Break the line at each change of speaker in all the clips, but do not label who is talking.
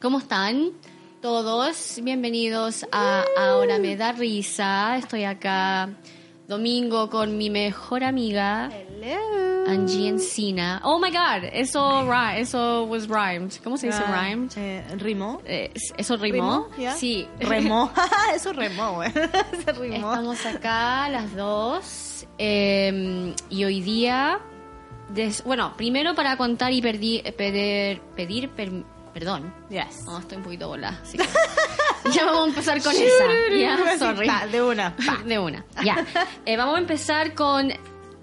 ¿Cómo están? Todos bienvenidos a Ahora me da risa. Estoy acá domingo con mi mejor amiga
Hello.
Angie Encina. Oh my god, eso ri- eso was rhymed. ¿Cómo se dice
Ah,
rhymed?
eh, ¿Rimó?
Eh, eso rimó.
ya.
Sí.
Remó. Eso remó, güey. Se rimó.
Estamos acá las dos eh, y hoy día, des- bueno, primero para contar y perdi- pedir, pedir per- perdón.
Yes.
No, estoy un poquito volada. así que- ya vamos a empezar con esa. Ya,
Así,
sorry.
ta, de una. pa.
De una. Ya. Eh, vamos a empezar con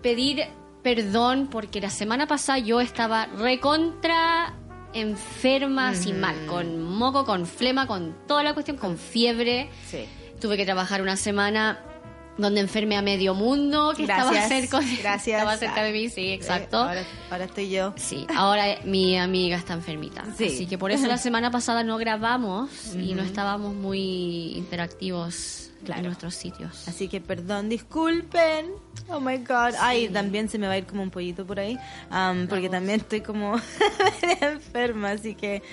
pedir perdón porque la semana pasada yo estaba recontra enferma,
Mm.
sin mal, con moco, con flema, con toda la cuestión, con fiebre.
Sí.
Tuve que trabajar una semana donde enfermé a medio mundo, que estaba
Gracias,
cerca,
gracias.
estaba cerca de mí, sí,
Eh,
exacto.
ahora, ahora estoy yo.
Sí, ahora eh, mi amiga está enfermita.
Sí.
Así que por eso la semana pasada no grabamos y no estábamos muy interactivos en nuestros sitios.
Así que perdón, disculpen. Oh my god. Ay, también se me va a ir como un pollito por ahí. am, porque también estoy como enferma. Así que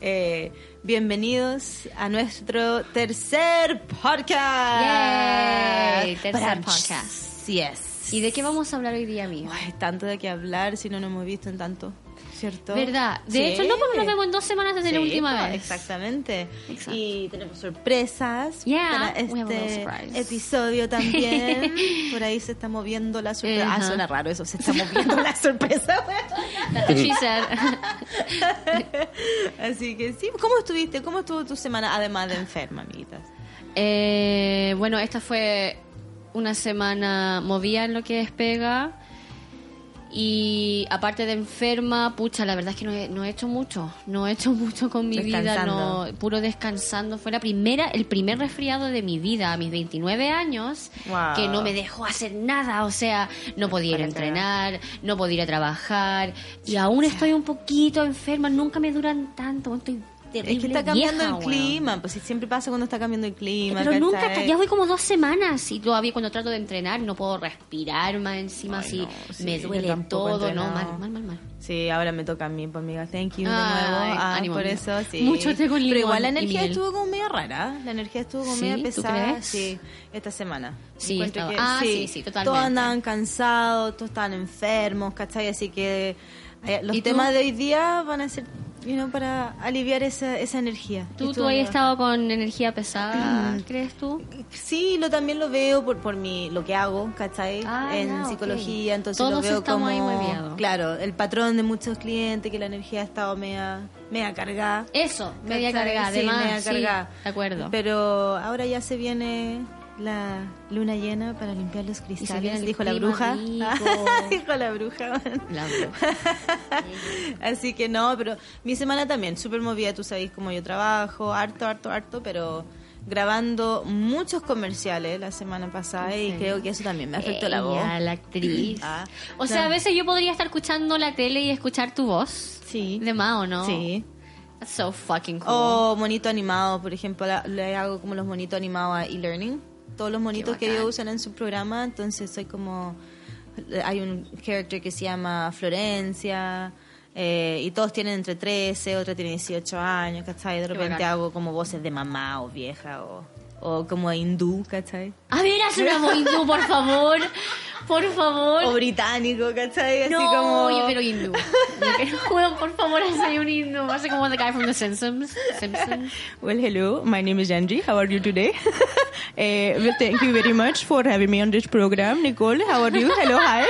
eh, bienvenidos a nuestro tercer podcast.
Yay, tercer podcast.
Yes.
¿Y de qué vamos a hablar hoy día, amiga?
Ay, tanto de qué hablar si no nos hemos visto en tanto. ¿Cierto?
¿Verdad? De
Sí.
hecho, no porque nos vemos en dos semanas desde la
Sí,
última
pues,
vez.
Exactamente.
Exacto.
Y tenemos sorpresas
Yeah,
para
we have a little
este
surprise.
episodio también. Por ahí se está moviendo la sorpresa. Ah,
Ajá.
suena raro eso, se está moviendo la sorpresa.
That's what she said.
Así que sí, ¿cómo estuviste? ¿Cómo estuvo tu semana además de enferma, amiguitas?
Eh, bueno, esta fue una semana movida en lo que es pega. Y aparte de enferma, pucha, la verdad es que no he, no he hecho mucho. No he hecho mucho con mi vida.
Descansando.
No, puro descansando. Fue la primera, el primer resfriado de mi vida a mis 29 años
Wow.
que no me dejó hacer nada. O sea, no podía ir a entrenar, no podía ir a trabajar. Y aún estoy un poquito enferma. Nunca me duran tanto. Estoy
Es que
terrible
está cambiando
vieja,
el
weón.
clima, pues sí, siempre pasa cuando está cambiando el clima.
Pero nunca,
¿cachai?
ya voy como dos semanas y todavía cuando trato de entrenar no puedo respirar más encima,
Ay,
así
no, sí,
me
yo
duele
tampoco he
todo, no,
entrenado.
mal, mal, mal, mal.
Sí, ahora me toca a mí, pues amiga. Thank you de
Ay,
nuevo. Ah,
ánimo,
por
amiga.
eso, sí.
Mucho té con
Pero
limón
igual la
y
energía
miel.
estuvo como media rara. La energía estuvo como
¿Sí?
media
¿Tú
pesada.
crees?
Sí, esta semana.
Sí,
Encuentro
estaba- ah, sí, sí, totalmente.
Todos andaban cansados, todos estaban enfermos, ¿cachai? Así que eh, los
¿Y tú?
temas de hoy día van a ser, you know, para aliviar esa, esa energía.
¿Tú, tú
Estuvo
has
medio raro.
estado con energía
Mm.
pesada, crees tú?
Sí, lo también lo veo por, por mi, lo que hago, ¿cachai?
Ah,
en
ya, ok.
psicología, entonces lo
Todos
veo
estamos
como...
ahí hueveados.
claro, el patrón de muchos clientes, que la energía ha estado media, media cargada.
Eso, media
¿cachai?
cargada,
Sí,
además,
media
sí,
cargada.
de acuerdo.
Pero ahora ya se viene la luna llena para limpiar los cristales,
viene el
dijo la
clima
bruja.
rico.
dijo la bruja.
La verdad.
Así que no, pero mi semana también, súper movida, tú sabes cómo yo trabajo, harto, harto, harto, pero grabando muchos comerciales la semana pasada y
Sí.
creo que eso también me afectó la voz.
Ella, la actriz.
Ah,
o sea,
claro.
a veces yo podría estar escuchando la tele y escuchar tu voz.
Sí.
De más o no.
Sí. Oh.
That's so fucking cool.
O monito animado, por ejemplo, la- le hago como los monitos animados a e-learning. Todos los monitos que
bacán.
ellos usan en su programa, entonces soy como. Hay un character que se llama Florencia. eh, y todos tienen entre 13, otra tiene 18 años, ¿cachai? De repente
bacán.
hago como voces de mamá o vieja o, o como hindú, ¿cachai?
A ver, haz una voz hindú, por favor. Por favor.
O británico, ¿cachai? Así
no,
como...
yo quiero hindú. Yo quiero, Weón, por favor, hazme un hindú. Hace como the guy from The Simpsons. Simpsons.
Well, hello. My name is Angie. How are you today? Eh, well, thank you very much for having me on this program. Nicole, how are you? Hello, hi.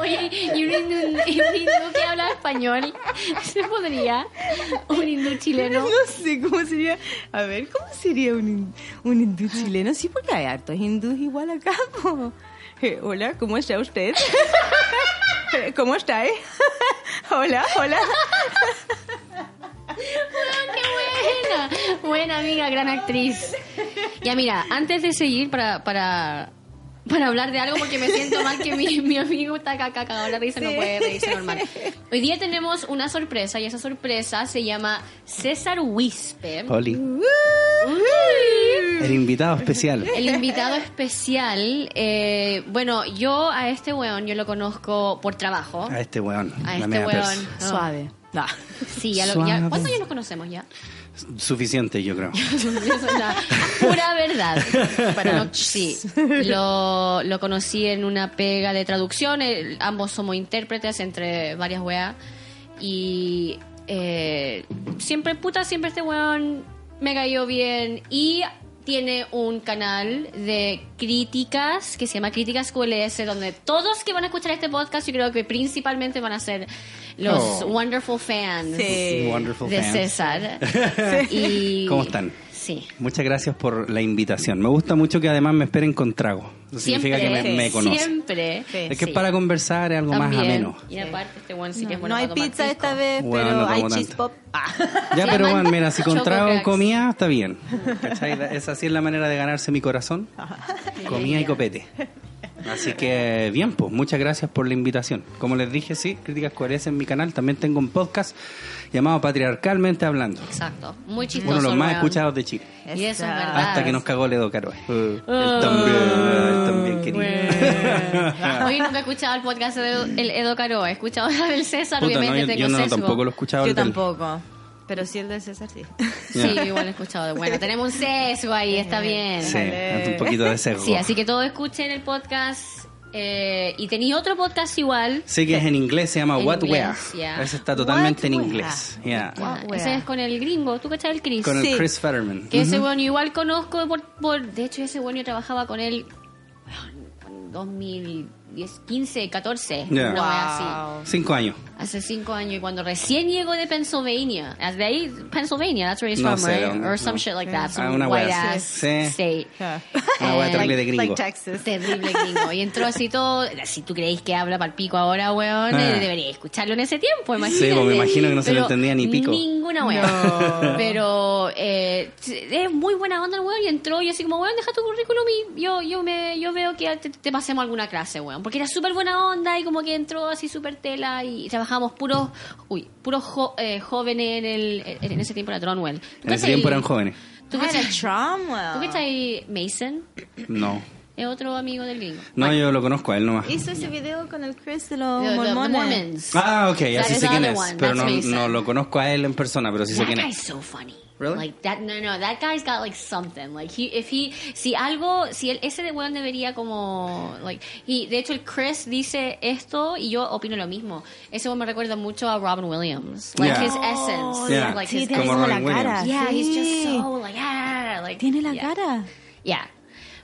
Oye, y un hindú, y un hindú que habla español. ¿Se podría? Un hindú chileno.
No sé cómo sería. A ver, ¿cómo sería un, hin- un hindú chileno? Sí, porque hay hartos hindús igual acá. po. Eh, hola, ¿cómo está usted? Eh, ¿Cómo está? eh? hola, hola.
Buena, buena amiga, gran actriz. Ya mira, antes de seguir para, para, para hablar de algo, porque me siento mal que mi, mi amigo está acá, acá, acá, ahora risa, no puede reírse normal. Hoy día tenemos una sorpresa y esa sorpresa se llama César Wispe.
Oli, el invitado especial.
El invitado especial, eh, bueno, yo a este weón, yo lo conozco por trabajo.
A este weón.
A
la
este
mea
weón.
persa.
no.
Suave.
No.
Sí, ya lo, ya,
Suave.
¿cuántos años nos conocemos ya?
Suficiente, yo creo.
Eso es la pura verdad. Pero no- sí, lo, lo conocí en una pega de traducción. eh, ambos somos intérpretes entre varias weas. Y eh, siempre, puta, siempre este weón me cayó bien. Y tiene un canal de críticas que se llama Críticas QLS, donde todos que van a escuchar este podcast, yo creo que principalmente van a ser los
Oh.
wonderful fans
Sí.
Wonderful
Eh, de
fans.
César. Y-
¿Cómo están?
Sí.
Muchas gracias por la invitación. Me gusta mucho que además me esperen con trago. Eso significa que me,
sí,
me conocen.
Siempre.
Es que para conversar es algo más ameno.
Y aparte, este one sí que es
No,
bueno.
hay
para tomar
pizza
pisco.
esta vez,
Bueno,
pero
no como
hay
tanto.
cheese pop. Ah.
Ya,
Sí,
pero
además,
bueno, mira, si con
Choco
trago y
Cracks.
comida está bien. ¿Cachai? La- Esa sí es la manera de ganarse mi corazón. Comida y copete. Así que bien, pues muchas gracias por la invitación. Como les dije, sí, Críticas Coherentes en mi canal. También tengo un podcast llamado Patriarcalmente Hablando.
Exacto. Muy chistoso.
Uno de los más
weón. Ah.
escuchados de Chile.
Y eso es
Exacto.
verdad.
Hasta que nos cagó Ledo Caro. Él
Uh.
también, él también quería.
Hoy nunca he escuchado el podcast de Edo- el Edo Caro. He escuchado el del César,
Puta, no,
obviamente.
yo,
tengo
yo no,
sesgo.
tampoco lo he escuchado.
Yo
el del-
tampoco. Pero sí el de César, sí.
Sí,
Ya.
igual he escuchado de bueno. Tenemos un sesgo ahí, está bien.
Sí, un poquito de sesgo.
Sí, así que todos escuchen el podcast. eh, y tenéis otro podcast igual.
Sé que es en inglés, se llama
En
What
inglés,
Wea.
yeah.
Ese está totalmente en
What
inglés. Yeah.
Ah,
wea.
Ese es con el gringo. ¿Tú cachas el Chris?
Con
Sí.
el Chris Fetterman.
Que ese weón igual conozco por, por- De hecho, ese weón yo trabajaba con él en 2015, 14.
Yeah.
una wea así.
Wow.
Cinco años.
Hace cinco años y cuando recién llegó de Pennsylvania, de ahí Pennsylvania, that's where he's
No
from,
sé,
right?
no,
Or some
no.
shit like that,
Ah,
some
una wea
white
así.
ass
Sí.
state.
Yeah.
Una wea
Eh,
terrible de
Like,
gringo.
like Texas.
Terrible gringo. Y entró así todo. Si tú creéis que habla para pico ahora, weón,
Ah.
eh, debería escucharlo en ese tiempo,
Sí,
imagínate.
pues me imagino que no se lo
Pero
entendía ni pico.
Ninguna weón. Pero eh, es muy buena onda el weón y entró y así como, weón, deja tu currículum y yo, yo, me, yo veo que te, te pasemos alguna clase, weón. Porque era súper buena onda y como que entró así súper tela y trabajamos puros, uy, puros jo- eh, jóvenes en, el, en, en ese tiempo era Tronwell. ¿Tú
En ese
cachai-
tiempo eran jóvenes.
¿Tú
Ah, era
cachai-
Cromwell.
tú cachai Mason?
No.
Es otro amigo del gringo.
No, yo lo conozco a él nomás.
Hizo ese video con el Chris de los
The- the- the
Oh, mormones.
Mormons.
Ah, ok,
That
así
is
sé quién
the
es.
other one,
Pero no,
that's Mason.
no lo conozco a él en persona, pero sí sé
That
quién
guy's
es.
so funny.
Really?
Like that no no, that guy's got like something. Like he if he si algo si el ese de weón debería como like y de hecho el Chris dice esto y yo opino lo mismo. Ese weón me recuerda mucho a Robin Williams. Like
Yeah. Oh,
his essence.
Yeah.
Like
Oh, Sí,
his
tiene
Como
como la
Robin Williams.
cara.
essence. Yeah, he's just
sí.
so like ah, like
Tiene la
yeah.
cara.
Yeah.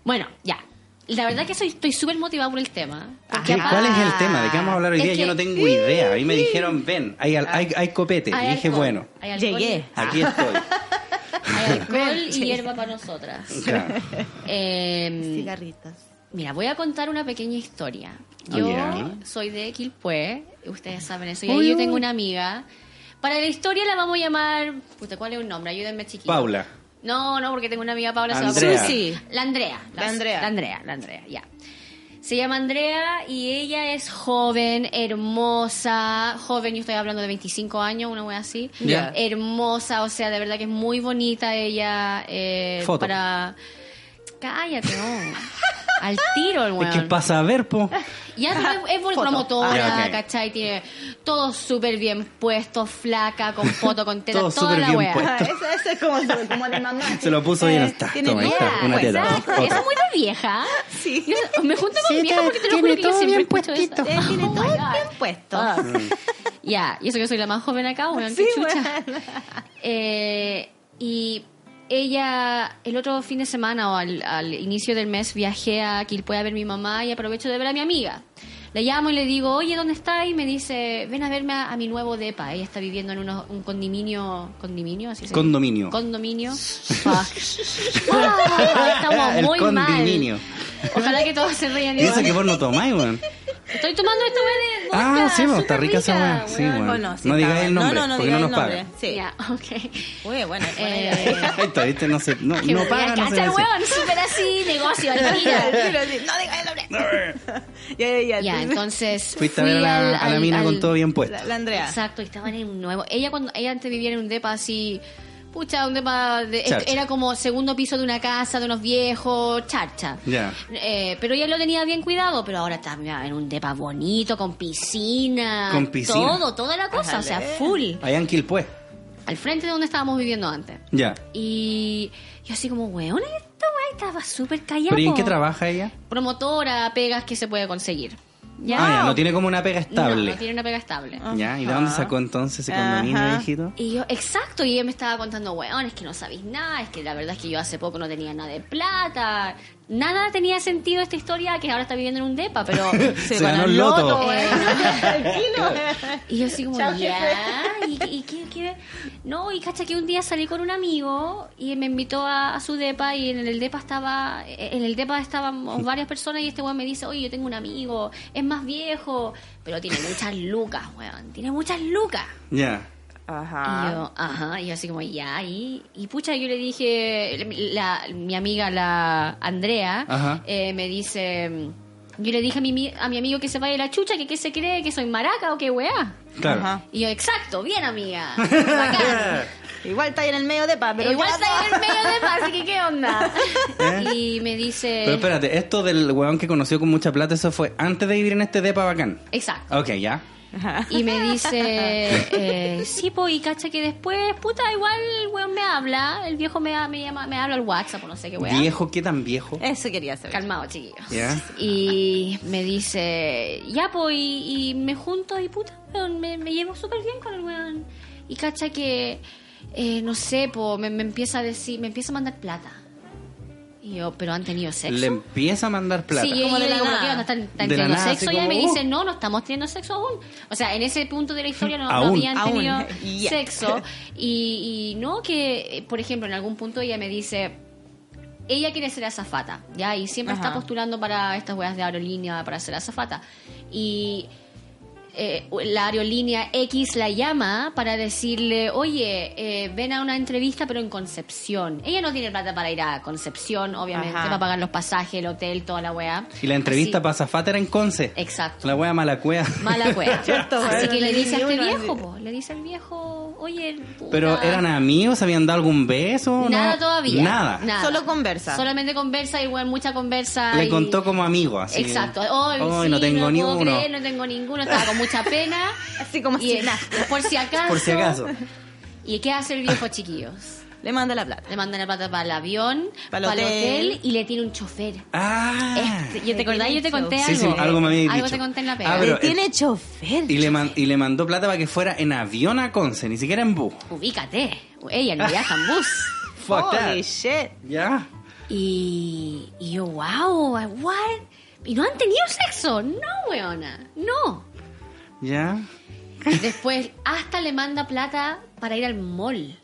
Bueno, ya. La verdad que soy, estoy súper motivada por el tema. Ah, Porque
¿Qué-
aparte-
¿Cuál es el tema? ¿De qué vamos a hablar hoy
Es
día?
que-
Yo no tengo idea. A mí me dijeron, ven, hay, al- hay, hay copete.
Hay
Y dije,
alcohol,
bueno,
hay alcohol,
Llegué.
aquí estoy.
Hay alcohol y hierba para nosotras.
Claro.
Eh,
Cigarritas.
Mira, voy a contar una pequeña historia.
Oh,
Yo
Ya.
soy de Quilpué, ustedes saben eso, y ahí yo tengo una amiga. Para la historia la vamos a llamar... Puta, ¿cuál es un nombre? Ayúdenme, chiquillos.
Paula.
No, no, porque tengo una amiga Paula.
Andrea.
Susi. La Andrea.
La Andrea.
La Andrea, la Andrea, ya. Se llama Andrea y ella es joven, hermosa, joven, yo estoy hablando de 25 años, una wea así.
Ya.
Hermosa, o sea, de verdad que es muy bonita ella. eh,
Foto.
Para... Cállate, no. Al tiro el weón.
Es que pasa a ver, po.
Ya es, es promotora,
Ah, ya, ok.
¿cachai? Tiene todo súper bien puesto, flaca, con foto, con teta,
Todo
toda
súper
la
bien
wea.
puesto.
Eso, eso es como, su- como de mamá.
Se lo puso y no
Eh,
está.
tiene
Toma, ahí
Yeah,
está. Una teta.
exacto.
otra.
Eso es muy de vieja.
Sí.
Yo- me junto con
Sí,
vieja porque te lo juro que yo
todo
siempre
bien
escucho eso.
puestito. Ah.
Eh, tiene
Oh my
todo
God.
bien puesto.
Fuck. Ya, y eso que soy la más joven acá, weón, qué
Sí,
chucha.
bueno.
Eh, y ella, el otro fin de semana o al, al inicio del mes, viajé a Quilpue a ver a mi mamá y aprovecho de ver a mi amiga. Le llamo y le digo, oye, ¿dónde está? Y me dice, ven a verme a, a mi nuevo depa. Ella está viviendo en unos- un condominio. ¿Condominio? Así se dice.
Condominio.
Condominio. Fuck. Ah, Estamos
El
muy
condominio.
mal. Ojalá que todos se rían.
Y
igual.
eso que vos no tomáis, weón.
Estoy tomando esta weá de
Ah,
vodka,
sí, bueno, está
súper
rica esa weá. Sí,
Bueno,
bueno.
no, sí, está
no digáis
bueno.
el
No,
nombre,
no, no
porque no
digáis
nos
el nombre.
pagan.
Sí.
Ya, ok.
Uy, bueno, buena
Eh,
idea.
Ahí está, viste, no se, no,
Que
no
me voy a
pagan, no se
cachar,
dice.
weón, súper así, negocio, al tiro.
Pero sí, no digas el nombre. ya, ya, ya.
Ya, entonces
Fuiste a
fui
ver a
al-
la, a la
al-
mina
al-
con todo bien puesto.
La, la Andrea.
Exacto, y estaban en un nuevo... Ella cuando ella antes vivía en un depa así... Pucha, ¿dónde va? De- es-
Charcha.
Era como segundo piso de una casa, de unos viejos, charcha.
Ya.
Eh, pero ya lo tenía bien cuidado, pero ahora está mira, en un depa bonito, con piscina.
Con piscina.
Todo, toda la cosa, o sea, full.
Allá en Quilpué.
Al frente de donde estábamos viviendo antes.
Ya.
Y yo así como, weón, esta weá estaba súper callada.
¿Pero y en qué trabaja ella?
Promotora, pegas que se puede conseguir. ¿Ya?
Ah, ya, no tiene como una pega
No,
estable.
no tiene una pega estable.
Ya, ¿y de dónde sacó entonces ese condominio,
Ajá.
hijito?
Y yo, exacto, y ella me estaba contando, weón, es que no sabéis nada, es que la verdad es que yo hace poco no tenía nada de plata, nada tenía sentido esta historia que ahora está viviendo en un depa, pero...
Se ganó el loto.
Eh,
Tranquilo.
y yo así como,
Chao, jefe.
ya, y, y qué, qué- No, y cacha que un día salí con un amigo y me invitó a, a su depa y en el depa estaba, en el depa estábamos varias personas y este weón me dice, oye, yo tengo un amigo, es más viejo, pero tiene muchas lucas, weón, tiene muchas lucas.
Ya.
Y
Ajá.
yo, ajá, y yo así como, ya, y, y pucha, yo le dije, la, mi amiga, la Andrea,
Ajá.
eh, me dice, yo le dije a mi, mi- a mi amigo que se vaya la chucha, que qué se cree, que soy maraca o qué weá.
Claro.
Ajá.
Y yo, exacto, bien amiga, bacán.
Igual está ahí en el medio de pa, pero
Igual
ya
está en el medio de paz, así que qué onda.
¿Eh?
Y me dice,
Pero espérate, esto del weón que conoció con mucha plata, eso fue antes de vivir en este depa bacán.
exacto.
Ok, ya.
Y me dice, eh, sí, po, y cacha que después, puta, igual el weón me habla, el viejo me, ha- me, llama, me habla al WhatsApp o no sé qué weá.
Viejo, ¿qué tan viejo?
Eso quería saber.
Calmado, chiquillos.
Ya.
Y me dice, ya, pues, y, y me junto y puta, weón, me, me llevo súper bien con el weón. Y cacha que, eh, no sé, po, me, me empieza a decir, me empieza a mandar plata. Y yo, pero han tenido sexo.
Le empieza a mandar plata.
Sí, y
Como
yo
de la
digo,
nada.
¿qué onda? ¿Están, están
De la
teniendo
nada,
sexo
así
ya? Y me
como, uh.
dice, no, no estamos teniendo sexo aún. O sea, en ese punto de la historia no, no
Aún.
habían
Aún.
tenido
Ya.
sexo. Y, y no que, eh, por ejemplo, en algún punto ella me dice, ella quiere ser azafata, ¿ya? Y siempre
Ajá.
está postulando para estas weas de aerolínea para ser azafata. Y eh, la aerolínea X la llama para decirle, oye, eh, ven a una entrevista pero en Concepción. Ella no tiene plata para ir a Concepción, obviamente,
Ajá.
para pagar los pasajes, el hotel, toda la wea.
Y la entrevista
Así-
para Zafata era en Conce.
Exacto.
La wea mala cuea.
Mala wea.
Cierto,
Así
bueno,
que le
no
dice a
ni
este
uno, así.
viejo, po, le dice al viejo, oye... puta,
Pero eran amigos, habían dado algún beso.
Nada
¿No?
todavía.
Nada.
Solo conversa.
Solamente conversa y bueno, mucha conversa.
Le
y-
contó como amigo, así.
Exacto. Oh,
Ay,
sí,
no tengo ni
puedo
uno.
creer, no tengo ninguno, estaba con mucha pena.
Así como
y
si
eh,
nada.
por si acaso.
Por si acaso.
¿Y qué hace el viejo, chiquillos?
Le manda la plata.
Le mandan la plata para el avión,
Para
para, el
el hotel.
hotel y le tiene un chofer.
Ah.
Este, ¿Yo te acordás? Yo te conté
Sí,
algo.
sí, algo me habías dicho.
te conté en la
Ah,
pega.
pero-
Le Eh, tiene chofer.
Este
Y le, man- y le mandó plata para que fuera en avión a Conce, ni siquiera en bus.
Ubícate. Ella no viaja en bus.
Fuck that.
Holy shit.
Ya.
Y, y yo, wow, what? Y no han tenido sexo. No, weona. No.
Ya.
Después, hasta le manda plata para ir al mall.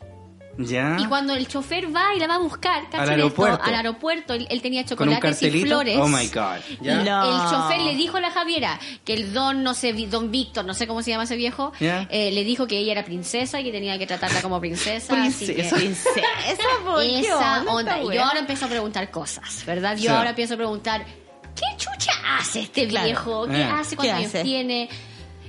Ya.
Y cuando el chofer va y la va a buscar, cachen esto,
aeropuerto.
al aeropuerto, él, él tenía
Con un
chocolates y
cartelito.
flores.
Oh my god. Ya.
Y
No.
El chofer le dijo a la Javiera que el don, no sé, vi- don Víctor, no sé cómo se llama ese viejo,
Ya.
eh, le dijo que ella era princesa y que tenía que tratarla como princesa. así que-
Princesa, Ah, por qué
esa
onda
onda.
esta
Y yo
wea?
ahora empiezo a preguntar cosas, ¿verdad? Yo
Sí.
ahora empiezo a preguntar, ¿qué chucha hace este
Claro.
viejo? ¿Qué
Eh.
hace? ¿Cuántos
¿Qué
años
hace?
tiene?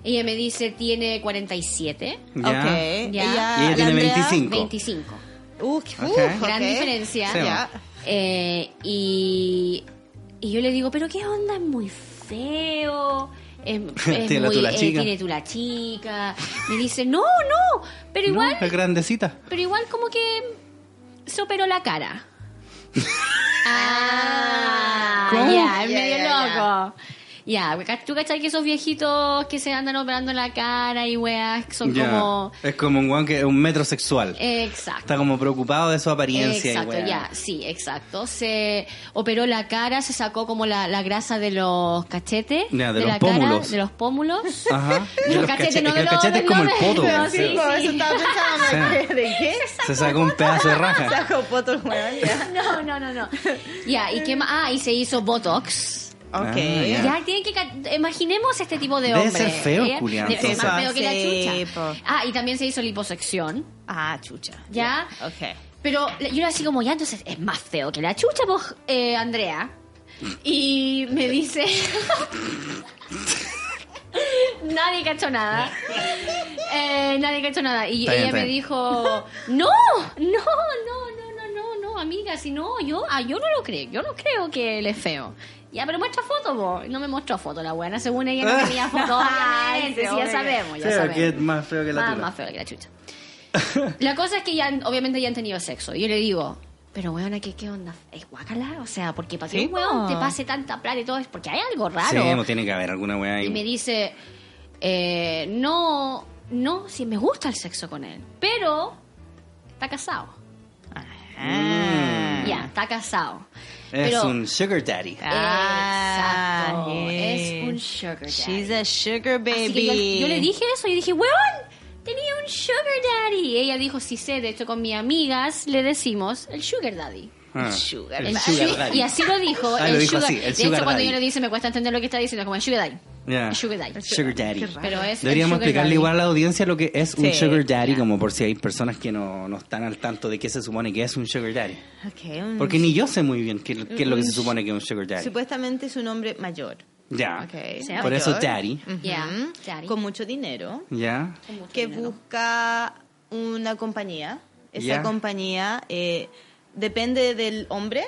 Ella me dice, tiene 47,
Ya.
Ok.
Ya.
Ella,
Y ella
la
tiene
Andrea-
25.
25.
Uh, qué-
Ok.
uh, ok.
Gran diferencia.
Sí,
Ya.
Eh, y, y yo le digo, pero qué onda, es muy feo. Es, es
Tiene la
muy-
tula
eh,
chica.
tiene tula chica. Me dice, no, no, pero
No,
igual
es grandecita.
pero igual como que se operó la cara. ah, ya, es
Ya,
medio
ya,
loco. Ya, ca- tú cachai que esos viejitos que se andan operando la cara y weas que son
Ya.
como... eh,
Es como un guan que es un metrosexual.
Exacto.
Está como preocupado de su apariencia. y
Exacto,
weá.
ya, sí, exacto. Se operó la cara, se sacó como la, la grasa de los cachetes,
Ya, de
la cara,
los pómulos. Ah.
de los pómulos.
Ajá. Y
Los
los
cachetes,
cachetes,
no
es que el
de los-
cachete es
no
como el
de-
poto.
no,
weá.
sí,
Sí,
Se-
po, eso estaba pensando.
Sí.
¿De qué?
Se saca un pedazo de raja.
Sacó poto el weón, ya.
No, no, no, no. Ya, y qué más? Ah, y se hizo Botox.
Ah,
Ok.
ya.
Ya, tienen que. ca- Imaginemos este tipo de
Debe
hombre.
ser feo,
¿eh?
Julián,
Debe ser más feo
entonces.
que la
Sí,
chucha.
po.
Ah, y también se hizo liposección.
Ah, chucha.
Ya.
Ok.
Pero le- yo era así como, ya, entonces es más feo que la chucha, pues, eh, Andrea. Y me dice. Nadie cachó nada. Eh, nadie ha hecho nada. Y
Está bien,
ella
está
me
bien.
dijo, no, no, no, no, no, no, no, amiga, si no, yo, ah, yo no lo creo, yo no creo que él es feo. Ya, pero muestra foto, vos. No me mostró foto la buena, según ella no tenía foto, obviamente,
sí,
sí, ya
obvio.
sabemos, ya
Feo,
sabemos.
que es más feo que la
más,
tula.
más feo que la chucha. La cosa es que ya, han- obviamente, ya han tenido sexo. Y yo le digo, pero weona, ¿qué, qué onda? ¿Es guacala? O sea, porque para que
Sí,
un weón
po.
te pase tanta plata y todo, es porque hay algo raro.
Sí, pues, no tiene que haber alguna weá ahí.
Y me dice, eh, no, no, si me gusta el sexo con él, pero está casado.
Mm.
Ya, está casado.
Ah. Es
pero, Ah,
un sugar daddy.
Ah,
Exacto,
yes.
es un sugar daddy.
She's a sugar baby.
Así que yo, yo le dije eso y dije, weón, tenía un sugar daddy. Y ella dijo, sí sé, de hecho con mis amigas le decimos el sugar daddy.
Ah,
Sugar
el
El
sugar
su-
daddy.
Y así lo dijo.
Ah,
el
lo dijo
sugar-
así, el
de
sugar
hecho, cuando
daddy.
yo le dice, me cuesta entender lo que está diciendo, es como el sugar daddy.
Ya.
El sugar daddy.
Sugar daddy.
Pero es el
Deberíamos
sugar
explicarle
daddy.
igual a la audiencia lo que es un
Sí.
sugar daddy, como por si hay personas que no, no están al tanto de qué se supone que es un sugar daddy.
Ok,
Mm.
un-
Porque ni yo sé muy bien qué, qué es lo que se supone que es un sugar daddy.
Supuestamente es un hombre mayor.
Ya.
Ok.
Sea
Por
mayor.
eso daddy.
Ujú.
Yeah, daddy.
Con mucho dinero.
Ya.
Con mucho
que
dinero.
busca una compañía. Esa
Ya.
compañía eh, depende del hombre.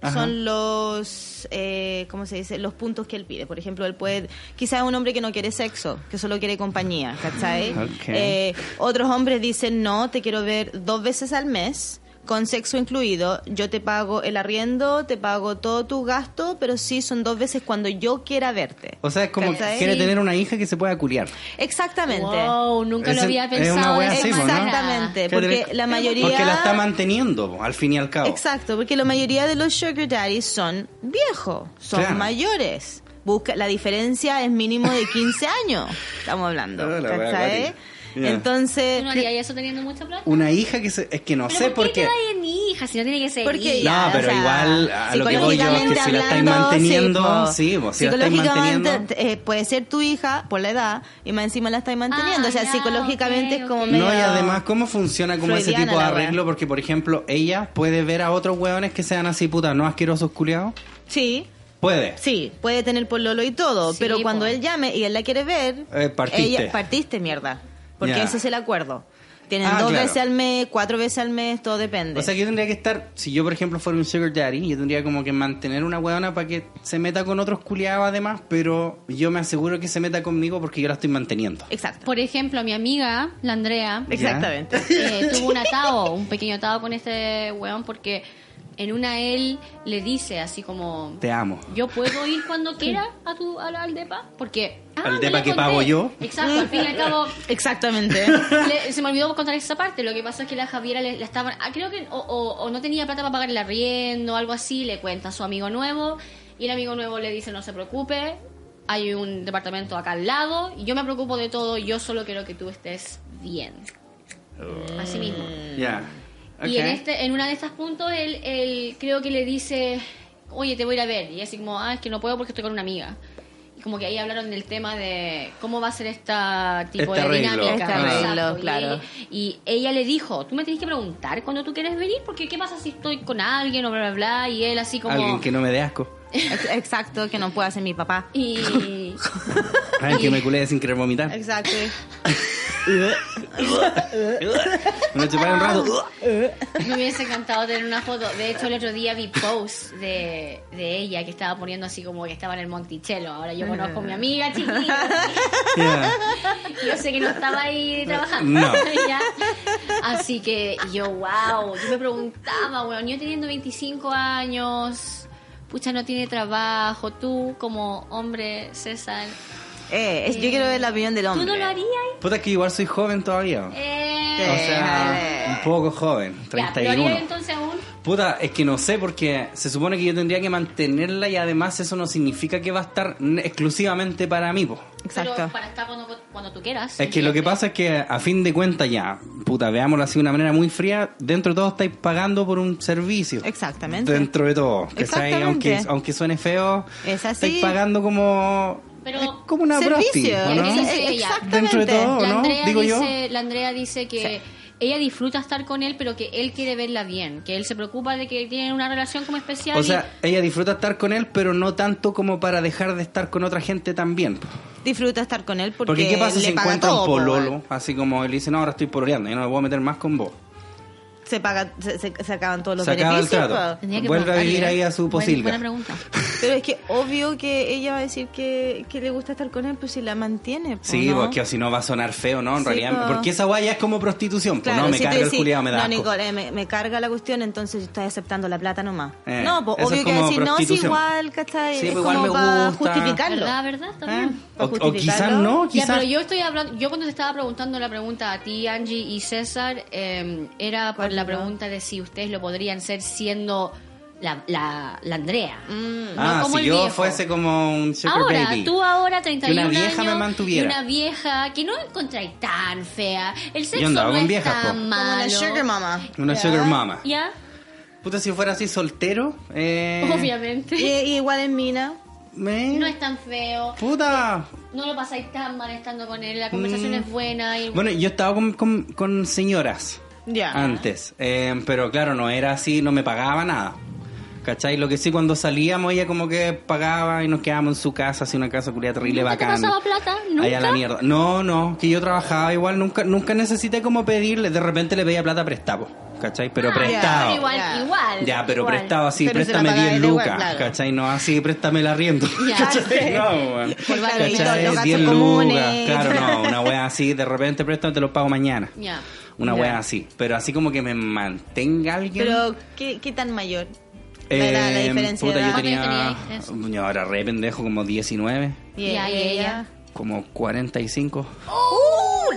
Ajá.
Son los, eh, ¿cómo se dice? Los puntos que él pide. Por ejemplo, él puede, quizás un hombre que no quiere sexo, que solo quiere compañía, ¿cachai?
Ok.
Eh, otros hombres dicen, no, te quiero ver dos veces al mes, con sexo incluido. Yo te pago el arriendo, te pago todo tu gasto, pero sí son dos veces cuando yo quiera verte.
O sea, es como
¿Cachai?
quiere
Sí.
tener una hija que se pueda culiar.
Exactamente.
Wow, nunca
Es-
lo había
es una
pensado.
wea
de
así,
esa
po, ¿no?
manera.
Exactamente,
Quiere
porque
tener-
la mayoría...
Porque la está manteniendo, po, al fin y al cabo.
Exacto, porque la mayoría de los sugar daddies son viejos, son
Claro.
mayores. Busca, la diferencia es mínimo de 15 años, estamos hablando.
Ah, la wea
¿cachai?
acuática. Ya.
¿Tú
Entonces,
no harías eso teniendo mucha plata?
Una hija que se... Es que Uh, no
Pero
sé por qué.
hay en hija si no tiene que ser
porque
hija?
ya,
No, pero
o sea,
igual, a lo que voy yo es que si la estáis
psicológicamente
manteniendo,
hablando,
sí, po, si la estáis
psicológicamente,
manteniendo-
eh, puede ser tu hija por la edad y más encima la estáis manteniendo.
Ah,
o sea,
ya,
psicológicamente
ok,
es como
ok.
medio.
No, y además, ¿cómo funciona como ese
freudiana
tipo de
la wea.
arreglo? Porque, por ejemplo, ella puede ver a otros hueones que sean así, puta, no asquerosos culiados.
Sí,
Puede.
Sí, puede tener pololo y todo,
Sí,
pero
po.
cuando él llame y él la quiere ver,
Eh, partiste.
ella partiste mierda, porque
Ya.
ese es el acuerdo. Tienen
Ah,
dos
claro.
veces al mes, cuatro veces al mes, todo depende.
O sea, que yo tendría que estar, si yo, por ejemplo, fuera un sugar daddy, yo tendría como que mantener una hueona para que se meta con otros culiados además, pero yo me aseguro que se meta conmigo porque yo la estoy manteniendo.
Exacto.
Por ejemplo, mi amiga, la Andrea,
Exactamente.
eh, tuvo un atado, un pequeño atado con este weón porque en una él le dice así como...
Te amo.
Yo puedo ir cuando quiera a tu, al, al depa porque... ah,
Al
no
depa
le
que
conté.
pago yo.
Exacto, al fin y al cabo...
Exactamente.
le- se me olvidó contar esa parte. Lo que pasó es que la Javiera le, la estaban. ah, creo que. O, o- o no tenía plata para pagar el arriendo o algo así. Le cuenta a su amigo nuevo. Y el amigo nuevo le dice: No se preocupe. Hay un departamento acá al lado. Y yo me preocupo de todo. Yo solo quiero que tú estés bien.
Oh.
Así mismo.
Ya.
Y en, este, en una de estas puntos, él, él creo que le dice, oye, te voy a ir a ver. Y así como, ah, es que no puedo porque estoy con una amiga. Y como que ahí hablaron del tema de cómo va a ser esta tipo
Este
de
arreglo.
dinámica.
Este
Exacto.
arreglo,
Y-
claro.
Y ella le dijo, tú me tienes que preguntar cuando tú quieres venir, porque qué pasa si estoy con alguien o bla, bla, bla. Y él así como...
Alguien que no me dé asco.
Ex- Exacto, que no puede hacer mi papá.
Y...
Alguien que me culé sin querer vomitar.
Exacto.
Me chuparé un rato.
Me hubiese encantado tener una foto. De hecho, el otro día vi post de, de ella que estaba poniendo así como que estaba en el Monticello. Ahora yo conozco a mi amiga chiquita.
Ya.
Y Yo sé que no estaba ahí trabajando.
No.
Ya. Así que yo, wow. Yo me preguntaba, weón, yo teniendo 25 años, pucha, no tiene trabajo. Tú, como hombre, César,
Eh, es- yo quiero ver la opinión del
¿tú
hombre.
no lo harías?
Puta, que igual soy joven todavía.
Eh,
O sea, un poco joven,
ya, ¿Lo harías
31.
entonces aún?
Puta, es que no sé porque se supone que yo tendría que mantenerla y además eso no significa que va a estar n- exclusivamente para mí, po.
Pero
Exacto.
para estar cuando, cuando tú quieras.
Es que lo que pasa es que a fin de cuentas ya, puta, veámoslo así de una manera muy fría, dentro de todo estáis pagando por un servicio.
Exactamente.
Dentro de todo, que estáis,
Exactamente.
aunque, aunque suene feo,
Es así.
estáis pagando como
Pero-
es como una
Servicio.
prosti, ¿o no?
Es-
Ex-
Dentro de
Exactamente.
todo,
La
¿no?
Andrea
Digo yo.
dice, La Andrea dice que ella disfruta estar con él, pero que él quiere verla bien, que él se preocupa de que tienen una relación como especial.
O
y-
sea, ella disfruta estar con él, pero no tanto como para dejar de estar con otra gente también.
Disfruta estar con él porque,
Porque ¿qué pasa
le
si
paga
encuentra
todo,
un
po,
pololo?
weón.
Así como él dice, no, ahora estoy pololeando, yo no me voy a meter más con vos.
Se, paga, se, se- se acaban todos los
Se acaba el
beneficios.
trato.
po.
Tendría que
Vuelve a
preguntarle.
vivir ahí a su
Buena-
posilga.
buena pregunta.
Pero es que obvio que ella va a decir que, que le gusta estar con él, pues si la mantiene. po,
Sí,
¿no?
porque si no va a sonar feo, ¿no? En
Sí,
realidad,
po.
porque esa guaya es como prostitución, pues
Claro,
no,
si
me
tú
carga el
decís,
culiado, me da
No,
asco".
Nicole, eh, me, me carga la cuestión, entonces yo estoy aceptando la plata nomás.
Eh,
no, pues
eso
obvio
es
que
como
decir, no, es
prostitución.
igual, ¿cachai?
Sí,
es
pues igual
como
me
para
gusta.
justificarlo.
¿Verdad, verdad? Está
¿eh?
bien.
O,
Para
o quizás
justificarlo.
no,
Ya,
quizás...
pero yo estoy hablando, yo cuando te estaba preguntando la pregunta a ti, Angie y César, eh, era por la pregunta de si ustedes lo podrían ser siendo la, la, la Andrea. no
Mm.
ah,
como
si
el
yo
viejo.
fuese como un shepherd
Ahora,
baby.
tú ahora 31
Que una vieja
años,
me mantuviera.
y una vieja que no encontráis tan fea. El sexo
andaba
no
con
es
viejas, po.
tan
Como
malo.
Como la sugar mama.
Una sugar mama.
¿Ya?
Puta, si fuera así soltero, eh...
Obviamente.
Y, y igual en mina.
me-
No es tan feo.
Puta...
No lo pasáis tan mal estando con él. La conversación
Mm.
es buena. Y...
Bueno, yo estaba con, con, con señoras
Ya.
antes, eh, pero claro, no era así, no me pagaba nada. ¿Cachai? Lo que sí, cuando salíamos, ella como que pagaba y nos quedábamos en su casa, así una casa curia terrible,
¿Nunca te
bacana.
pasaba plata?
Allá la
¿Nunca?
mierda. No, no, que yo trabajaba igual, nunca nunca necesité como pedirle, de repente le pedía plata prestado, ¿cachai? Pero
Ah,
prestado.
pero igual,
Ya.
igual.
Ya, pero
igual.
prestado así,
Pero se la
préstame
pagaba
10
él igual,
lucas,
claro.
¿cachai? No así, préstame el arriendo.
Ya.
¿Cachai? No, weón.
Por
Claro, y
¿Cachai?
todos los
10
gastos
lucas,
comunes.
claro, no, una wea así, de repente préstame, te lo pago mañana.
Ya.
Una
Ya.
wea así, pero así como que me mantenga alguien.
Pero, ¿qué, qué tan mayor? La, la- la
Eh,
diferencia
puta,
de
yo
edad.
tenía,
¿Cuántos años
yo ahora re pendejo, como 19,
Y
Ya, y ella.
como 45.
¡Uh!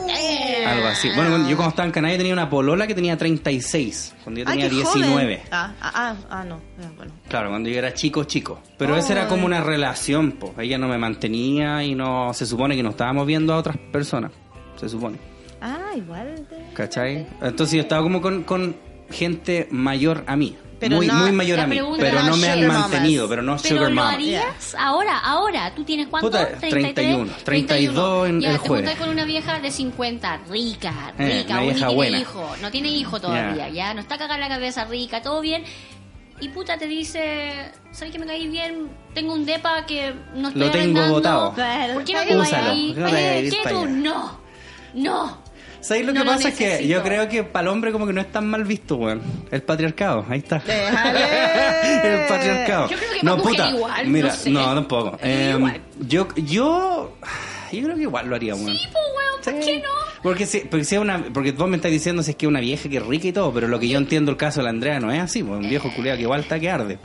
Algo así. Bueno, cuando- yo cuando estaba en Canadá tenía una polola que tenía 36, cuando yo
Ah,
tenía
qué
19.
joven. Ah, ah, ah, ah, no. Ah, Bueno.
Claro, cuando yo era chico, chico. Pero esa era
Oh.
como una relación, pues. Ella no me mantenía y no. Se supone que no estábamos viendo a otras personas. Se supone.
Ah, igual. de-
¿Cachai? Entonces yo estaba como con, con gente mayor a mí.
Pero
muy,
no-
muy mayor
la
a mí.
pregunta
Pero
era
no me han
sugar mamas.
mantenido, pero no
Pero
sugar
lo
mama.
harías ahora, ahora. ¿Tú tienes cuánto?
Puta,
33,
31, 32 en
ya,
el
te
jueves.
juntas con una vieja de 50, rica,
Eh,
rica,
una
aún ni
vieja
tiene
buena.
hijo, no tiene hijo todavía, ya, no está cagada la cabeza, rica, todo bien. Y puta te dice, ¿sabes que me caí bien? Tengo un depa que no estoy
Lo tengo
arrendando.
botado.
¿Por qué no te vayas
Úsalo,
ahí?
¿por qué no te vayas a
Eh,
ir
¿Qué
para
tú?
allá?
No, no.
¿Sabéis lo
No
que
lo
pasa? Es que
necesito.
yo creo que para el hombre como que no es tan mal visto, weón. El patriarcado, ahí está.
Déjale.
el patriarcado.
Yo creo que
no,
para mujer
puta.
igual,
Mira,
no sé.
tampoco. Eh,
Igual.
yo, yo, yo creo que igual lo haría, weón.
Tipo, pues, weón, ¿por
Sí.
qué no?
Porque, si, porque, si es una, porque vos me estás diciendo si es que es una vieja que es rica y todo, pero lo que yo entiendo el caso de la Andrea no es así, pues, un viejo culiado que igual está que arde.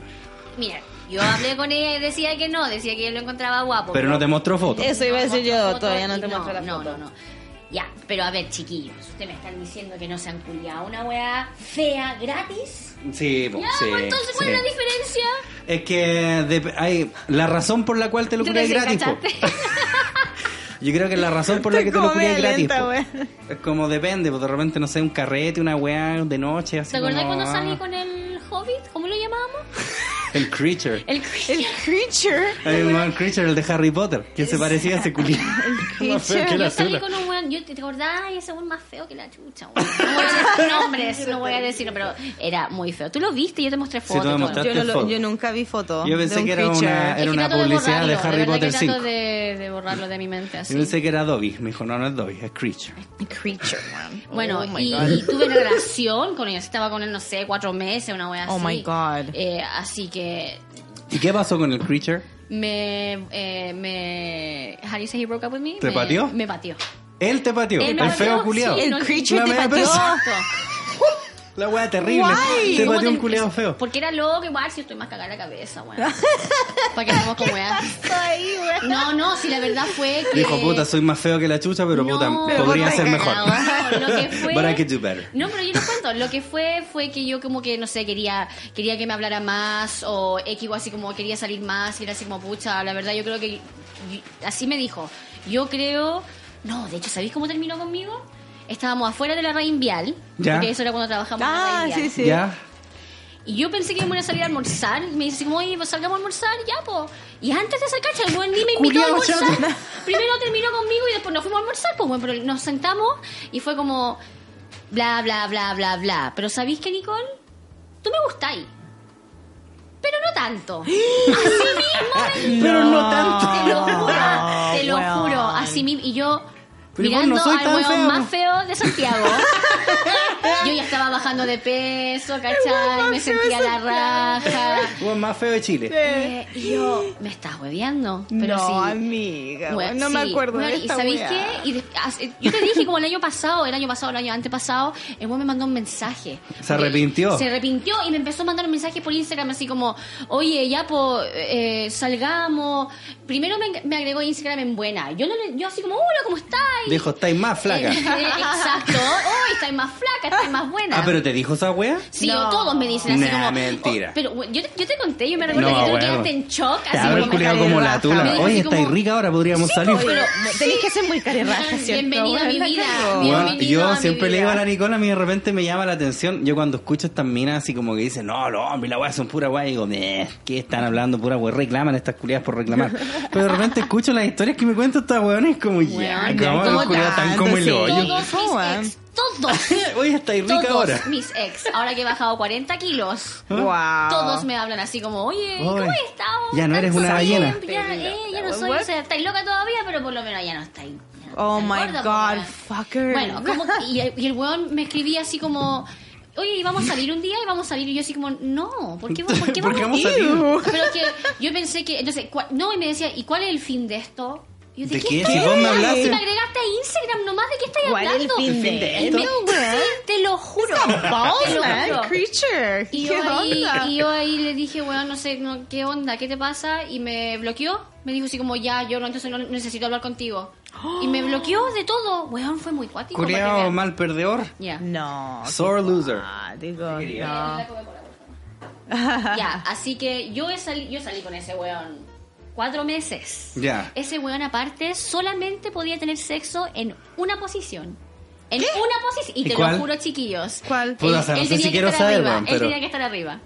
Mira, yo hablé con ella y decía que no, decía que yo lo encontraba guapo.
Pero no te mostró fotos.
Eso iba a decir
Mostró
yo,
fotos
todavía no
y
te muestro la
No,
foto.
no, no. Ya, pero a ver, chiquillos, ustedes me están diciendo que no se han culiado una weá fea gratis.
Sí, pues,
Ya,
sí,
pues, entonces, ¿cuál
sí.
es la diferencia?
Es que dep- hay, la razón por la cual te lo
Tú
curáis
te
gratis, po.
cachaste.
Yo creo que la razón por la que te lo
Como
curáis
media
gratis,
lenta,
po.
weón.
es como depende, pues de repente, no sé, un carrete, una weá de noche, así
¿Te acordás
como,
cuando
ah,
salí con el hobbit? ¿Cómo lo llamábamos?
El Creature.
El
El creature.
El man Creature, el de Harry Potter, que se parecía a ese culiado. Más feo que la
Yo salí
tula.
con un weón, yo te acordás, Ay, ese weón más feo que la chucha, weón. No voy a decir nombres, no voy a decirlo, pero era muy feo. Tú lo viste, yo te mostré
Sí, tú me
fotos. y todo.
mostraste.
Yo, no lo-
foto.
yo nunca vi foto.
Yo pensé
de un
que era
creature.
una-
Es que
una
trato
publicidad de
borrarlo,
Harry
verdad
Potter
que trato
5.
de, de borrarlo de mi mente así.
Yo pensé que era Dobby, me dijo, no, no es Dobby, es Creature.
Creature, man.
Bueno,
oh my
y,
God.
y tuve relación con ella. Estaba con él, no sé, cuatro meses, una wea así.
Oh my God.
Eh, así que
¿Y qué pasó con el Creature?
me, eh, me... How do you say he broke up with me?
¿Te
Me-
pateó?
Me pateó.
Él te pateó,
Él
el
me pateó,
feo culiado.
sí,
El
no-
creature
no
te
me da
pateó.
pena.
Exacto.
La wea terrible.
Guay.
Te
¿Cómo
pateó
te-
un culiado feo.
Porque era loco, igual si estoy más cagada la cabeza, weón. Para que vemos como weá.
Ay, güey.
No, no, si la verdad fue que.
Dijo, puta, soy más feo que la chucha, pero puta, podría
puta,
ser mejor.
No,
cagado.
lo que fue-
But I could do better.
No, pero yo les cuento. Lo que fue fue que yo como que, no sé, quería quería que me hablara más o X o así como quería salir más y era así como, pucha, la verdad yo creo que... y- Así me dijo. Yo creo... No, de hecho, ¿sabéis cómo terminó conmigo? Estábamos afuera de la Rain Vial.
Ya.
Porque eso era cuando trabajamos en la
Ah,
Rain Vial.
sí, sí.
¿Ya?
Y yo pensé que íbamos a salir a almorzar. Y me dice, así como, oye, pues salgamos a almorzar, ya, po. Y antes de esa cacha, el buen ni me invitó a
Culiao
almorzar.
chato.
Primero terminó conmigo y después nos fuimos a almorzar, pues, bueno, pero nos sentamos y fue como, bla, bla, bla, bla, bla. Pero ¿sabéis que, Nicole? Tú me gustáis. Pero no tanto. Así mismo.
Pero no tanto.
Te lo juro, te lo juro. Así mismo. Y yo
Pero igual
mirando
no soy
al
tan
hueón
feo.
más feo de Santiago. yo ya estaba bajando de peso, ¿cachai? Me sentía la raja.
Hueón más feo de Chile.
Eh, y yo, me estás hueveando. Pero
no,
sí.
amiga,
Bueno,
no me
sí.
acuerdo
Bueno,
de
¿Y
esta
sabéis
weá.
qué? Y de- as- eh, yo te dije como el año pasado, el año pasado, el año antepasado, el güey me mandó un mensaje.
¿Se
Eh,
arrepintió?
Se arrepintió y me empezó a mandar un mensaje por Instagram así como, oye, ya, po, eh, salgamos. Primero me, me agregó Instagram en buena. Yo, no le- yo así como, hola, ¿cómo estáis?
Dijo, estáis más flaca.
Eh, eh, exacto. Oh, estáis más flaca, estáis más buena.
Ah, pero te dijo esa wea.
Sí,
No.
o todos me dicen así
Nah,
como...
mentira.
oh, pero güey, yo, te- yo te conté, yo me recuerdo
No,
que tú
bueno.
quedaste en shock.
Te
Así
habrá
como,
culiado como la
Me
tula.
dijo así
Oye,
como- pues,
estáis rica ahora, podríamos salir.
Pero,
Tenés que ser muy carerraja, ¿cierto?
Bienvenido a mi
Bueno,
vida.
claro.
Bienvenido
Bueno, yo
a mi
siempre le
vida.
digo a la Nicola, a mí de repente me llama la atención. Yo cuando escucho estas minas así como que dicen, no, los hombres, la weá son pura weá, digo, "Meh, ¿qué están hablando? Pura weá, reclaman estas culiadas por reclamar. Pero de repente escucho las historias que me cuentan estas weones como, ya,
Weón,
como
¿cómo
los culiados tan
tanto?
como el
Sí.
hoyo.
Todos
Oh,
mis ex, todos.
Oye, estáis rica
todos
ahora.
mis ex, ahora que he bajado 40 kilos.
Wow.
Todos me hablan así como, oye, ¿cómo
Ah. Oye,
has estado?
ya no eres
Tanto
una
tiempo,
ballena.
Ya, eh, ya no soy, o sea, estáis loca todavía, pero por lo menos ya no estáis. ya no
Oh
estáis
my
gorda,
God,
pues,
fucker.
Bueno, como, y, el, y el weón me escribía así como, oye, ¿y vamos a salir un día? Y vamos a salir. Y yo así como, no, ¿por qué, por qué
¿Por
vamos,
qué vamos a salir?
Pero es que yo pensé que, entonces, cua- no, y me decía, ¿y cuál es el fin de esto? Y yo,
¿De
qué,
qué?
estás
Si vos me
hablando?
hablaste.
Si me agregaste a Instagram nomás, ¿de qué estás
¿Cuál es el
hablando?
fin
de
Y
esto?
me- sí, te lo juro. te lo
man,
juro.
creature.
Y
¿Qué
yo, ahí,
onda?
y yo ahí le dije, weón, no sé, no, ¿qué onda? ¿Qué te pasa? Y me bloqueó. Me dijo así como, ya, yo no, entonces no necesito hablar contigo. Y me bloqueó de todo. Weón, fue muy cuático. para que
Culiado
vean.
mal perdedor.
Ya.
No.
Sore loser.
Ah, digo,
La
no.
Coca-Cola, por favor. ya, así que yo, he sali- yo salí con ese weón cuatro meses.
Ya.
Ese weón aparte solamente podía tener sexo en una posición. En una posición. Y
¿Y
te
cuál?
lo juro, chiquillos.
¿Cuál?
Puta, o sea, no sé si quiero
estar
saber,
arriba.
weón,
Él
pero-
tenía que estar arriba.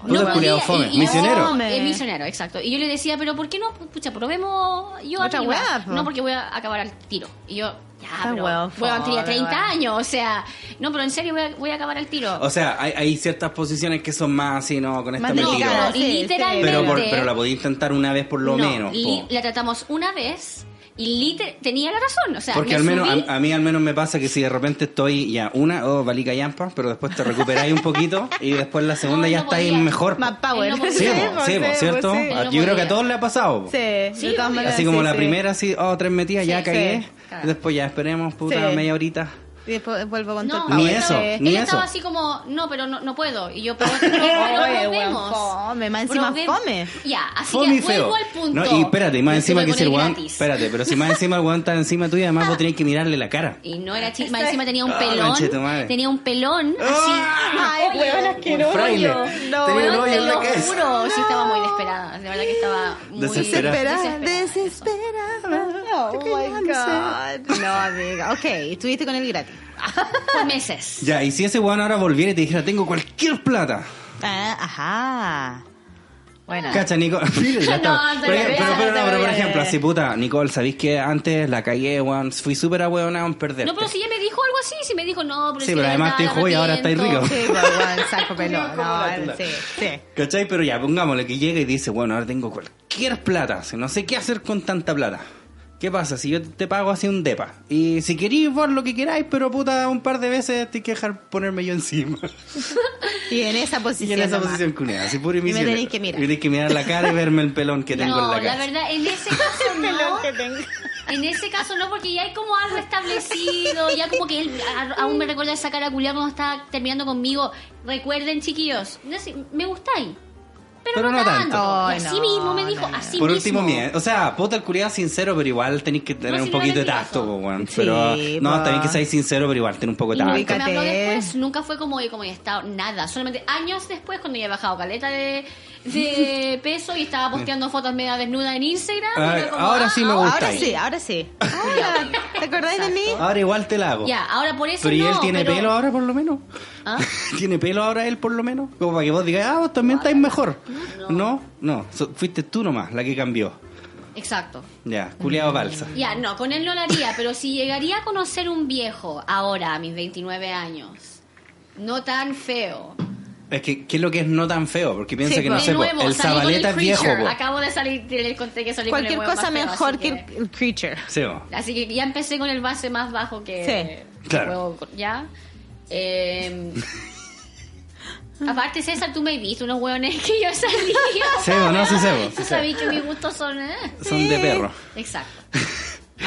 Puta, culiao fome. Misionero.
Fome. Eh, misionero, exacto. Y yo le decía, pero ¿por qué no? Pucha, probemos yo
Otra
arriba.
weá, po.
No, porque voy a acabar al tiro. Y yo, ya,
Esta
pero,
weá
weón, tenía
fome,
30
weón.
años, o sea, no, pero en serio voy a, voy a acabar al tiro.
O sea, hay, hay ciertas posiciones que son más así, no, con esta
Más
No,
mentira.
delicadas. sí, sí.
literalmente.
Pero, por- pero la podía intentar una vez por lo
No,
menos.
li-
po.
La tratamos una vez y liter- tenía la razón. O sea,
Porque
me
al menos
subí-
a, a mí al menos me pasa que si de repente estoy ya una o oh, valica yampa, pero después te recuperáis un poquito y después la segunda
No,
ya
no
estáis
podía.
mejor.
Más power.
No podía.
Sí,
Sí,
po,
po,
sí, po,
po,
¿cierto?
sí.
Ah,
No
Yo creo que
podía.
a todos le ha pasado. po.
Sí, de
Sí,
todas
obvio.
maneras,
Así como
sí,
la
sí.
primera, así, oh, tres metidas, ya
Sí,
cagué.
sí, claro.
Después ya esperemos, puta,
Sí.
media horita.
Y después vuelvo con
No,
todo el
Ni
power.
eso.
Sí.
ni
Ella estaba
eso.
así como, no, pero no, no puedo. Y yo, pero, pero, pero
Oye,
probemos.
weón, fome, más encima
Probem-
fome.
Ya, así
Fome y
que vuelvo
feo.
al punto.
No, y espérate, y más
Me
encima
estuve
que
con
si el
él
guan.
gratis.
Espérate, pero si más encima el guan está encima tuya, además vos tenés que mirarle la cara.
Y no era chisma, encima tenía un
Ah,
pelón.
conchetumare.
tenía un pelón así.
Ay, weón, asqueroso.
fraile.
No,
Tenía un
Weón,
hoyo
te
en la
lo
cabeza.
juro, sí estaba muy desesperada, de verdad que estaba muy
Desesperada.
Desesperada.
desesperada.
Desesperada. Oh my god. No, amiga. Ok, estuviste con él gratis.
Por meses.
Ya, y si ese guan ahora volviera y te dijera, tengo cualquier plata.
Ah, ajá. Bueno.
Cacha, Nicole. Mira, ya está.
No, te
pero,
lo
pero,
voy a-
pero,
te lo
no, pero
voy
por
a-
ejemplo, así puta, Nicole, ¿sabéis que antes la cagué, weón? Fui súper ahueonado en perder.
No, pero si ella me dijo algo así, si me dijo no, pero
Sí,
es que
pero
la
además te
verdad,
dijo, "Oye, ahora
arrepiento".
estáis rico.
Sí, weón, saco pelón.
Como la tula.
No, sí, sí.
¿Cachai? Pero ya, pongámosle que llega y dice, bueno, ahora tengo cualquier plata, si no sé qué hacer con tanta plata. ¿Qué pasa si yo te pago así un depa? Y si queréis, vos lo que queráis, pero puta, un par de veces te que dejar ponerme yo encima.
Y en esa posición.
Y en esa
nomás.
posición cuneada, así puro y
me
misionero.
tenéis que mirar.
Y tenéis que mirar la cara y verme el pelón que tengo en
No,
la
la
cara.
verdad, en ese caso no. En ese caso no, porque ya hay como algo establecido, ya como que él a- aún me recuerda esa cara culiada cuando estaba terminando conmigo. Recuerden, chiquillos, no sé, me gustáis, pero,
Pero
no,
no
tanto.
tanto.
Y
Ay,
así
no,
mismo me
no,
dijo,
no.
así
Por
mismo.
último, mía, o sea, puta el culiado sincero, pero igual tenéis que tener
No,
un
si no
poquito de
eres
tacto,
mentiroso.
po, weón.
Sí,
pero no,
po.
también que seáis sincero, pero igual tener un poco de
Y nunca
tacto.
me habló
Ubícate.
después, nunca fue como como he estado, nada. Solamente años después, cuando ya he bajado caleta de, de peso y estaba posteando fotos media desnuda en Instagram. y
Ah,
era como,
ahora
ah,
sí me
ah,
Ahora
gustáis.
sí, ahora sí. Ah, ¿Te acordáis de mí?
Ahora igual te la hago.
Ya, ahora por eso
Pero ¿y
no,
él tiene
pero-
pelo ahora por lo menos?
¿Ah?
¿Tiene pelo ahora él por lo menos? Como para que vos digas, ah, vos también estáis mejor. No, no, so- fuiste tú nomás la que cambió.
Exacto.
Ya,
Mm.
culiado balsa.
Ya, no, con él no lo haría, pero si llegaría a conocer un viejo ahora, a mis 29 años, no tan feo.
Es que, ¿qué es lo que es no tan feo? Porque piensa
Sí,
que
po.
no
de
sé, po,
nuevo,
el
salí con
Zabaleta es viejo, pues.
Creature.
po.
Acabo de salir, les conté que salí
Cualquier
con el weón
cosa
más feo,
mejor
así
que el, el creature.
Sí, po.
Así que ya empecé con el base más bajo que...
Sí. Claro.
huevo- ya. Eh, aparte, César, tú me viste unos hueones que yo sabía.
Sebo, no, sí, sebo,
Tú
sí,
sabías que mis gustos son... ¿eh?
Son de perro.
Exacto.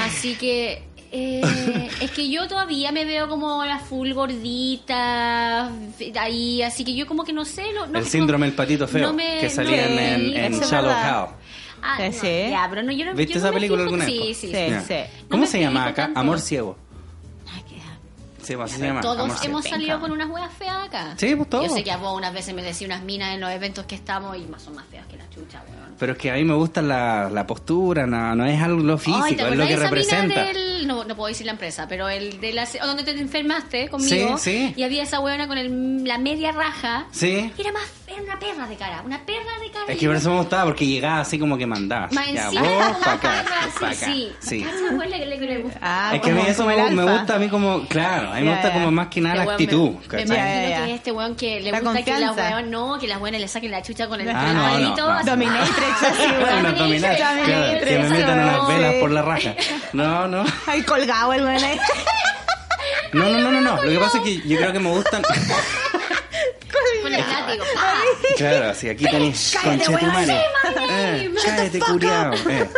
Así que eh, es que yo todavía me veo como la full gordita ahí, así que yo como que no sé, no, no-
el síndrome del patito feo
no me-
que salía
no
en,
me-
en- en
Eso es
Shallow
verdad.
Hell.
Ah, no,
Sí.
ya, pero no, yo no
¿Viste
yo no
esa
me
película
fijo-
alguna vez?
Sí,
po?
sí,
Sí.
sí.
Ya.
sí.
¿Cómo
No me
se llama
fijo
acá?
tanto.
Amor ciego.
Ay, qué asco.
Sí, po, así se llama. Amor
Todos
ciego.
hemos salido con unas weas feas acá.
Sí, pues, todos.
Yo sé que a vos unas veces me decís unas minas en los eventos que estamos y más son más feas que las chuchas, weón.
Pero es que a mí me gusta la, la postura, no, no es algo físico,
Ay, ¿te
es lo
acordás
que
de esa mina
representa.
del- no, no puedo decir la empresa, pero el de la... o donde te enfermaste conmigo.
Sí, sí.
Y había esa huevona con el- la media raja.
Sí.
Era más... Era una perra de cara. Una perra de cara.
Es
y
que por
yo-
eso me gustaba, porque llegaba así como que mandaba.
Más
Ya,
encima era
vos,
una
pa' acá,
perra,
pa' acá.
sí, sí.
Sí.
Cacha, güey, le- le- le gusta.
Ah,
Es que a mí
como-
eso
como el
me, me
alfa.
gusta a mí como, claro, a mí me
Ya,
gusta
ya.
como más que nada la
Este
actitud.
weón me-
¿cachai?
Me,
Ya,
imagino
ya, ya.
que es este weón que le
La
gusta que
confianza.
la weón no, que las weonas le saquen la chucha con el
Ah, no,
entrenadito,
no, no.
así.
Dominatrix, así,
Ah,
weón.
Bueno,
Dominatrix,
dominar,
dominatrix,
claro, que me
esa
metan unas
weón.
velas
Sí.
por la raja. No, no,
Ahí colgado el weón ahí.
no, no, no, no, no. Lo que pasa es que yo creo que me gustan.
Con el látigo.
Claro, así aquí tenés
Cállate,
concha de tu
weón,
madre.
sí, mami,
Eh,
motherfucker.
cállate, culiao. eh.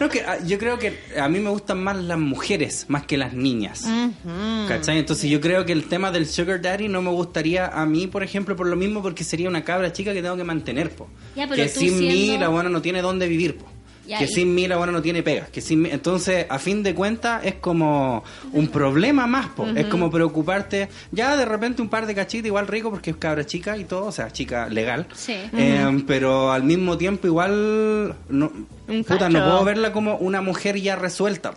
No, que, ah, yo creo que a mí me gustan más las mujeres más que las niñas.
Mm.
¿Cachai? Entonces yo creo que el tema del sugar daddy no me gustaría a mí, por ejemplo, por lo mismo, porque sería una cabra chica que tengo que mantener, po.
Ya, pero
que
tú
sin mí
siendo-
la buena no tiene dónde vivir, po.
Ya,
que
y-
sin mí la buena no tiene pegas. Que sin mí- Entonces, a fin de cuentas, es como un problema más, po. Es como preocuparte. Ya de repente un par de cachitas igual rico porque es cabra chica y todo, o sea, chica legal.
Sí.
Eh, Pero al mismo tiempo igual... No,
Un
puta, no
cacho.
puedo verla como una mujer ya resuelta.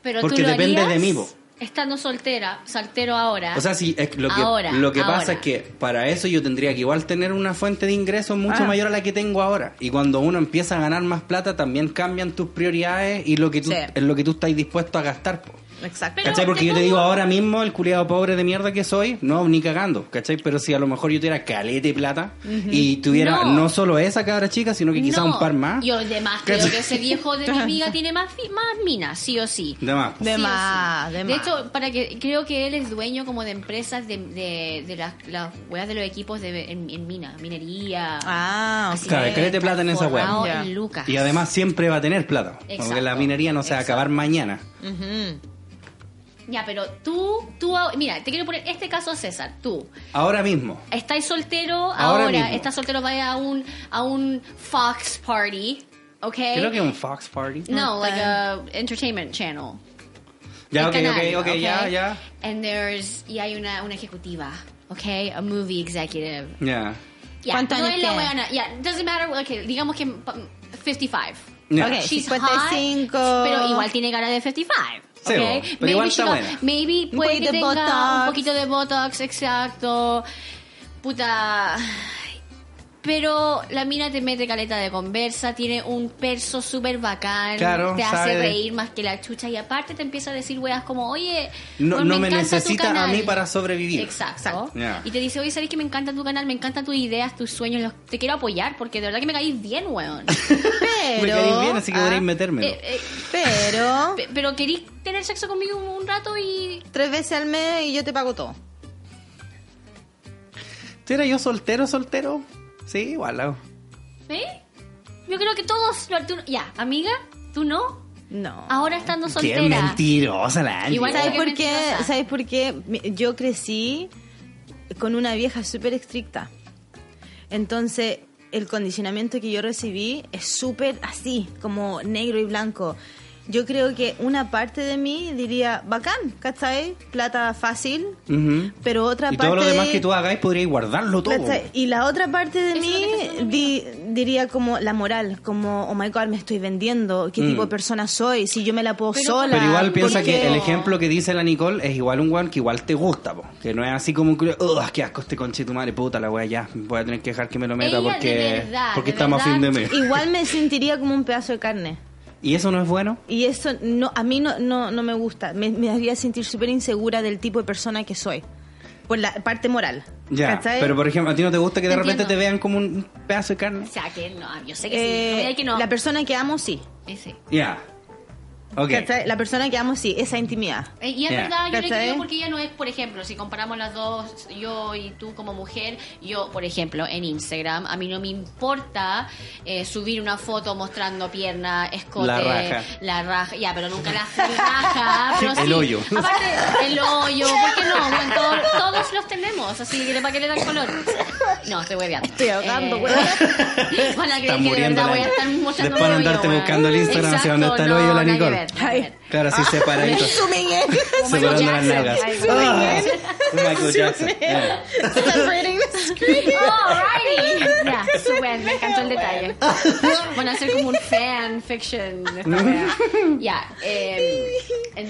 Pero
Porque
tú lo
depende
harías
de mí, po.
Estando soltera, soltero ahora.
O sea, sí, es lo que,
Ahora,
lo que
ahora.
pasa es que para eso yo tendría que igual tener una fuente de ingresos mucho mayor a la que tengo ahora. Y cuando uno empieza a ganar más plata, también cambian tus prioridades y lo que tú,
Sí.
en lo que tú estás dispuesto a gastar. po.
Exacto.
Pero
¿Cachai? Porque yo te
tengo-
digo ahora mismo, el culiado pobre de mierda que soy, no, ni cagando, ¿cachai? Pero si a lo mejor yo tuviera caleta y plata y tuviera
No.
no. solo esa cabra chica, sino que quizá
No,
un par más.
Yo de más creo
¿Cachai?
que ese viejo de mi amiga tiene más, fi- más minas, sí o sí.
De más.
De
Sí o
más,
sí.
de
de,
más.
hecho, para que creo que él es dueño como de empresas de, de, de las, las weas de los equipos de, en, en mina, minería.
Ah,
Así
Claro,
que
caleta de plata en esa wea.
forrado
Ya.
en Lucas.
Y además siempre va a tener plata. Porque
Exacto,
la minería no se va a acabar mañana.
Ujú.
Ya, pero tú, tú, ah- mira, te quiero poner este caso a César, tú.
Ahora mismo.
Estáis soltero
Ahora
ahora,
mismo.
estás soltero, vaya a un, a un Fox Party, ¿ok?
Creo que un Fox Party.
Eh, No, eh. like a entertainment channel.
Ya,
el
ok,
canal,
ok, ok, ya,
okay?
ya.
And there's, y hay una, una ejecutiva, ok? A movie executive.
Ya.
Yeah,
¿Cuántos
no
años
es la
tiene?
weona. Yeah, doesn't matter. Okay, digamos que um, 55.
Ya.
Ok.
She's
55.
hot, pero igual tiene cara de 55.
Sí,
okay?
bo, pero igual
she
está
got-
buena.
Maybe
Un
puede
poquito
que
de
tenga
botox.
un poquito de botox, exacto. Puta. Pero la mina te mete caleta de conversa, tiene un perso súper bacán,
Claro,
te
sabe.
hace reír más que la chucha y aparte te empieza a decir weas como, oye,
No,
weón,
no me,
encanta tu
necesita a
canal".
mí para sobrevivir.
Exacto.
Ya.
Y te dice, oye, ¿sabes que me encanta tu canal? Me encantan tus ideas, tus sueños. los- te quiero apoyar porque de verdad que me caís bien, weón.
Pero.
Me queréis bien, así que
ah,
podréis meterme.
Eh, eh,
Pero.
pe- pero querís tener sexo conmigo un, un rato y...
Tres veces al mes y yo te pago todo.
¿Tú era yo soltero, soltero? Sí, igual. oh. la hago.
¿Eh? Yo creo que todos... lo- tú- ya, amiga, tú no.
No.
Ahora estando
Qué
soltera.
mentirosa la Angie.
Igual-
Ah, ¿Sabes
Qué
por qué?
mentirosa.
¿Sabes por qué? Mi- Yo crecí con una vieja súper estricta. Entonces, el condicionamiento que yo recibí es súper así, como negro y blanco. Yo creo que una parte de mí diría, bacán, ¿cachai? Plata fácil,
Ujú.
pero otra
Y
parte
todo lo demás
de-
que tú hagáis podríais guardarlo todo.
¿Cachai? Y la otra parte de
Eso es
mí
lo que estoy haciendo,
di- diría como la moral, como, oh my god, me estoy vendiendo, ¿qué
Mm.
tipo de persona soy? Si yo me la puedo
Pero-
sola.
Pero igual
¿por
piensa
qué?
que el ejemplo que dice la Nicole es igual un guan que igual te gusta, po. que no es así como un culo, ugh, qué asco este conche tu madre, puta la wea ya, voy a tener que dejar que me lo meta
Ella de
porque
verdad,
porque
de
estamos a fin de
verdad,
mes.
Igual me sentiría como un pedazo de carne.
¿Y eso no es bueno?
Y eso no, a mí no, no, no me gusta. Me, me haría sentir súper insegura del tipo de persona que soy. Por la parte moral.
Ya,
¿cachai?
pero por ejemplo, ¿a ti no te gusta que de repente
Entiendo.
te vean como un pedazo de carne?
O
Ya.
sea, que no, yo sé que sí.
Eh,
No voy a decir que no.
La persona que amo, sí.
Ese.
Ok.
¿Cachai? La persona que amo, sí. Esa intimidad.
Eh, Y es
Ya.
verdad, yo le
¿Cachai?
creo porque ella no es, por ejemplo, si comparamos las dos, yo y tú como mujer, yo, por ejemplo, en Instagram, a mí no me importa eh, subir una foto mostrando pierna, escote,
La raja.
la raja, ya, pero nunca la raja. pero
El
sí.
hoyo.
Aparte, el hoyo, ¿por qué no? Bueno, to- todos los tenemos, así que ¿para qué le dan color? No, estoy hueveando.
Estoy ahogando,
Eh,
huevón.
Van a creer
Está
que de verdad
muriendo la
voy a
gente.
estar mostrando
Después
mi hoyo,
andarte
huevón.
buscando el Instagram, hacia dónde está el hoyo de la
no, nada que
Nicole.
ver, nada que ver.
Claro, sí, separadito. Separando las
Ah. Jackson.
nalgas. Ah, un Michael Jackson. Ya.
Celebrating the screen.
Alrighty. Ya, súper, me encantó el detalle. Van a ser como un fan fiction. de esta wea. Ya, eh,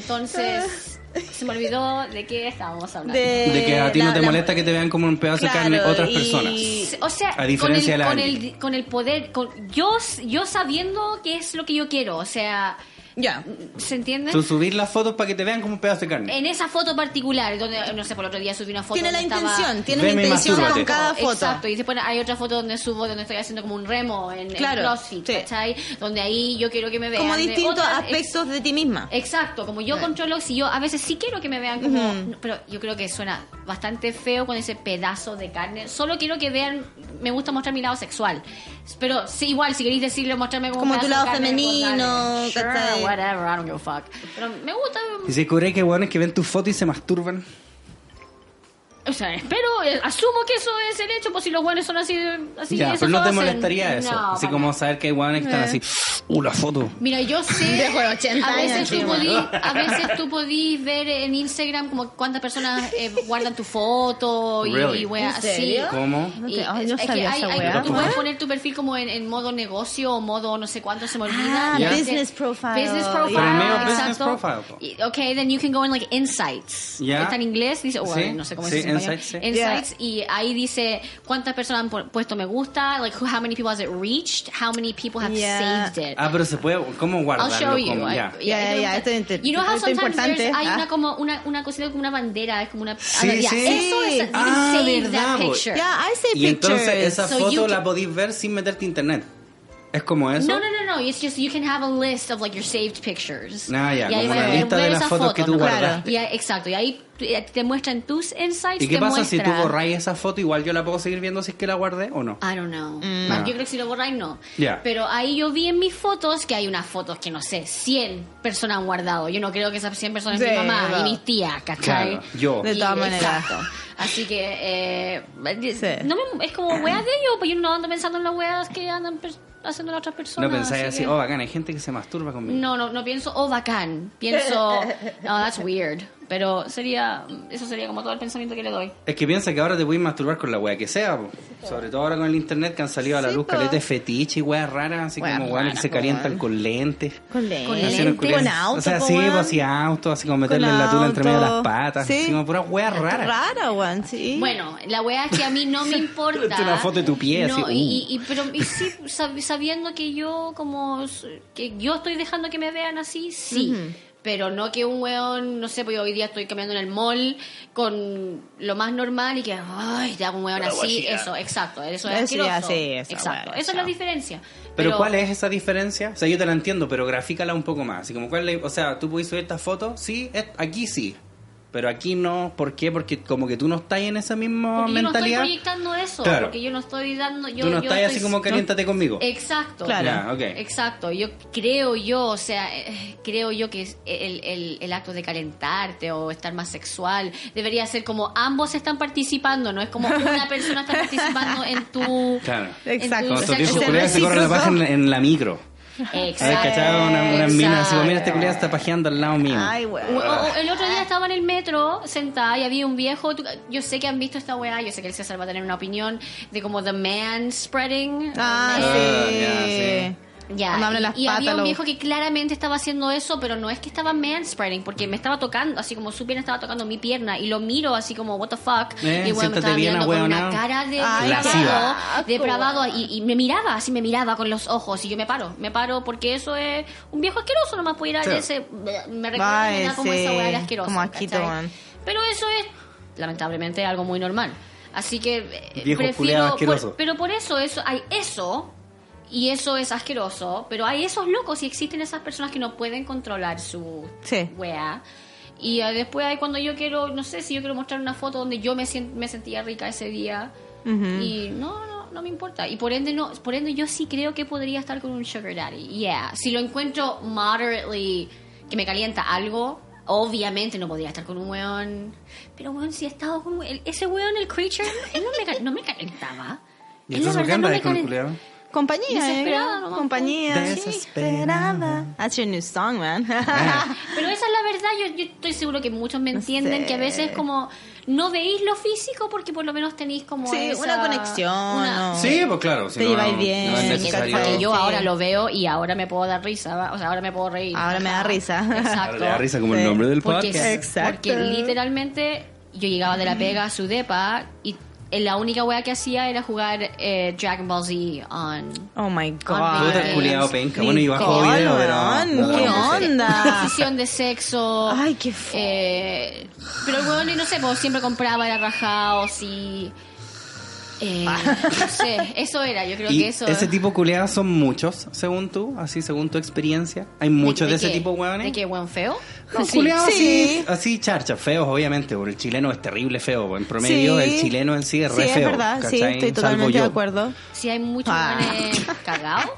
entonces se me olvidó de qué estábamos hablando.
De que
Eh,
a ti no
la-
te
la-
molesta que te vean como un pedazo
Claro,
de carne otras
y-
personas.
O sea,
A diferencia de la
con, el, con,
Andy.
el, con el poder, con, yo, yo sabiendo qué es lo que yo quiero, o sea,
Ya.
¿se entiende?
Tú subir las fotos para que te vean como un pedazo de carne.
En esa foto particular, donde, no sé, por el otro día subí una foto
Tiene la
donde estaba-
intención, tiene
Veme
una
y
intención con
mastúrbate.
cada foto.
Exacto, y después hay otra foto donde subo, donde estoy haciendo como un remo en, en
Claro,
CrossFit,
sí.
¿cachai? Donde ahí yo quiero que me vean.
Como
de
distintos
otras-
aspectos de ti misma.
ex- Exacto, como yo controlo, si yo a veces sí quiero que me vean como... Pero yo creo que suena bastante feo con ese pedazo de carne. Solo quiero que vean, me gusta mostrar mi lado sexual. Pero sí, igual, si queréis decirle, mostrarme como... un
Como tu
pedazo de
lado
carne,
femenino,
pues, dale.
¿cachai?
Sure, whatever, I don't give a fuck. Pero me gusta...
Y se cubre que hueones que ven tus fotos y se masturban.
O sea, espero, eh, asumo que eso es el hecho, pues si los buenos son así, así
ya,
eso
pero no
lo
te
hacen.
molestaría eso.
No,
así
para
como
nada. Eh.
saber que hay hueones que están así. Uh, la foto.
Mira, yo sé.
Dejo de 80
a veces,
años,
tú
chico.
podí, a veces tú podís ver en Instagram como cuántas personas eh, guardan tu foto y,
Really?
y wea
¿En
así.
serio?
¿Cómo?
No te-
Y
ay,
es-
no
es que
sabía
hay-
esa
hay-
wea. ¿Ah?
Tú puedes poner tu perfil como en, en modo negocio o modo no sé cuánto se me olvida.
Ah,
Y
Ya.
business profile.
Business
Pero
profile.
medio business
exacto.
profile, po.
Y- okay, then you can go in like insights.
Ya.
Está en inglés, dice, oh,
Sí,
no sé cómo
sí,
se dice en español.
insights, sí.
Insights, y ahí dice cuántas personas han pu- puesto me gusta, like who- how many people has it reached, how many people have
Ya.
saved it.
Ah, pero se puede. ¿Cómo
Eh. I'll
guardarlo?
show you. eh.
¿Cómo?
I-
Ya.
Ya, ya, ya, esto es inter-
You know how
esto es
sometimes
importante,
there's- hay
ah.
una como una, una cosita como una bandera, es como una
Sí,
ah, ya,
sí.
Eso es
Ah,
save
verdad,
that
bo.
picture.
Yeah, I say
Y entonces
pictures.
esa
So you
foto
can-
la podéis ver sin meterte internet. ¿Es como eso?
No, no, no, no. It's just you can have a list of like your saved pictures.
Ah, ya,
Y ahí
como
va
una
a ver
lista de las
esa
fotos
foto,
que tú
¿no?
guardaste.
Y ahí- exacto. Y ahí eh, te muestran tus insights.
¿Y qué
te
pasa si tú
muestra-
borráis esa foto? Igual yo la puedo seguir viendo si es que la guardé o no.
I don't know.
Ah.
Yo creo que si lo borráis, no.
Ya.
Pero ahí yo vi en mis fotos que hay unas fotos que no sé, 100 personas han guardado. Yo no creo que esas 100 personas
Sí,
es mi mamá
no.
y mis tías, ¿cachai?
Claro, yo.
De
Y-
todas maneras.
Exacto. Así que. Eh,
Sí.
no me- es como weas de ellos, pues yo no ando pensando en las weas que andan per- haciendo las otras personas.
no pensáis así,
que-
oh, bacán, hay gente que se masturba conmigo.
No, no, no pienso, oh, bacán. Pienso, no, that's weird. Pero sería, eso sería como todo el pensamiento que le doy.
Es que piensa que ahora te puedes masturbar con la wea que sea, po. sobre todo ahora con el internet que han salido a la
Sí,
luz
po.
caleta de fetiche y weas raras, así
Weas
como weas que
raras,
se
po,
calientan
weón.
con lentes.
Con lentes.
Con
Así no
lentes.
culian-
Con auto,
O sea,
po,
sí,
weón.
po, así auto, así como meterle
Con
la tula entre medio de las
auto.
patas,
Sí.
así como puras weas raras.
Rara, weón, sí.
Bueno, la wea es que a mí no me importa.
Una foto de tu pie,
No,
así, uh.
y, y- pero y sí, sab- sabiendo que yo, como, s- que yo estoy dejando que me vean así, sí. Pero no que un weón, no sé, pues yo hoy día estoy caminando en el mall con lo más normal y que, ay, ya un weón así, eso, exacto, eso es
Eso ya,
asqueroso.
sí, esa
exacto, eso
wea,
es
chao.
la diferencia.
Pero, ¿cuál es esa diferencia? O sea, yo te la entiendo, pero grafícala un poco más. Así como, ¿cuál es la- o sea, tú pudiste subir esta foto, sí, es- aquí sí. Pero aquí no, ¿por qué? Porque como que tú no estás en esa misma
Porque yo no estoy
mentalidad.
proyectando eso,
Claro.
porque yo no estoy dando. Yo,
tú no
yo
estás
estoy-
así como, caliéntate conmigo.
Exacto.
Claro.
Ya, ok.
Exacto. Yo creo yo, o sea, eh, creo yo que es el, el- el acto de calentarte o estar más sexual debería ser como ambos están participando, no es como una persona está participando en tu.
Claro.
en tu
Exacto.
Cuando
sexo.
estos viejos
Ese
culiados se corren la paja en, en la micro. A ver,
Exacto.
cachado una, una mina así como, mira, este
Exacto.
culiado está pajeando al lado mío.
Ay,
O-
weón.
o- el otro día estaba en el metro sentada y había un viejo. tú- yo sé que han visto esta weá, yo sé que el César va a tener una opinión de como the man spreading. Eh,
Ah,
Ah,
sí.
ya, sí.
Ya.
No hablan
y-
las
y
patas,
había un
los-
viejo que claramente estaba haciendo eso, pero no es que estaba manspreading, porque me estaba tocando, así como su pierna estaba tocando mi pierna, y lo miro así como, what the fuck.
Eh,
y bueno,
siéntate
me estaba
bien,
mirando con una
ahueonado.
cara de
Ay,
depravado,
qué asco.
depravado, y, y me miraba, así me miraba con los ojos, y yo me paro, me paro, porque eso es un viejo asqueroso, nomás puedo ir a
Sí.
ese. Me recuerda
Ay,
me da como
sí,
esa hueá de asqueroso.
como asquito,
¿cachai?
man.
Pero eso es, lamentablemente, algo muy normal. Así que eh,
Viejo
prefiero.
culiao
por-
asqueroso.
pero por eso, eso hay eso, y eso es asqueroso, pero hay esos locos y existen esas personas que no pueden controlar su
Sí.
weá. Y eh, después hay cuando yo quiero, no sé, si yo quiero mostrar una foto donde yo me, sien- me sentía rica ese día. Y no, no, no me importa. Y por ende, no, por ende yo sí creo que podría estar con un sugar daddy. Yeah. Si lo encuentro moderately, que me calienta algo, obviamente no podría estar con un weón. Pero weón, si he estado con un- el- ese weón, el creature, él no me, cal- no me calentaba.
¿Y
Él, la
entonces por qué
verdad, no
andáis
me
con el
calen-
culiao?
Compañía, eh,
Desesperada, nomás.
compañía.
Desesperada.
That's your new song, man.
Pero esa es la verdad, yo, yo estoy seguro que muchos me entienden
sé.
que a veces como no veis lo físico porque por lo menos tenéis como
Sí,
esa-
una conexión, ¿no?
Sí, pues claro. Si
Te
no,
lleváis
no,
bien,
No es
sí,
necesario.
Porque yo
Sí.
ahora lo veo y ahora me puedo dar risa, ¿va? o sea, ahora me puedo reír.
Ahora me da risa.
Ahora
Exacto.
le da risa como el
Sí.
nombre del
Porque,
podcast.
Exacto. Mm.
porque literalmente yo llegaba de la pega a su depa y la única wea que hacía era jugar eh, Dragon Ball Z on...
Oh my
Ah,
god.
Puta
eh,
el culiao penca. Bueno, y bajó
Nicole,
video, pero...
weón,
no, no,
¿qué
no sé.
onda?
Posición de sexo.
Ay, qué fu-
eh, Pero el huevón, no sé, pues, siempre compraba, era rajado, sí. Eh,
Ah.
no sé, eso era, yo creo
¿Y
que eso.
¿eh?
ese tipo culiados son muchos, según tú? Así, según tu experiencia. ¿Hay muchos de, ese
qué?
tipo, weones?
¿De qué, hueón feo?
No,
Sí.
culiados
Sí.
así, así charcha, feos obviamente, porque el chileno es terrible feo, pues, en promedio
Sí.
el chileno en sí es re
Sí,
feo.
es verdad, sí,
¿cachai?
estoy
Salvo
totalmente
yo.
de acuerdo.
Si hay muchos
Ah.
hueones cagados.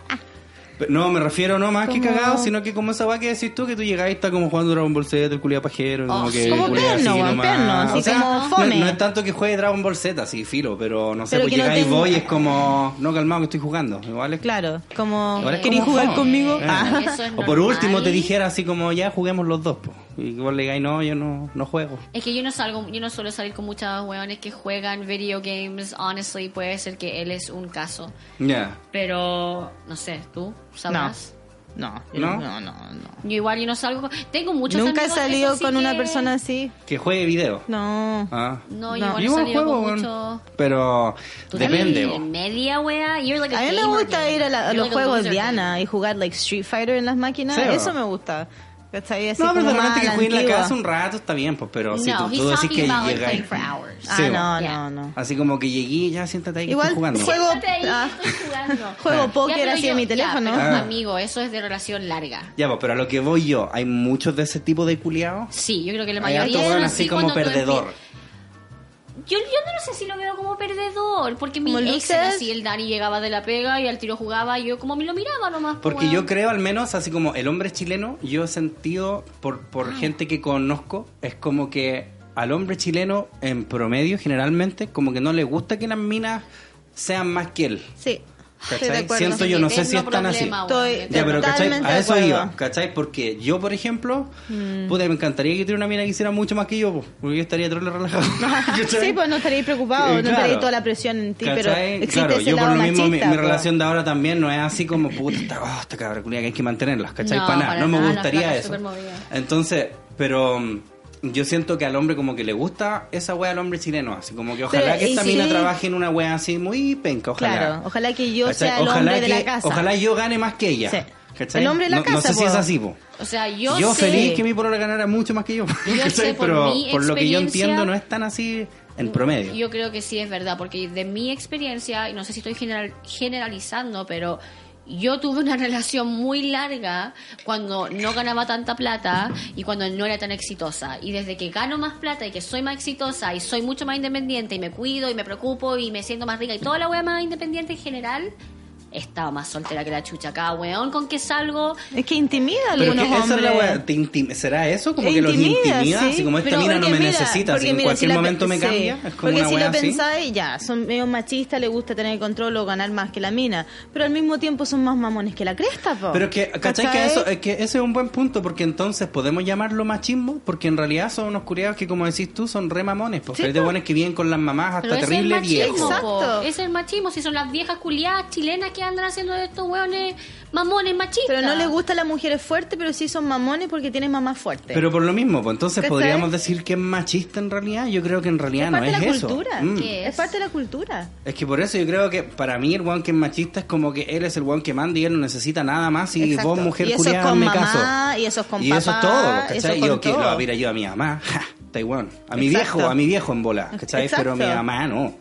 Pero No, me refiero no más que
Como-
cagado, sino que como esa va que decís tú, que tú llegás y está como jugando Dragon Ball Z, el culiado pajero, como
Oh,
que
sí. Como
culiao
perno, weón,
nomás.
perno, así
O sea,
como
no-
fome.
No, es tanto que juegue Dragon Ball Z, así filo, pero no sé,
Pero
pues
que no
llegáis
tenga-
vos y es como, no calmado que estoy jugando, igual es
Claro, como
Ahora es
¿querí
como
jugar
fome.
conmigo?
Eh.
Ah.
Eso es
o por
normal.
último te dijera así como ya juguemos los dos po. y vos le digáis no yo no, no juego
Es que yo no salgo, yo no suelo salir con muchos hueones que juegan video games, honestly, puede ser que él es un caso.
ya
Pero, no sé, ¿tú
No.
sabrás?
No,
¿No?
no, no, no.
Yo igual yo no salgo con... Tengo muchos
Nunca he
amigos,
salido
eso sí
con una
que-
persona así.
que juegue video
No.
ah.
No, yo
No.
igual he
Yo
salido
juego,
con
weón.
mucho...
pero
Tú
depende
también,
po.
Media wea. You're like a
A mí me
gamer
gusta
gamer.
ir a, la- a
You're
los
like a
juegos
loser
Diana y jugar like Street Fighter en las máquinas.
Sí,
Eso
va.
me gusta. ¿Cachai? Así
no
como
pero de
más
repente que
a la
juegue en la
antigua.
casa un rato está bien pues pero si
No,
tú, tú
he's
decís que
talking about, like,
llegáis
playing for hours.
Ah,
Sí,
no,
Yeah.
no, no.
así como que llegué ya siéntate ahí que
Igual
estoy jugando
juego-
Siéntate ahí,
Ah.
estoy jugando.
Juego
Ya,
póker
pero
así
yo-
en mi
ya,
teléfono.
pero,
Ah.
amigo, eso es de relación larga.
ya pues pero a lo que voy yo hay muchos de ese tipo de culiados
Sí, yo creo que la
hay
mayoría
harto weón
son
así como
cuando tú
perdedor
Yo, yo no sé si lo veo como perdedor, porque mi
¿Como
ex era
losers?
así, el Dani llegaba de la pega y al tiro jugaba, y yo como me lo miraba nomás. pues,
Porque yo
weón.
creo, al menos, así como el hombre chileno, yo he sentido por,
Ah.
por gente que conozco, es como que al hombre chileno, en promedio, generalmente, como que no le gusta que las minas sean más que él.
Sí. Estoy de
¿Cachai?
acuerdo.
Siento yo, no sé si
Eterno
están así.
problema,
Estoy-
weón.
Ya, pero ¿cachai?
Totalmente
A
de
eso
acuerdo. Mm.
iba, ¿cachai? Porque yo, por ejemplo, puta, me encantaría que tuviera una mina que hiciera mucho más que yo, po, porque yo estaría trolo relajado. ¿Cachai?
Sí, pues no estaréis preocupado,
Eh,
no estaréis
claro.
toda la presión en ti, pero
¿Cachai?
existe
claro,
ese
yo por
lado
lo mismo mi-
machista,
mi,
pues.
relación de ahora también no es así como puta esta, oh, esta cabra culia que hay que mantenerlas, ¿cachai?
No,
Pa' nada,
para
no
nada,
me
la
gustaría
flaca es
eso.
súper movida.
Entonces, pero mm, yo siento que al hombre como que le gusta esa wea al hombre chileno, así como que ojalá
Pero,
que
y
esta
sí.
mina trabaje en una wea así muy penca, ojalá.
Claro, ojalá que yo
¿Cachai?
sea el hombre de la casa.
Ojalá yo gane más que ella.
Sí.
¿cachai?
El hombre de la
no, No
casa,
sé si es
po.
así, po.
O sea, yo,
Yo
sé-
feliz que mi polola ganara mucho más que yo. ¿cachai?
sé por
pero
mi
por lo que yo
experiencia-
entiendo no es tan así en promedio.
Yo creo que sí es verdad, porque de mi experiencia, y no sé si estoy general- generalizando, pero yo tuve una relación muy larga cuando no ganaba tanta plata y cuando no era tan exitosa. Y desde que gano más plata y que soy más exitosa y soy mucho más independiente y me cuido y me preocupo y me siento más rica y toda la wea más independiente en general, he estado más soltera que la chucha. Cada weón con que salgo,
Es que intimida a
Pero
algunos
que esa es la
hombres.
wea, ¿te intim- ¿Será eso? Como que los
Intimida,
intimida,
sí.
así como esta
Pero
mina no
porque
me
mira,
necesita, así
porque
en
mira, si
cualquier
la-
momento me
sí.
cambia. Es como
porque
una
si
wea
lo
así.
pensáis, ya, son medio machistas, le gusta tener el control o ganar más que la mina, pero al mismo tiempo son más mamones que la cresta, po.
Pero es que, ¿cachai? Que, eso, es que ese es un buen punto, porque entonces podemos llamarlo machismo, porque en realidad son unos curiados que, como decís tú, son re mamones. Porque
Sí,
hay de buenos que vienen con las mamás
Pero
hasta
ese
terrible
es el machismo,
viejo.
Exacto.
po. Ese Es el machismo, si son las viejas culiadas chilenas que que andan haciendo estos hueones mamones machistas.
Pero no les gustan las mujeres fuertes, pero sí son mamones porque tienen mamás fuertes.
Pero por lo mismo, pues entonces
¿Cachai?
podríamos decir que es machista en realidad. Yo creo que en realidad
es
no
parte de
es
la
eso.
cultura.
Mm.
¿Qué?
Es? parte de la cultura.
Es que por eso yo creo que para mí el guan que es machista es como que él es el guan que manda y él no necesita nada más y
Exacto.
vos mujer
Y eso es
culiada,
con
me
mamá,
caso.
y eso es con
Y eso es
papá,
todo,
eso
¿cachai?
es con
yo que lo
todo.
voy a pedir ayuda a mi mamá, ja, Taiwán. A mi
Exacto.
viejo, a mi viejo en bola, ¿cachai? Pero mi
Exacto.
mamá no.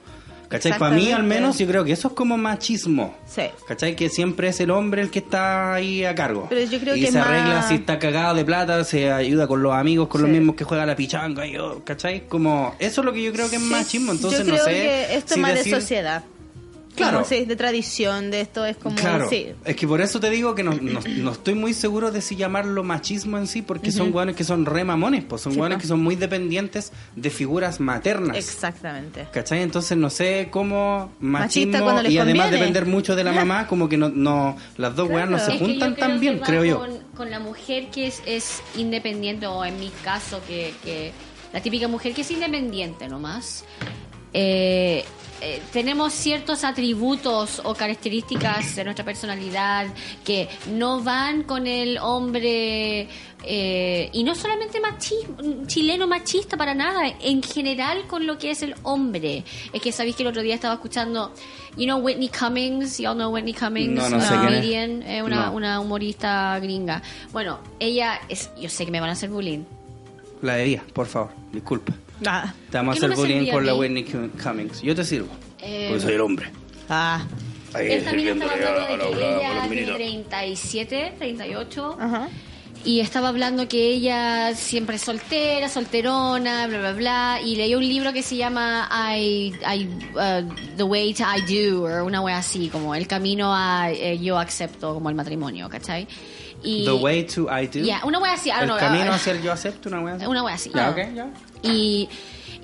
¿Cachai? Para mí al
Exactamente.
menos yo creo que eso es como machismo.
Sí.
¿Cachai? Que siempre es el hombre el que está ahí a cargo.
Pero yo creo
y
que
se
es más-
arregla si está cagado de plata, se ayuda con los amigos, con los
Sí.
mismos que juega la pichanga. y, oh, ¿Cachai? Como, eso es lo que yo creo que es
Sí,
machismo. Entonces
yo creo
no sé.
que esto es
si
más
decir-
de sociedad.
Claro.
Como, sí, de tradición, de esto es como...
Claro,
Sí.
es que por eso te digo que no, no- no estoy muy seguro de si llamarlo machismo en sí, porque son guanes que son re mamones, pues son
Sí,
guanes
po.
que son muy dependientes de figuras maternas.
Exactamente.
¿Cachai? Entonces no sé cómo machismo
Machista cuando les
y además
conviene.
depender mucho de la mamá, como que no, no las dos weas no
Claro.
se
Es que yo
juntan
creo
tan
que
bien,
va
creo yo.
Con, con la mujer que es, es independiente, o en mi caso, que, que la típica mujer que es independiente nomás, eh, eh, tenemos ciertos atributos o características de nuestra personalidad que no van con el hombre, eh, y no solamente machismo, chileno machista para nada, en general con lo que es el hombre. Es que sabéis que el otro día estaba escuchando, you know, Whitney Cummings, y'all know Whitney Cummings,
No, no
una
sé quién es.
comedian, eh, una,
No.
una humorista gringa. Bueno, ella es, yo sé que me van a hacer bullying.
La bebida, por favor, disculpa.
Ah.
Te vamos
¿Por qué
a
no
hacer
me
bullying
servía
con
a
la
mí?
Whitney Cummings. Yo te sirvo,
Eh,
porque soy el hombre.
Ah.
Pues Ahí
Él también estaba
sirviéndole a- a
hablando de que
la- a los
ella tiene
minitos.
37, 38.
Ajá.
Y estaba hablando que ella siempre es soltera, solterona, bla, bla, bla. Y leí un libro que se llama I, I, uh, The Way to I Do, o una wea así, como el camino a eh, yo acepto como el matrimonio, ¿cachai? Y,
The way to I do.
Yeah, una wea así, I don't
el
know,
camino
uh,
hacia el yo acepto, una wea así.
Una wea así.
Ya,
Ah.
ok, ya.
Y,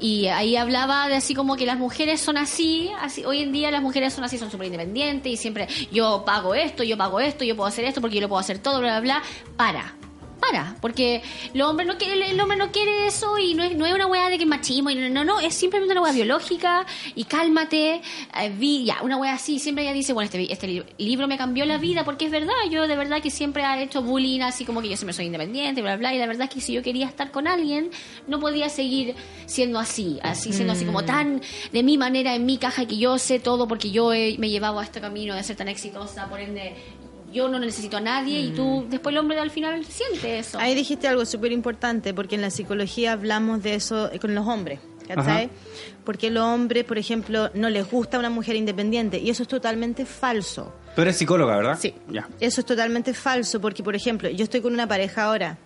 y ahí hablaba de así como que las mujeres son así, así hoy en día las mujeres son así, son súper independientes y siempre yo pago esto, yo pago esto, yo puedo hacer esto porque yo lo puedo hacer todo, bla, bla, bla. Para. Para, porque el hombre no quiere, el hombre no quiere eso y no es, no es una weá de que machismo, y no, no, no, es simplemente una weá biológica y cálmate, eh, vi, ya, una weá así, siempre ella dice, bueno, este, vi- este li- libro me cambió la vida porque es verdad, yo de verdad que siempre he hecho bullying, así como que yo siempre soy independiente, bla, bla, y la verdad es que si yo quería estar con alguien, no podía seguir siendo así, así, siendo así
Mm.
como tan de mi manera, en mi caja, que yo sé todo porque yo he- me he llevado a este camino de ser tan exitosa, por ende... Yo no necesito a nadie y
Mm.
tú, después el hombre al final siente eso.
Ahí dijiste algo súper importante, porque en la psicología hablamos de eso eh, con los hombres, ¿cachai?
Ajá.
Porque los hombres, por ejemplo, no les gusta una mujer independiente, y eso es totalmente falso.
Tú eres psicóloga, ¿verdad?
Sí.
Ya.
Eso es totalmente falso, porque, por ejemplo, yo estoy con una pareja ahora.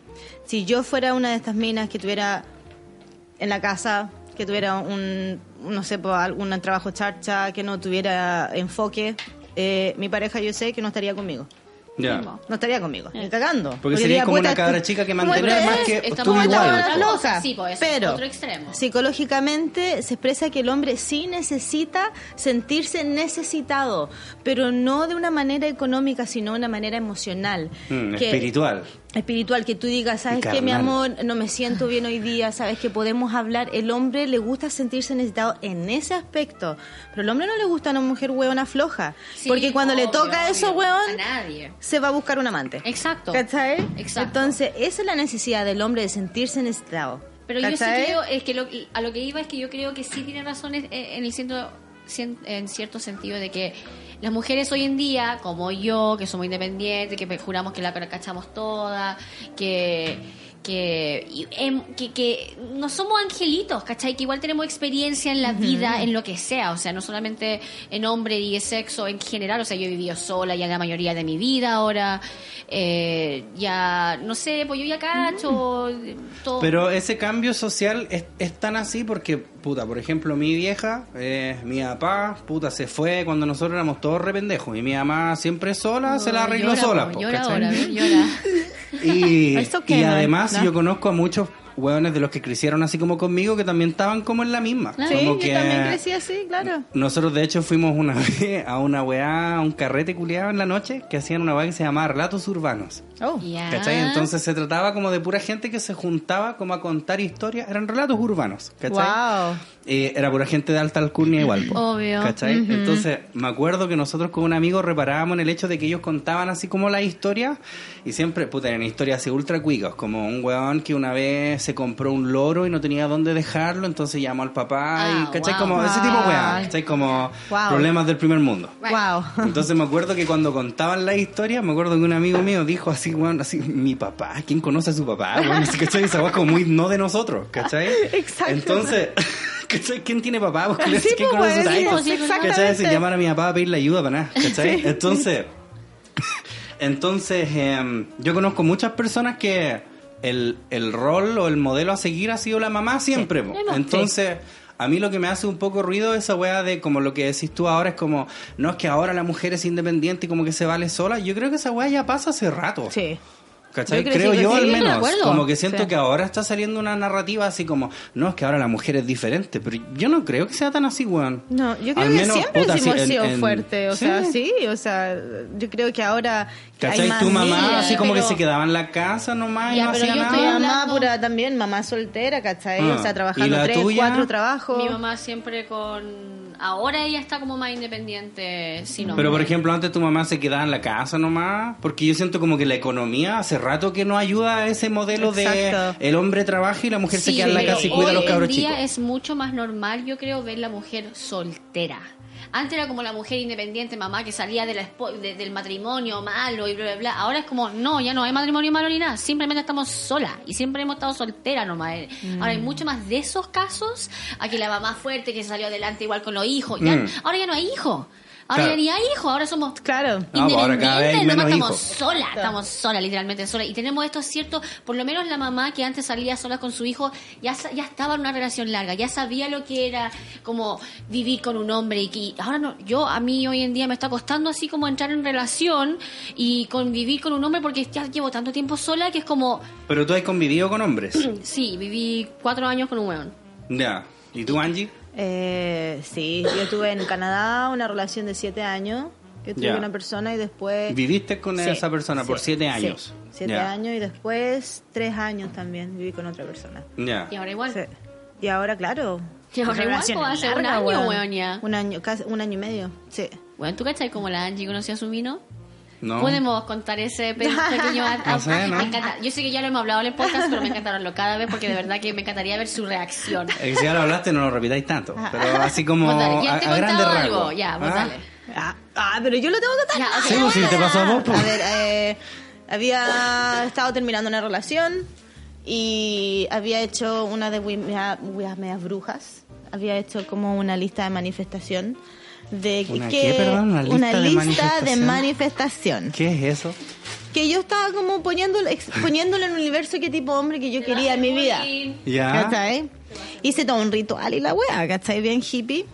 Si yo fuera una de estas minas que tuviera en la casa, que tuviera un, no sé, po, algún trabajo charcha, que no tuviera enfoque, eh, mi pareja yo sé que no estaría conmigo.
Ya.
Mismo.
No estaría conmigo, ni
Eh.
cagando. Porque,
sería
diría,
como una
puta,
cabra
tú-
chica que
¿cómo
mantener
te
más
ves?
que
Estamos
tú
hablando
igual,
de la
pues.
loca.
Sí, pues, eso es
pero
otro extremo.
psicológicamente se expresa que el hombre sí necesita sentirse necesitado, pero no de una manera económica, sino de una manera emocional.
Mm,
Que-
espiritual.
Espiritual, que tú digas,
Y
¿sabes qué,
carnal.
mi amor? No me siento bien hoy día, ¿sabes que podemos hablar? El hombre le gusta sentirse necesitado en ese aspecto, pero al hombre no le gusta una mujer hueona floja,
Sí,
porque cuando le
obvio,
toca eso,
obvio,
hueón,
A nadie.
se va a buscar un amante.
Exacto.
¿Cachai?
Exacto.
Entonces, esa es la necesidad del hombre de sentirse necesitado.
Pero yo sí
¿Cachai?
creo, es que lo- a lo que iba es que yo creo que sí tiene razón es- eh, en, el ciento- cien- en cierto sentido de que las mujeres hoy en día, como yo, que somos independientes, que pe- juramos que la cachamos toda, que, que, y- em- que, que no somos angelitos, ¿cachai? Que igual tenemos experiencia en la vida, en lo que sea, o sea, no solamente en hombre y en sexo en general, o sea, yo he vivido sola ya la mayoría de mi vida ahora, eh, ya, no sé, pues yo ya cacho, todo.
Pero ese cambio social es, es tan así porque, puta, por ejemplo, mi vieja, eh, mi papá, puta, se fue cuando nosotros éramos todos rependejos. Y mi mamá siempre sola, Ah, se la arregló
Llora,
sola.
po,
po,
llora
¿cachai?
ahora, ¿ves? llora.
Y,
Eso que
y
no,
además
¿no?
yo conozco a muchos hueones de los que crecieron así como conmigo que también estaban como en la misma.
Ah,
como
yo también crecí así, claro.
Nosotros de hecho fuimos una vez a una weá, a un carrete culiado en la noche que hacían una weá que se llamaba Relatos Urbanos.
Oh.
Ya.
¿Cachai? Entonces se trataba como de pura gente que se juntaba como a contar historias, eran relatos urbanos, ¿cachai?
Wow.
Eh, era pura gente de alta alcurnia igual. po,
Obvio.
¿Cachai? Entonces, me acuerdo que nosotros con un amigo reparábamos en el hecho de que ellos contaban así como las historias y siempre, puta, eran historias así ultra cuicas, como un weón que una vez se compró un loro y no tenía dónde dejarlo, entonces llamó al papá
Ah,
y, ¿cachai?
wow.
como ese tipo de weón, ¿cachai? Como
Wow.
problemas del primer mundo.
Wow.
Entonces me acuerdo que cuando contaban la historia, me acuerdo que un amigo mío dijo así, weón, así, mi papá, ¿quién conoce a su papá? Bueno, así, ¿cachai? Esa weá como muy no de nosotros, ¿cachai?
Exacto.
Entonces, ¿cachai? ¿Quién tiene papá? ¿Vos culiao?
Sí,
¿Quién
pues,
conoce a su
weón, sí,
papá?
pues, sí,
¿Cachai?
exactamente.
Sin llamar a mi papá a pedirle ayuda para nada, ¿cachai? Entonces, entonces em, yo conozco muchas personas que el, el rol o el modelo a seguir ha sido la mamá siempre, po.
Hemos-
Entonces, a mí lo que me hace un poco ruido es esa weá de como lo que decís tú ahora es como, no es que ahora la mujer es independiente y como que se vale sola. Yo creo que esa weá ya pasa hace rato.
Sí.
¿Cachai?
Yo crecí
creo
con-
yo
sí,
al
estoy de
menos.
acuerdo.
Como que siento
Sí.
que ahora está saliendo una narrativa así como, no, es que ahora la mujer es diferente. Pero yo no creo que sea tan así, weón.
No, yo creo
Al
que
menos,
siempre
puta,
hemos
sí, en-
sido
en-
fuerte, o
Sí.
sea, sí, o sea, yo creo que ahora que hay
¿Cachai?
más
Tu mamá
niñas,
así como
pero-
que se quedaba en la casa nomás y
Ya,
no
pero
hacía
yo
nada.
estoy
Mi mamá
hablando-
pura también, mamá soltera, ¿cachai?
Ah.
O sea,
¿Y
trabajando
la
tres,
tuya?
cuatro trabajos.
Mi mamá siempre con... Ahora ella está como más independiente, si no.
Pero por ejemplo, antes tu mamá se quedaba en la casa nomás, porque yo siento como que la economía hace rato que no ayuda a ese modelo
Exacto.
de el hombre trabaja y la mujer se
Sí,
queda en la
pero
casa y cuida a los
hoy
cabros
en día
chicos.
es mucho más normal, yo creo, ver la mujer soltera. Antes era como la mujer independiente, mamá, que salía de la espo- de- del matrimonio malo y bla, bla, bla. Ahora es como, no, ya no hay matrimonio malo ni nada. Simplemente estamos solas y siempre hemos estado solteras nomás. Eh,
Mm.
Ahora hay mucho más de esos casos a que la mamá fuerte que salió adelante igual con los hijos. Ya-
Mm.
Ahora ya no hay hijos. Ahora
Claro.
ya ni hay hijos. Ahora somos
Claro.
No, pues ahora cada vez
Independiente,
hay
nomás
menos
estamos
hijos.
sola, estamos sola, literalmente sola. Y tenemos esto cierto, por lo menos la mamá que antes salía sola con su hijo, ya, sa- ya estaba en una relación larga, ya sabía lo que era como vivir con un hombre. Y, que- ahora no, yo a mí hoy en día me está costando así como entrar en relación y convivir con un hombre porque ya llevo tanto tiempo sola que es como,
Pero tú has convivido con hombres.
sí, viví cuatro años con un weón.
ya. ¿Y tú, Angie?
Eh, sí, yo tuve en Canadá una relación de siete años. Yo tuve
Ya.
una persona y después...
Viviste con
Sí,
esa persona por
sí,
siete
sí.
años.
siete
Ya.
años y después tres años también viví con otra persona.
Ya.
Y ahora igual.
Sí. Y ahora, claro.
Y ahora igual,
relación
pues, hace un
larga,
año,
weón.
weón, ya.
Un año, casi un año y medio, sí.
Bueno, ¿tú cachai como la Angie conoció a su vino?
No.
Podemos contar ese pe- pequeño a- a-
No sé, ¿no?
me encanta. Yo sé que ya lo hemos hablado en el podcast, pero me encantaron cada vez porque de verdad que me encantaría ver su reacción.
Eh, Si ya lo hablaste, no lo repitáis tanto. Pero así como
Vos dale.
a,
Yo te he
a grandes
contado algo.
rasgos.
Ya, vos
¿Ah?
dale.
Ah, ah, pero yo lo tengo que contar.
Ya, ok.
Sí, pues, sí, te pasó a vos, po.
A ver, eh, había estado terminando una relación y había hecho una de weas weas medias brujas. Había hecho como una lista de manifestación de
¿Una
que
qué, perdón? ¿Una lista
una
de
lista de
manifestación?
manifestación
¿Qué es eso?
que yo estaba como poniéndole ex- poniéndole en el universo qué tipo de hombre que yo quería en mi vida.
Ya.
¿Cachai? Hice todo un ritual y la wea, ¿cachai? Bien hippie,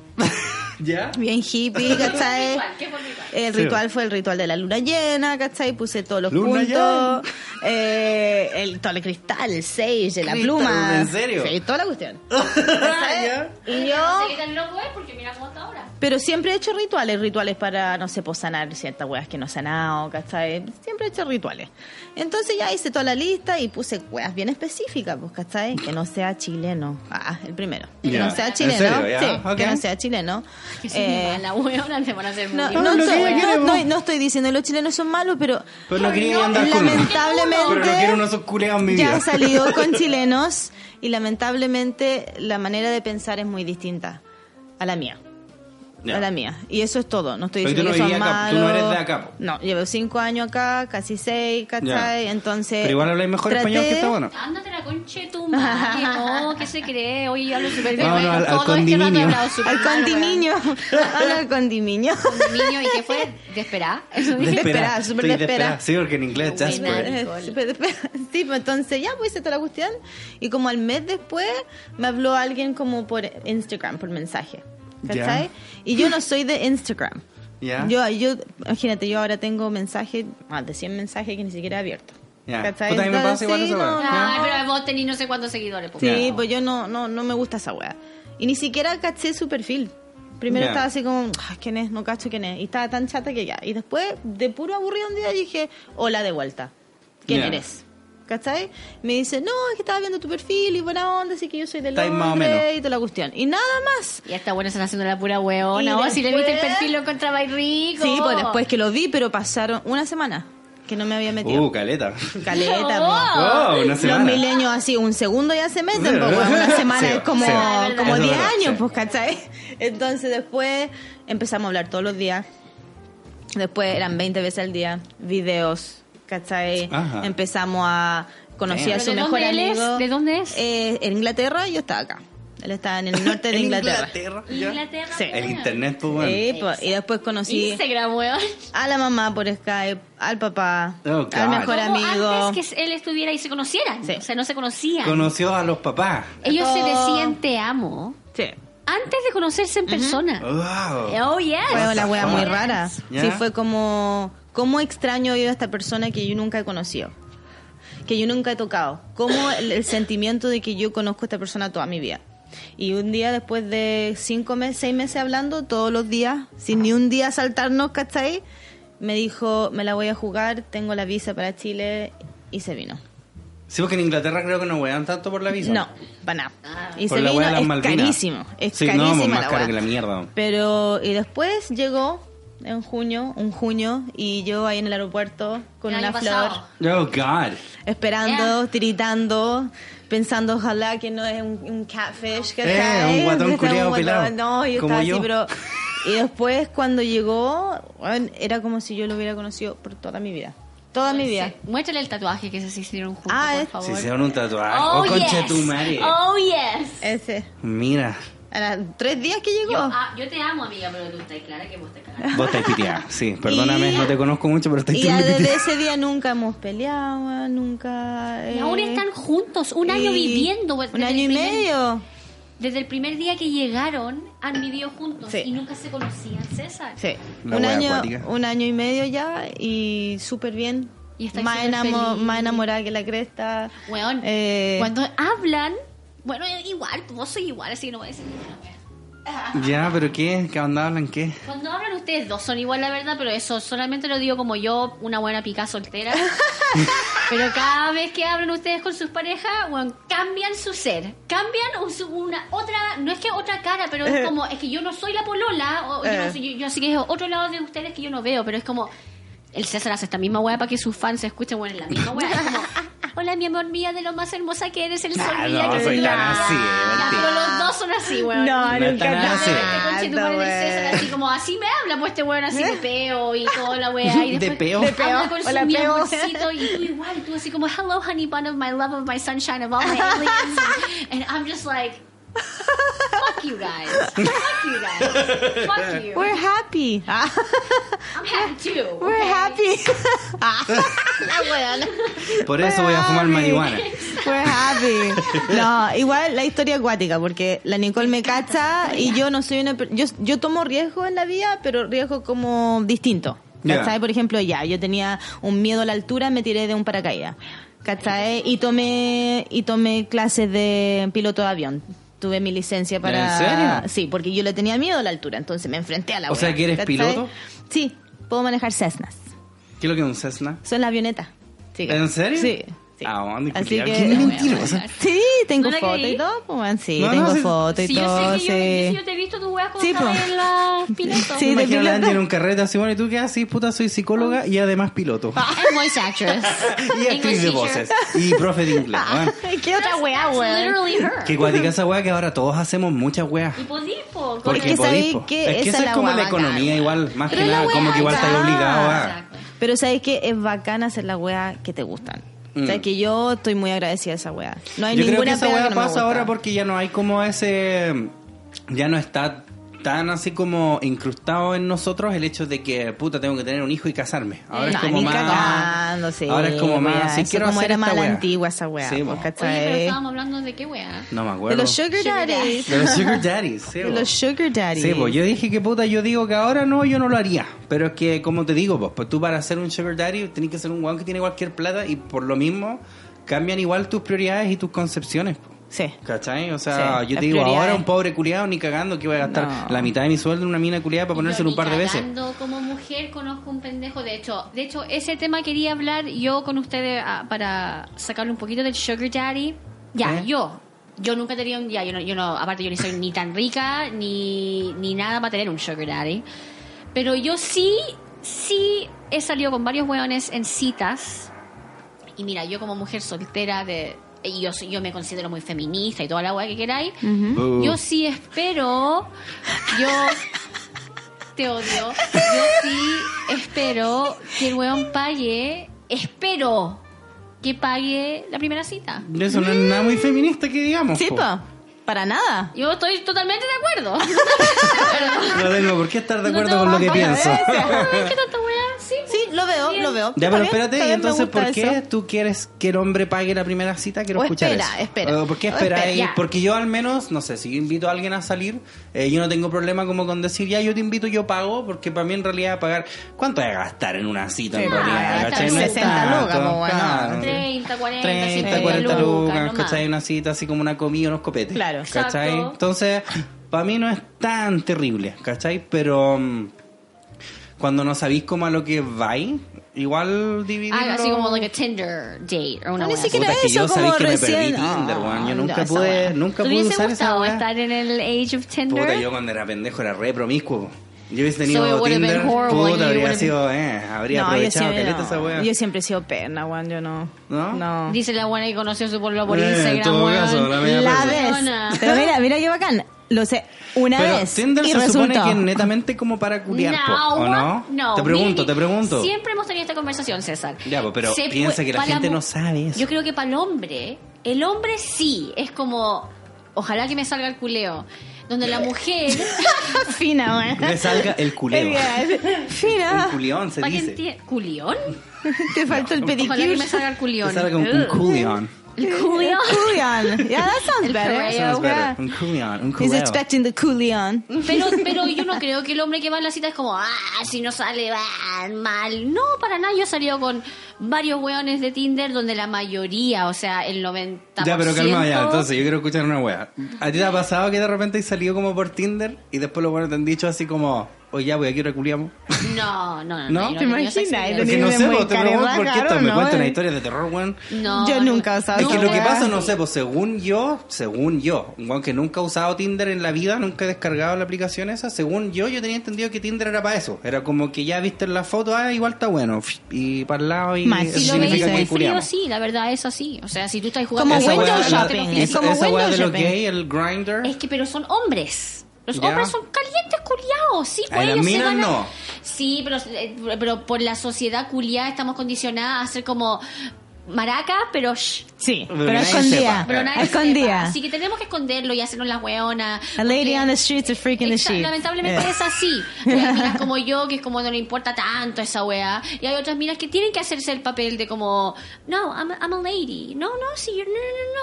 Ya.
bien hippie, ¿cachai?
¿Qué fue el ritual?
El
Sí.
ritual fue el ritual de la luna llena, ¿cachai? Puse todos los
Luna llena.
puntos, eh, el, todo el cristal, el sage, la
Cristal,
pluma.
¿en serio?
Sí, toda la cuestión.
Ya.
Y
No
yo...
sé qué tan loco es porque mira cómo está ahora.
Pero siempre he hecho rituales, rituales para, no sé, pues sanar ciertas weas que no he sanado, ¿cachai? Siempre he hecho rituales. Entonces ya hice toda la lista y puse weas bien específicas, pues, ¿cachai? Que no sea chileno. Ah, el primero. Que
Ya.
no sea
¿En
chileno.
serio? Ya,
Sí,
ok.
que no sea chileno.
Que si
Eh,
a la huevona te van a hacer
no,
bullying.
no
lo que
estoy-
ella quiere,
no-
vos.
no- no estoy diciendo los chilenos son malos, pero
Pero no quería andar con uno.
lamentablemente
Pero no quiero unos culeados en mi
ya
vida.
he salido con chilenos y lamentablemente la manera de pensar es muy distinta a la mía.
Ya.
A la mía. Y eso es todo. No estoy
Pero tú
diciendo
no
que son
vivías acá, tú
malos.
no eres de acá, po.
No, llevo cinco años acá, casi seis, ¿cachai?
Ya.
Entonces.
Pero igual habláis mejor español que está bueno.
Ándate la concha de tu madre. No, ¿qué se cree? Hoy yo hablo súper bien.
Vámonos
bueno,
al- al
todo este rato he
condominio.
hablado súper
Al
mal, weón.
condimiño. Habla al condimiño.
Condominio, ¿y qué fue? ¿De esperar? Eso dije.
Desesperada, súper
estoy
desesperada.
desesperada. Sí, porque en inglés es Jasper.
Buena.
Eh, súper despe- Sí, pues entonces ya pues hice toda la cuestión y como al mes después me habló alguien como por Instagram, por mensaje. ¿Cachai?
Ya.
Y yo no soy de Instagram.
Ya.
Yo, yo, imagínate, yo ahora tengo mensajes, más de 100 mensajes que ni siquiera he abierto.
Ya.
¿Cachai?
Puta, a mí me pasa igual
Entonces,
esa
sí,
weá.
Ay, pero vos tenés no sé cuántos seguidores. po.
Sí,
Ya.
pues yo no, no, no me gusta esa wea. Y ni siquiera caché su perfil. Primero
Ya.
estaba así como, "Ay, ¿quién es? No cacho quién es. Y estaba tan chata que ya. Y después, de puro aburrido un día, dije, hola de vuelta. ¿Quién
Ya.
eres? ¿Cachai? Me dice, no, es que estaba viendo tu perfil y buena onda, así que yo soy de
Estáis
Londres
más o menos.
y toda la cuestión. Y nada más.
Y esta buena están haciendo la pura hueona.
Y
Vos si le viste el
después-
perfil lo encontrabais rico.
Sí, pues después que lo vi, pero pasaron una semana que no me había metido.
Uh, caleta.
Caleta, pues. po.
Oh.
Oh, una semana.
Los milenios así, un segundo ya se meten, po, weón. una semana
Sí,
es como,
sí.
Ah,
como
Es
10
verdad,
años,
sí.
pues, ¿cachai? Entonces después empezamos a hablar todos los días. Después eran 20 veces al día, videos, ¿cachai?
Ajá.
Empezamos a conocer
Damn.
a su
¿Pero de
mejor
dónde él es?
amigo.
¿De dónde es?
Eh, en Inglaterra, yo estaba acá. Él estaba en el norte de
En
Inglaterra.
ya.
Inglaterra.
Sí.
weón.
El internet, pues, weón.
Sí, po, y después conocí
Instagram,
Ah,
weón.
a la mamá por Skype, al papá,
Oh,
al
God.
mejor
Como
amigo.
Antes que él estuviera y se conocieran.
Sí.
O sea, no se conocían.
Conoció a los papás.
Ellos se
Oh.
decían te amo
Sí.
antes de conocerse en persona.
Wow.
Oh, yes.
Fue
What
una
the
wea muy
fuck?
rara.
Ya.
Sí, fue como, ¿cómo extraño yo a esta persona que yo nunca he conocido? Que yo nunca he tocado. ¿Cómo el, el sentimiento de que yo conozco a esta persona toda mi vida? Y un día después de cinco meses, seis meses hablando, todos los días, sin ni un día saltarnos, ¿cachai? Me dijo, me la voy a jugar, tengo la visa para Chile y se vino.
Sí, porque en Inglaterra creo que no wean tanto por la visa.
No, para nada. Y
Por
se
la
vino,
wea de las
es
Malvinas.
carísimo. Es
Sí, no,
carísima
más
la
caro
wea.
que la mierda.
Pero, y después llegó en junio, un junio, y yo ahí en el aeropuerto con
El
una
año
flor,
pasado.
Oh, God.
esperando, tiritando, pensando, ojalá que no es un, un catfish, que
Eh, un guatón culiao pelado,
No, yo
como
estaba
yo.
así, pero. Y después, cuando llegó, bueno, era como si yo lo hubiera conocido por toda mi vida. Toda mi vida.
Muéstrale el tatuaje que se hicieron juntos,
Ah,
por
es-
favor.
Se hicieron un tatuaje.
Oh,
Oh, conche
yes.
tu madre.
Oh, yes.
Ese.
Mira.
A las tres días que llegó.
Yo, ah, yo te amo, amiga, pero tú estás clara que vos te cagaste.
Vos estáis piteada. Sí, perdóname,
Y-
no te conozco mucho, pero estáis
Y ya
terrible
desde
piteada.
ese día nunca hemos peleado, nunca.
Y
eh,
ahora están juntos, un año
y-
viviendo. pues,
Un
desde
año y
el primer-
medio.
Desde el primer día que llegaron, han vivido juntos
Sí.
y nunca se conocían, César.
Sí.
La
Un
wea
año,
acuática.
un año y medio ya y súper bien.
Y estáis
más,
súper feliz.
más enamorada que la cresta.
Weón,
Eh,
cuando hablan, bueno, igual, vos sois igual, así que no voy a decir nada, weón.
Ya, pero ¿qué? ¿Qué onda hablan? ¿Qué?
Cuando hablan ustedes dos son igual, la verdad, pero eso solamente lo digo como yo, una buena pica soltera. pero cada vez que hablan ustedes con sus parejas, weón, cambian su ser. Cambian un- su- una otra, no es que otra cara, pero
Eh.
es como, es que yo no soy la polola, o yo, no
Eh.
soy- yo- yo así que es otro lado de ustedes que yo no veo, pero es como, el César hace esta misma weá para que sus fans se escuchen, bueno, en la misma weá. es como, Hola, mi amor mía, de lo más hermosa que eres, el sol
Ah,
brilla
no,
que
soy
brilla".
tan así,
Ya,
mentira.
pero los dos son así, weón.
No,
No
nunca
está nada
nada.
así.
Este conchetumare del César, así como así me habla, pues este weón así de peo y toda la wea. Y
De
después
peo.
habla
De
¿Eh? peo.
con su
Hola,
mi
peo.
amorcito y tú igual, tú así como, hello honey bun of my love of my sunshine of all my aliens. And I'm just like, fuck you guys. Fuck you guys. Fuck you.
We're happy. Ah,
I'm happy too.
we're
okay?
happy. Ah, la weona.
Por eso voy a fumar marihuana.
We're happy. No, igual la historia acuática, porque la Nicole me cacha y yo no soy una. per- Yo, yo tomo riesgo en la vida, pero riesgo como distinto.
Ya.
¿Cachai? Por ejemplo, ya, yo tenía un miedo a la altura, me tiré de un paracaídas. ¿Cachai? Y tomé, y tomé clases de piloto de avión. Tuve mi licencia para.
¿En serio?
Sí, porque yo le tenía miedo a la altura, entonces me enfrenté a la
O
wea,
sea, que eres
¿cachai?
piloto.
Sí, puedo manejar Cessnas.
¿Qué es lo que es un Cessna?
Son la avioneta. Sí.
¿En serio?
Sí. sí.
Ah, bueno,
Así
culiao,
que-
qué mentirosa.
Sí, tengo
¿No la
foto
creí?
y todo, pues, man, sí,
No, no,
tengo
sí.
foto y
Si yo sé que yo,
todo,
yo- si
sí.
yo te he visto tu wea con
Sí, po.
en la piloto.
Sí, de
Imagina la Andy
piloto.
en un carrete así, bueno, ¿y tú qué haces? Puta, soy psicóloga y además piloto.
Ah.
I'm voice actress.
y actriz
English teacher.
de voces. Y profe de inglés. bueno.
¿Qué otra
That's
weá, weón?
literally her.
Que cuática esa weá que ahora todos hacemos muchas weas.
Y podís, po, con
Porque
Es que
podéis,
sabéis
po.
que
es que
esa
eso
la
es como
wea
la
bacán.
economía igual, más
Pero
que
es la
nada,
wea
como que igual estáis
bacán.
obligado a...
Exacto.
Pero sabes que es bacán hacer la weá que te gustan. O sea,
Mm.
que yo estoy muy agradecida de esa weá. No hay
Yo creo
ninguna
que esa
pega
weá
que no me
pasa
gusta.
ahora porque ya no hay como ese... Ya no está tan así como incrustado en nosotros el hecho de que, puta, tengo que tener un hijo y casarme. Ahora es
No,
como
ni
más...
cagando, sí,
ahora es como más...
wea,
así
eso
quiero
como
hacer
era
esta
más la
wea.
antigua esa wea,
Sí,
po,
po.
Oye, pero
¿cachai?
estábamos hablando de qué weá.
No me acuerdo.
De los sugar daddies.
De los sugar daddies, sí,
De
po.
los sugar daddies.
Sí, pues yo dije que puta, yo digo que ahora no, yo no lo haría. Pero es que, como te digo, pues, pues tú para ser un sugar daddy tenés que ser un guan que tiene cualquier plata y por lo mismo cambian igual tus prioridades y tus concepciones. po.
Sí.
¿Cachai? O sea,
Sí,
yo
las
te digo,
prioridades.
ahora un pobre culiado ni cagando que voy a gastar
No.
la mitad de mi sueldo en una mina culiada para ponérselo
Yo
un par de
ni
veces.
cagando como mujer conozco un pendejo. De hecho, de hecho ese tema quería hablar yo con ustedes ah, para sacarle un poquito del sugar daddy. Ya,
¿Eh?
yo. Yo nunca tenía un... Ya, yo no, yo no... Aparte, yo ni soy ni tan rica ni, ni nada para tener un sugar daddy. Pero yo sí, sí he salido con varios hueones en citas. Y mira, yo como mujer soltera de... Y yo, soy- yo me considero muy feminista y toda la hueá que queráis.
Uh.
Yo sí espero... Yo te odio. Yo sí espero que el weón pague. Espero que pague la primera cita.
Eso no es nada muy feminista que digamos.
Sí,
po.
po. Para nada.
Yo estoy totalmente de acuerdo.
No tengo por qué estar de
No
acuerdo
tengo
con lo
más
que pienso.
palabras. Ay, ¿Qué tanta weá? Sí,
Sí, lo veo,
Bien.
lo veo. Está
Ya, pero
bien,
espérate,
está
¿y
bien, me
entonces por
gusta
qué
eso.
tú quieres que el hombre pague la primera cita? Quiero
O
escuchar
espera,
eso.
espera.
O ¿Por qué
O
esperar
espera,
ahí?
ya.
Porque yo al menos, no sé, si yo invito a alguien a salir, eh, yo no tengo problema como con decir, ya, yo te invito, yo pago, porque para mí en realidad pagar... ¿Cuánto voy a gastar en una cita en
Sí,
realidad?
gastar
¿cachai? No es
60
tanto,
lucas, po, bueno.
claro.
30, 40,
30,
50
40 lucas,
no más.
¿cachai? Una cita así como una comida, unos copetes.
Claro.
¿cachai?
Exacto.
Entonces, para mí no es tan terrible, ¿cachai? Pero mm, cuando no sabéis como a lo que vais, igual dividirlo...
Ah, así como like a Tinder date o una
No, ni
weá.
siquiera-
Puta, que
eso,
yo sabéis
como
que me
recién.
perdí Tinder,
Ah,
weón. Yo
no,
nunca
esa
pude,
weá.
nunca
¿Te
pude
hubiese
usar esa
gustado
weá.
estar en el age of Tinder?
Puta, yo cuando era pendejo era re promiscuo. Yo hubiese
So
tenido
it would've been
Tinder,
horrible, you
puta, habría
would've
sido, eh, habría
No, yo
aprovechado
siempre,
caleta
no.
esa weá.
Yo siempre he sido perna, weón, yo no.
¿No?
No.
Dice la buena que conoció su pueblo por
Eh, en
Instagram,
todo
weón.
caso, la media
La
Pero-
vez.
Weona.
Pero mira, mira qué bacán. Lo sé, una
Pero
vez.
Tinder
y
se supone
resultó.
que es netamente como para culiar, po, ¿o
what?
no? Te pregunto,
Mira,
te pregunto.
Siempre hemos tenido esta conversación, César.
Ya, pues, pero
Se
piensa
pu-
que la
para
gente
mu-
no sabe eso.
Yo creo que para el hombre, el hombre sí, es como, ojalá que me salga el culeo. Donde
Eh,
la mujer,
Fina, weón.
Me salga el culeo.
Fina.
El culión se
para ah, que
dice.
entienda, ¿culión?
Te faltó el
Ojalá que
pedicure.
me salga el culión.
Te salga un, un
Ugh.
culión.
El culión.
Coolion. Yeah, that sounds
El
better.
Ferrero.
Sounds
Yeah.
better. Un culión, un
He's
culeo.
expecting the coolion.
Pero, pero yo no creo que el hombre que va a la cita es como, ah, si no sale ah, mal. No, para nada. Yo he salido con varios weones de Tinder donde la mayoría, o sea, el 90%.
Ya, pero calma ya, entonces yo quiero escuchar una wea. ¿A ti te ha pasado que de repente has salido como por Tinder y después los buenos te han dicho así como, oye ya, voy aquí ahora culiamos?
No, no, no.
¿No?
yo
¿Te
he tenido esa
imaginas?
experiencia.
Es que
ni
no
de
sé,
muy
vos, te pregunto
careva,
porque
claro,
estos me
¿no?
cuentan una historia de terror, weón.
No,
Yo
no,
nunca he usado
Es
nunca.
que lo que
ya.
pasa, no sé, pues según yo, según yo, un weón que nunca ha usado Tinder en la vida, nunca he descargado la aplicación esa, según yo, yo tenía entendido que Tinder era para eso. Era como que ya viste en la foto, ah, igual está bueno, y para el lado, y
Más,
eso
Si lo veis
significa que
muy frío,
culiamos.
sí, la verdad es así. O sea, si tú estás jugando...
Como
Esa
window
weá de la-
shopping, es
esa-
como
Esa weá
window
de los
shopping.
gays, el grinder.
Es que, pero son hombres. Los
Ya.
hombres son calientes culiados, sí, pues
Ay, las
ellos se
minas
van a-
no.
Sí, pero, eh, pero por la sociedad culiada estamos condicionadas a ser como maraca, pero shh,
Sí,
Pero
Ah, pero
nadie
escondida.
sepa.
pero nadie
Escondida.
sepa. Así que tenemos que esconderlo y hacernos las weonas.
A lady
porque-
on the streets is freaking the
Exa-
sheep.
Lamentablemente
Yeah.
es así. Hay minas como yo que es como no le importa tanto esa weá. Y hay otras minas que tienen que hacerse el papel de como, no, I'm a, I'm a lady. No, no, sí, you're- no,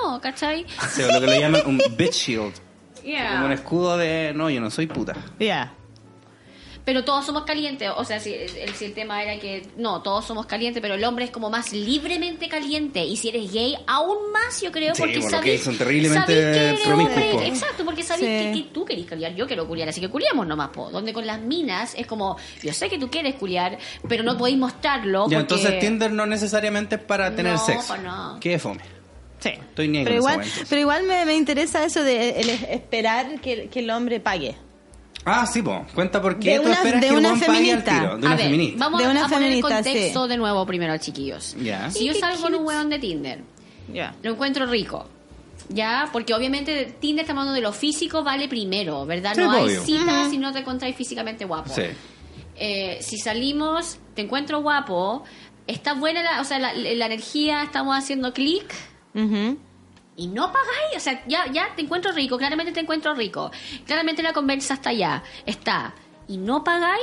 no, no, no, ¿cachai?
Sí, o lo que le llaman un bitch shield.
Yeah.
Como un escudo de, no, yo no soy puta.
Yeah.
Pero todos somos calientes. O sea, si el, si el tema era que no, todos somos calientes, pero el hombre es como más libremente caliente. Y si eres gay, aún más, yo creo,
Sí,
porque
bueno, los
sabés-
gays son terriblemente
sabés que eres
promiscuos,
hombre.
po.
Exacto, porque sabés
Sí.
que, que tú querés culiar, yo quiero culiar, así que culiamos nomás, po. Donde con las minas es como, yo sé que tú quieres culiar, pero no podéis mostrarlo. porque-
Ya, entonces Tinder no necesariamente es para tener
No,
sexo.
pa' no.
Qué fome.
Sí.
Estoy ni ahí
pero
con esa
igual,
weá, entonces.
pero igual me, me interesa eso de el es- esperar que, que el hombre pague.
Ah, sí, po. Cuenta por qué
De
tú
una-
esperas
de
que
una
un weón pague al
feminista.
tiro. De
a
una
ver,
feminista.
vamos
De una
a poner el
feminista, sí.
contexto de nuevo primero, chiquillos.
Ya.
Si yo
Qué
salgo con un
cute.
weón de Tinder,
Ya.
Lo encuentro rico. ¿Ya? Porque obviamente Tinder está hablando de lo físico, vale primero, ¿verdad?
Sí,
no hay
obvio.
citas si no te encontráis físicamente guapo.
Sí.
Eh, si salimos, te encuentro guapo, está buena la, o sea, la, la energía, estamos haciendo clic, y no pagáis, o sea, ya, ya te encuentro rico, claramente te encuentro rico, claramente la conversa está allá, está, y no pagáis.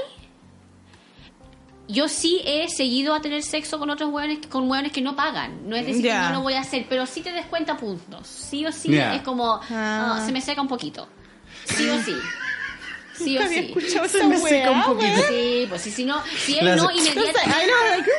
Yo sí he seguido a tener sexo con otros hueones, con hueones que no pagan. No es decir
Ya.
que no lo voy a hacer, pero sí te descuenta puntos. Sí o sí
Ya.
es como,
Ah.
ah, se me seca un poquito. Sí o sí. Sí o sí.
Se me seca un poquito.
Sí, pues sí, si no, si él
Las-
no, inmediatamente,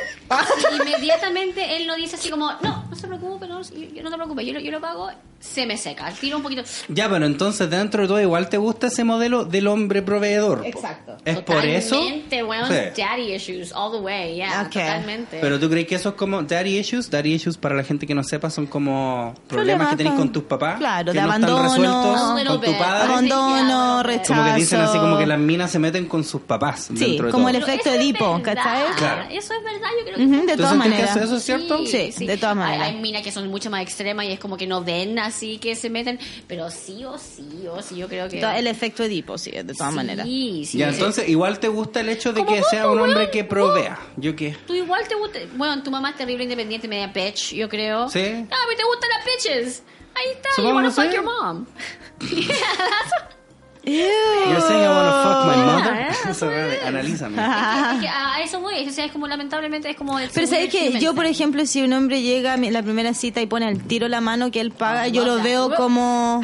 inmediatamente él no dice así como, no, no se preocupe, no, yo, yo no te preocupes, yo, lo- yo lo pago, se me seca, al tiro un poquito.
Ya, pero entonces dentro de todo igual te gusta ese modelo del hombre proveedor. po.
Exacto.
Es por eso.
Totalmente, weón,
Sí.
daddy issues all the way, yeah,
Ok.
totalmente.
Pero tú crees que eso es como daddy issues, daddy issues para la gente que no sepa son como problemas que tenés
con-
con tus papás,
claro,
que
de
no
abandono,
están
A
resueltos,
little
con tu
bit.
padre.
Abandono,
Como
Como
rechazo.
que dicen así como que las minas se meten con sus papás.
Ah, Sí,
dentro de
como
todo.
el
Pero
efecto
eso es
Edipo,
verdad,
¿cachai?
Claro.
Eso es verdad, yo creo que
Ujú, de
¿Tú
todas
sentís que
maneras.
eso- eso es cierto?
Sí, de todas maneras.
Hay, hay minas que son mucho más extremas y es como que no ven así que se meten, pero sí o sí o sí, yo creo que...
El efecto Edipo, sí, de todas
sí,
maneras.
Sí,
Ya, entonces igual te gusta el hecho de
Como
que
vos,
sea
po,
un hombre
weón,
que provea. Yo qué.
Tú igual te gusta. Bueno, tu mamá es terrible independiente, media pech, yo creo.
Sí.
Ah, pero te gustan las peches. Ahí está, you
Supongo,
wanna
sí.
fuck your mom.
You're saying I wanna fuck my mother.
Yeah,
Ah,
that's
Eso, weón, analízame. Ah.
Es que a a eso voy, o sea, es como lamentablemente es como. el
Pero
segundo
sabes que
human.
yo, por ejemplo, si un hombre llega a mi- la primera cita y pone al tiro la mano que él
Ah,
paga, yo lo veo como.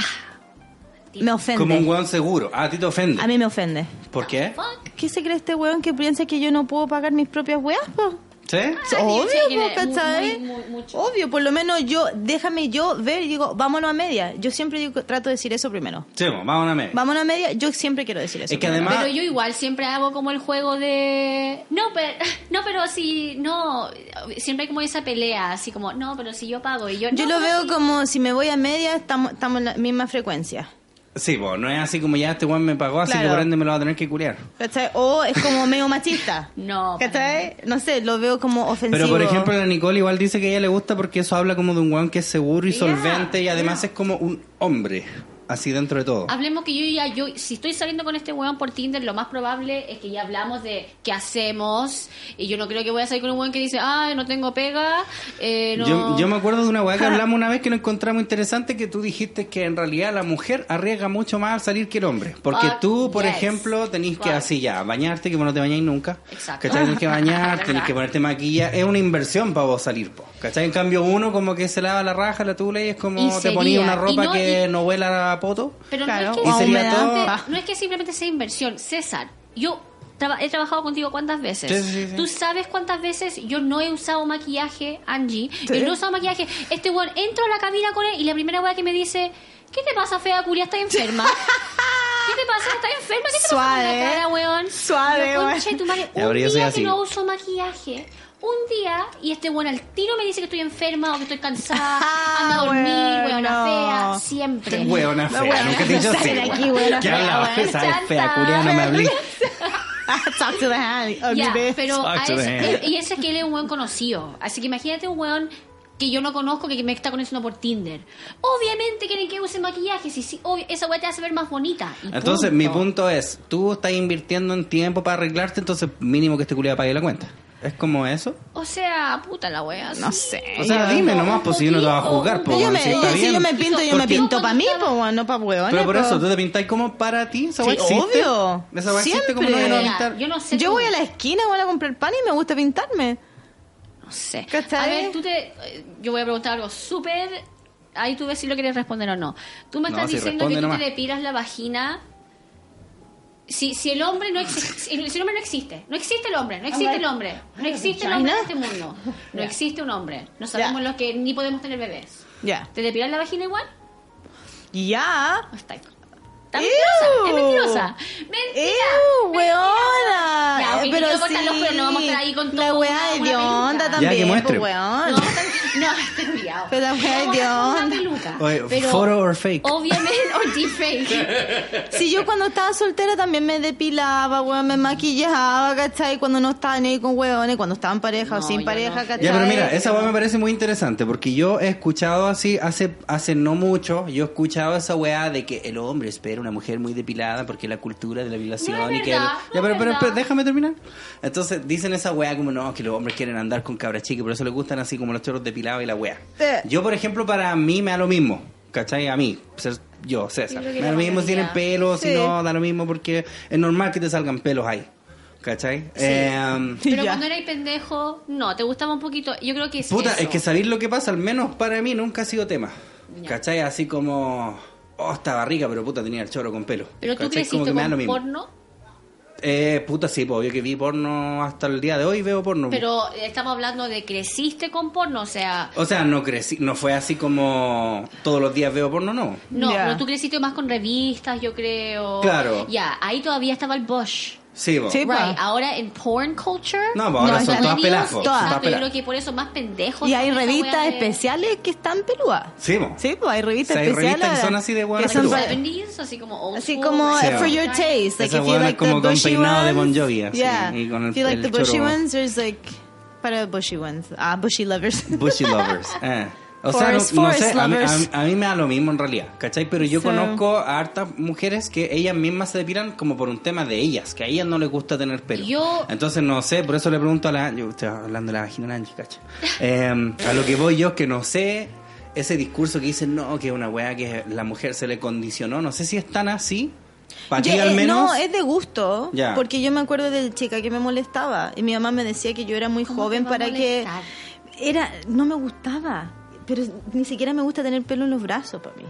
Me
Como un
ofende.
weón seguro. Ah, a ti te ofende.
A mí me ofende.
¿Por qué?
Fuck.
¿Qué se cree este weón que piensa que yo no puedo pagar mis propias weas, po?
¿Sí?
Obvio,
sí,
po,
muy,
¿cachai?
muy, muy, mucho.
Obvio, por lo menos yo, déjame yo ver y digo, vámonos a media. Yo siempre digo- trato de decir eso primero.
Sí, vamos, vamos a media.
Vámonos a media, yo siempre quiero decir eso.
Es que
primero.
además-
Pero yo igual siempre hago como el juego de... No, pero, no, pero si... No, siempre hay como esa pelea, así como, no, pero si yo pago y yo...
Yo
"No, pero
lo veo
si-
como si me voy a media, estamos, estamos en la misma frecuencia.
Sí, pues no es así como ya este weón me pagó, así
Claro.
que por ende me lo va a tener que culiar.
¿Cachai? O es como medio machista.
No, para
¿Cachai? No sé, lo veo como ofensivo.
Pero por ejemplo, la Nicole igual dice que a ella le gusta porque eso habla como de un weón que es seguro y
Ya,
solvente y además es como un hombre, así dentro de todo.
Hablemos que yo ya, yo, si estoy saliendo con este weón por Tinder, lo más probable es que ya hablamos de qué hacemos. Y yo no creo que voy a salir con un weón que dice, ay, no tengo pega. eh, no.
Yo, yo me acuerdo de una weá que hablamos una vez que nos encontramos interesante que tú dijiste que en realidad la mujer arriesga mucho más al salir que el hombre. Porque
Fuck
tú, por
Ah, yes.
ejemplo, tenés que
Fuck.
así ya, bañarte, que vos no te bañáis nunca.
Exacto.
¿Cachai? Tenés que bañar, tenés
¿Verdad?
que ponerte maquilla. Es una inversión para vos salir, po. ¿Cachai? En cambio uno como que se lava la raja, la tula y es como
Y
te
sería,
ponía una
y
ropa
no-
que
y-
no huela a poto.
Pero
Claro,
no, es
o
que
a
simplemente-
humedad.
no es que simplemente sea inversión. César, yo traba- he trabajado contigo cuántas veces.
Sí, sí, sí.
Tú sabes cuántas veces yo no he usado maquillaje, Angie. Yo no he usado maquillaje. Este weón, entro a la cabina con él y la primera weá que me dice, ¿qué te pasa, fea culia? ¿Estás enferma? ¿Qué te pasa? ¿Estás enferma? ¿Qué te pasa con
Suave.
la cara, weón?
Suave,
Yo,
weón.
concha de tu madre,
Ya,
un
pero yo soy
día
así.
que no uso maquillaje... Un día, y este weón al tiro me dice que estoy enferma o que estoy cansada, anda a dormir,
Ah, Weón,
weona
no.
fea, siempre.
Hueona fea,
hueona,
nunca te he dicho
salen
así.
aquí,
weón.
hueona
¿Qué
fea,
hablabas?
hueona
Esa es fea,
chanta.
culia, no me hablé.
Ah, Talk to the hand, ugly
Ya,
bitch.
pero a
Exacto,
ese-
eh.
y ese es que él es un weón conocido. Así que imagínate un weón que yo no conozco que me está conociendo por Tinder. Obviamente quieren que use maquillaje, si sí, obvio, esa weá te hace ver más bonita. y
Entonces, mi punto es, tú estás invirtiendo en tiempo para arreglarte, entonces mínimo que este culiado pague la cuenta. ¿Es como eso?
O sea, puta la weá.
No
sí.
sé.
O sea, dime nomás, pues si yo no te vas a juzgar, pues
Yo
yo
bueno,
me,
si está
yo- si
bien.
yo me pinto, yo me
Porque-
pinto para mí, po, weón, no para huevones.
Pero por
po.
pues.
eso, ¿tú te pintáis como para ti? ¿Esa weá
Sí,
existe?
obvio.
¿Esa weá existe como no
Siempre.
me voy a
Mira,
pintar?
Yo no sé.
Yo
tú.
voy a la esquina, voy a comprar pan y me gusta pintarme. pues.
No sé.
¿Cachai?
A ver, tú te. eh, Yo voy a preguntar algo súper. Ahí tú ves si lo quieres responder o no. Tú me
No,
estás
si
diciendo que tú
responde nomás.
te depilas la vagina. Si, si el hombre no existe, si el hombre no existe, no existe el hombre, no existe el hombre, no existe el hombre en este mundo, no existe un hombre, no sabemos
Ya.
los que ni podemos tener bebés.
Ya.
¿Te depilas la vagina igual?
Ya.
No está. Está mentirosa, es
Ew.
mentirosa. Mentira.
¡Ew, weona!
Ya, ok,
Eh, pero
yo voy a
sí.
cortar los pelos, no vamos a estar ahí con
La
todo
weá
una-
de
una peluca. Ya,
onda
que
también, pues, po,
muestre.
weón.
No, no, este culiao.
Pero la weá
Vamos
de
a hacer una
onda.
peluca.
Oye,
Pero
¿photo or fake?
Obviamente, o deepfake.
Si yo cuando estaba soltera también me depilaba, weón, me maquillaba, ¿cachai? Cuando no estaba ni ahí con weones, cuando estaba en pareja o
No,
sin
yo
pareja,
no.
¿cachai?
Ya, pero mira,
eh.
esa weá me parece muy interesante porque yo he escuchado así hace hace no mucho, yo he escuchado esa weá de que el hombre espera una mujer muy depilada porque la cultura de la violación
No es
y que... el-
verdad, no
ya,
es
pero, pero,
verdad.
pero déjame terminar. Entonces dicen esa weá como no, que los hombres quieren andar con cabras chicas, por eso les gustan así como los chorros depilado y la wea.
Eh.
Yo, por ejemplo, para mí me da lo mismo. ¿Cachai? A mí, ser yo, César.
Yo creo
Me
que
da lo
la
mismo si tienen
mayoría.
pelos, si
Sí.
no, da lo mismo porque es normal que te salgan pelos ahí. ¿Cachai? Em,
Pero
Ya.
cuando erais pendejo, no, te gustaba un poquito. Yo creo que es
Puta,
eso.
es que saber lo que pasa, al menos para mí, nunca ha sido tema.
Ya.
¿Cachai? Así como. Oh, estaba rica, pero puta, tenía el choro con pelo.
Pero tú
¿Cachai?
creciste
Como que me da lo
con
mismo.
porno,
Eh, puta, sí, pues, obvio que vi porno hasta el día de hoy, veo porno.
pero estamos hablando de creciste con porno, o sea,
O sea, no crecí, no fue así como todos los días veo porno, no.
no,
Ya.
pero tú creciste más con revistas, yo creo.
Claro.
Ya, ahí todavía estaba el Bosch.
Sí, pues. po.
Sí,
Right,
po.
ahora en porn culture.
No, pues ahora
No,
son
ya.
todas
medios,
pelas, po,
todas.
son todas
Exacto, yo
pelas.
creo que por eso más pendejos.
Y hay
son esa
revistas
wea de-
especiales que están pelúas.
Sí, po.
Sí, pues hay revistas
O sea, hay
especiales.
revistas que son así de
que
guarda
son
pelúa.
re-
70s, así como old
Así
school,
como
Sí,
eh,
right?
for your taste, like
Esa
if you
weona
like
como
the
con
bushy
peinado de Bon
ones.
Jovi, así,
yeah.
y con el-
if you like the
el
bushy
choro.
ones, there's like para bushy ones, ah, bushy lovers.
Bushy lovers. eh. O sea,
Forest-
no, no
forest
sé, a mí, a
lovers.
mí- a mí me da lo mismo en realidad, ¿cachai? Pero yo
So-
conozco a hartas mujeres que ellas mismas se depilan como por un tema de ellas, que a ellas no les gusta tener pelo.
Yo-
Entonces, no sé, por eso le pregunto a la... Yo estoy hablando de la vagina de la Angie, ¿cachai? Eh, a lo que voy yo es que no sé ese discurso que dicen, no, que es una weá que la mujer se le condicionó, no sé si es tan así, para ti
Yo,
al
eh,
menos...
No, es de gusto.
Ya.
Porque yo me acuerdo de chica que me molestaba. Y mi mamá me decía que yo era muy
¿Cómo
joven
te va a
para que.
molestar?
era No me gustaba. Pero ni siquiera me gusta tener pelo en los brazos para mí.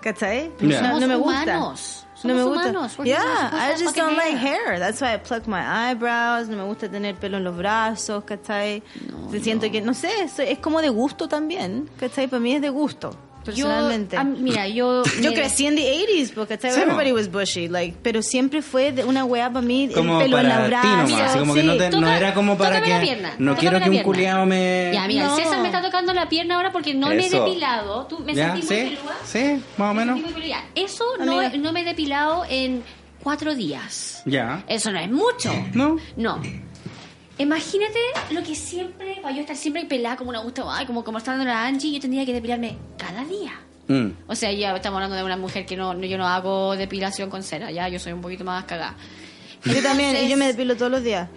¿Cachai?
Ya.
No, no me
Somos
gusta.
humanos.
no me
Somos
gusta.
humanos. We're
Yeah,
humans.
I
What's
just
fucking
don't like
hair?
hair. That's why I pluck my eyebrows. No me gusta tener pelo en los brazos, ¿cachai?
No,
Te Siento que, no sé, eso es como de gusto también, ¿cachai? Para mí es de gusto,
Yo,
personalmente.
a mí- mira, yo.
Yo
mira,
crecí en the 80s, porque ¿cachai?
Sí, mo.
everybody was bushy, like, pero siempre fue de una weá para mí
como
el pelo en
para
la
ti
brazo.
nomás, así como que
sí.
no, te- no
Toca-
era como para
tócame
que
la pierna,
no
tócame
quiero
la
que un
pierna.
culiao me
Ya, mira,
No.
el César me está tocando la pierna ahora porque no me he
Eso.
depilado. Tú me
¿Ya?
sentí muy
¿Sí?
peluda.
¿Sí? ¿Más o
Me
menos?
sentí muy peluda. Eso no,
Amiga.
no me he depilado en cuatro días.
Ya.
Eso no es mucho.
No.
No. Imagínate lo que siempre, para yo estar siempre pelada como una gusta, ay, como como está dando la Angie, yo tendría que depilarme cada día.
Mm.
O sea, ya estamos hablando de una mujer que no, no- yo no hago depilación con cera, ya yo soy un poquito más cagada.
Yo también, y
Entonces,
yo me depilo todos los días.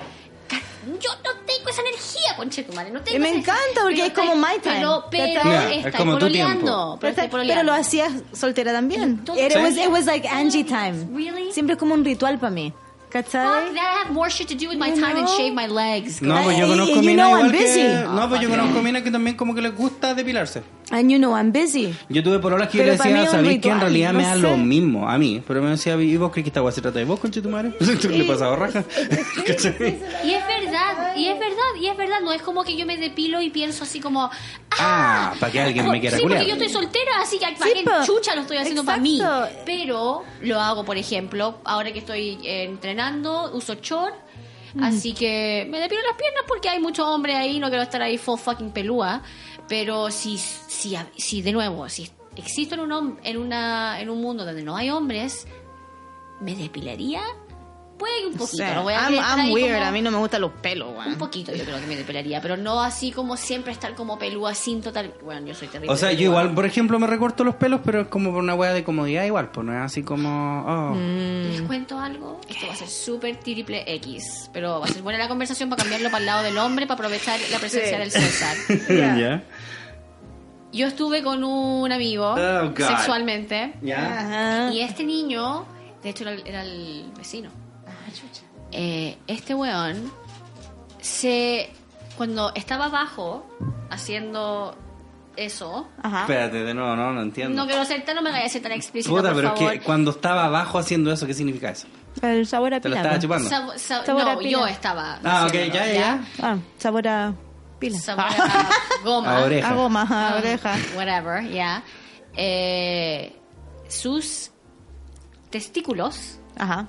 yo no tengo esa energía, conche tu madre. No tengo
Y me
esa-
encanta, porque
pero
es como
estáis-
my time.
Pero, pero
Ya,
es
estáis
como tu
pololeando,
tiempo.
Pero, estáis
Pero, lo
pololeando.
hacía soltera también.
Entonces-
It
Sí.
was, it was like Angie time.
Really?
Siempre es como un ritual para mí, ¿cachai?
Fuck that, I have more shit to do with my
You
time than
know?
shave my legs.
No, pues yo
Ay,
conozco
you
minas
know I'm
igual que...
busy.
No, pues yo conozco minas que también como que les gusta depilarse.
And you know I'm busy.
Yo tuve por horas que yo
Pero
le
para mí
decía,
es un
¿sabéis que en
ritual,
realidad me
no
da
sé".
lo mismo a mí? Pero me decía, ¿y vos crees que esta guay se trata de vos, conche tu madre? ¿Tú le pasaba raja? ¿Cachai?
Y es verdad, y es verdad, y es verdad. No es como que yo me depilo y pienso así como...
Ah, para que alguien me
por-
quiera
Sí,
culiar.
porque yo estoy soltera, así que para
Sí,
qué
po.
chucha lo estoy haciendo para mí.
Exacto.
Pero lo hago, por ejemplo, ahora que estoy eh, entrenando, uso short.
Mm.
Así que me depilo las piernas porque hay mucho hombre ahí, no quiero estar ahí full fucking pelúa. Pero si, si, si de nuevo, si existo en un, hom- en, una, en un mundo donde no hay hombres, ¿me depilaría? Puede que un
No
poquito,
sé.
no voy a
I'm,
estar
I'm
ahí
weird,
como-
a mí no me gustan los pelos,
un
weón.
poquito yo creo que me depilaría, pero no así como siempre estar como pelúa sin total... Bueno, yo soy terrible.
O sea, yo
pelúa.
igual, por ejemplo, me recorto los pelos, pero es como por una weá de comodidad igual, pues no es así como... oh.
¿Les cuento algo? Esto va a ser súper triple X, pero va a ser buena la conversación para cambiarlo para el lado del hombre, para aprovechar la presencia
Sí.
del César.
Ya.
¿Ya?
Yo estuve con un amigo
Oh, God.
sexualmente
¿Ya?
Ajá.
y este niño, de hecho era el, era el vecino, Eh, este weón se... Cuando estaba abajo haciendo eso,
Ajá.
Espérate, de nuevo, no, no entiendo.
No quiero ser tan, no me vaya a ser tan explícito,
Puta,
por
pero
favor.
que cuando estaba abajo haciendo eso, ¿qué significa eso?
El sabor a
¿Te lo
pila.
estaba
po.
chupando?
Sab- sab-
Sabor a
no,
pila.
yo estaba.
Ah, ok,
haciéndolo,
ya, ya, ya.
Ah, sabor a pila.
Sabor a goma.
A oreja.
A goma,
Ah,
ajá, oreja.
Whatever, ya. Eh, sus testículos
Ajá.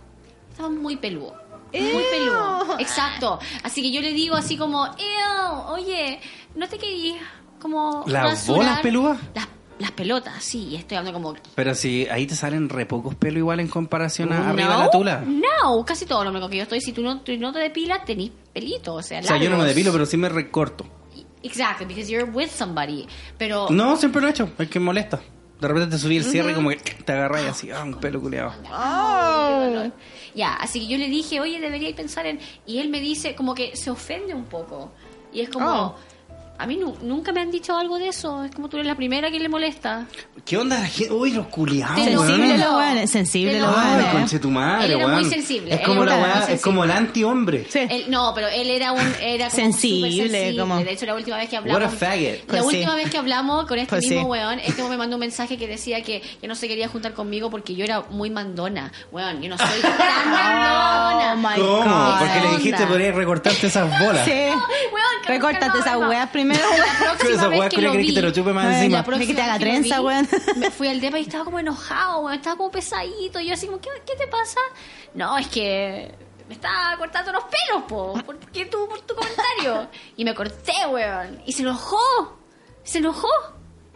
estaban muy peludos. Muy peludos. Exacto. Así que yo le digo así como, "Ew, oye, no te querías como.
¿Las
rasurar
bolas peludas?
Las, las pelotas, sí. y Estoy hablando como
Pero si ahí te salen re pocos pelos igual en comparación a
Uh, No,
arriba de la tula.
No, casi todo lo único que yo estoy. Si tú no, tú no te depilas, tenés pelito. O sea,
O sea, yo no me
largos.
depilo, pero sí me recorto.
Exactly, because you're with somebody. Pero.
No, siempre lo he hecho, es que molesta. De repente te subí el cierre y como que te agarras y así, ah, un pelo culeado.
Ay, qué dolor. Oh. Ya, así que yo le dije, oye, deberíais pensar en. Y él me dice, como que se ofende un poco. Y es como. A mí nu- nunca me han dicho algo de eso. Es como tú eres la primera que le molesta.
¿Qué onda la gente? Uy, los culiados,
Te lo-
Sensible
weón.
los weones,
Te
sensible
lo-
los
Ah, Ay,
weón.
weones.
conche tu madre,
Él era muy
weón.
sensible,
Es
él
como,
era
la
muy
weá- es
sensible.
como el anti-hombre.
Sí.
Él- no, pero él era un era como
Sensible,
súper sensible.
como-
De hecho, la última vez que
What a
hablamos.
faggot.
La
Pues sí.
última vez que hablamos con este
Pues
mismo
sí.
weón, este weón me mandó un mensaje que decía que, que no se quería juntar conmigo porque yo era muy mandona. Weón, yo no soy tan mandona.
Oh my
¿Cómo?
god.
Porque le dijiste
Onda.
podrías recortarte esas bolas.
Sí.
Weón, que
Recórtate
nunca
esas
lo haga.
weas primero.
La
Pero
próxima
esa
vez
weá
que
culia
lo
cree
vi,
que te lo chupe más
Ay,
encima.
la próxima
Que te haga
vez lo
trenza,
vi,
weón.
Me fui al depa y estaba como enojado, weón. Estaba como pesadito. Y yo así como, ¿qué, qué te pasa? No, es que me estaba cortando los pelos, po. ¿Por qué tú, por tu comentario? Y me corté, weón. Y se enojó. Se enojó.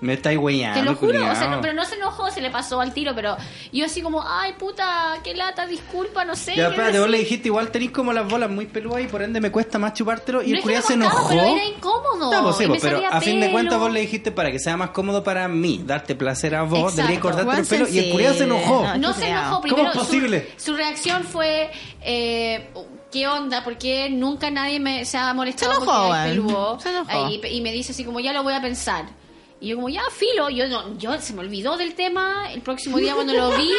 Me estáis
Te
huellando.
lo juro,
Ah, culiao.
o sea, no- pero no se enojó, se le pasó al tiro, pero yo así como, ay puta, qué lata, disculpa, no sé.
Ya,
qué
espérate,
decir.
vos le dijiste igual tenés como las bolas muy peludas y por ende me cuesta más chupártelo. Y
No
el
es que me
culiao se
costaba,
enojó.
pero era incómodo,
No, pues sí,
y
pues,
me
pero
salía
a fin de
pelo.
cuentas vos le dijiste para que sea más cómodo para mí, darte placer a vos,
Exacto.
deberías cortarte
Weón
los pelos. Y el culiao se
sensible.
enojó.
Ay,
No
Ah, qué
se
feo.
enojó
¿Cómo
primero.
es
su-
posible?
Su, reacción fue: eh, ¿Qué onda? ¿Por qué nunca nadie me, se ha molestado
Se enojó,
porque hay
weón.
peludo?
Se enojó.
Ahí, pe- Y, me dice así: como ya lo voy a pensar. Y yo, como ya filo, yo no, yo se me olvidó del tema. El próximo día cuando lo vi,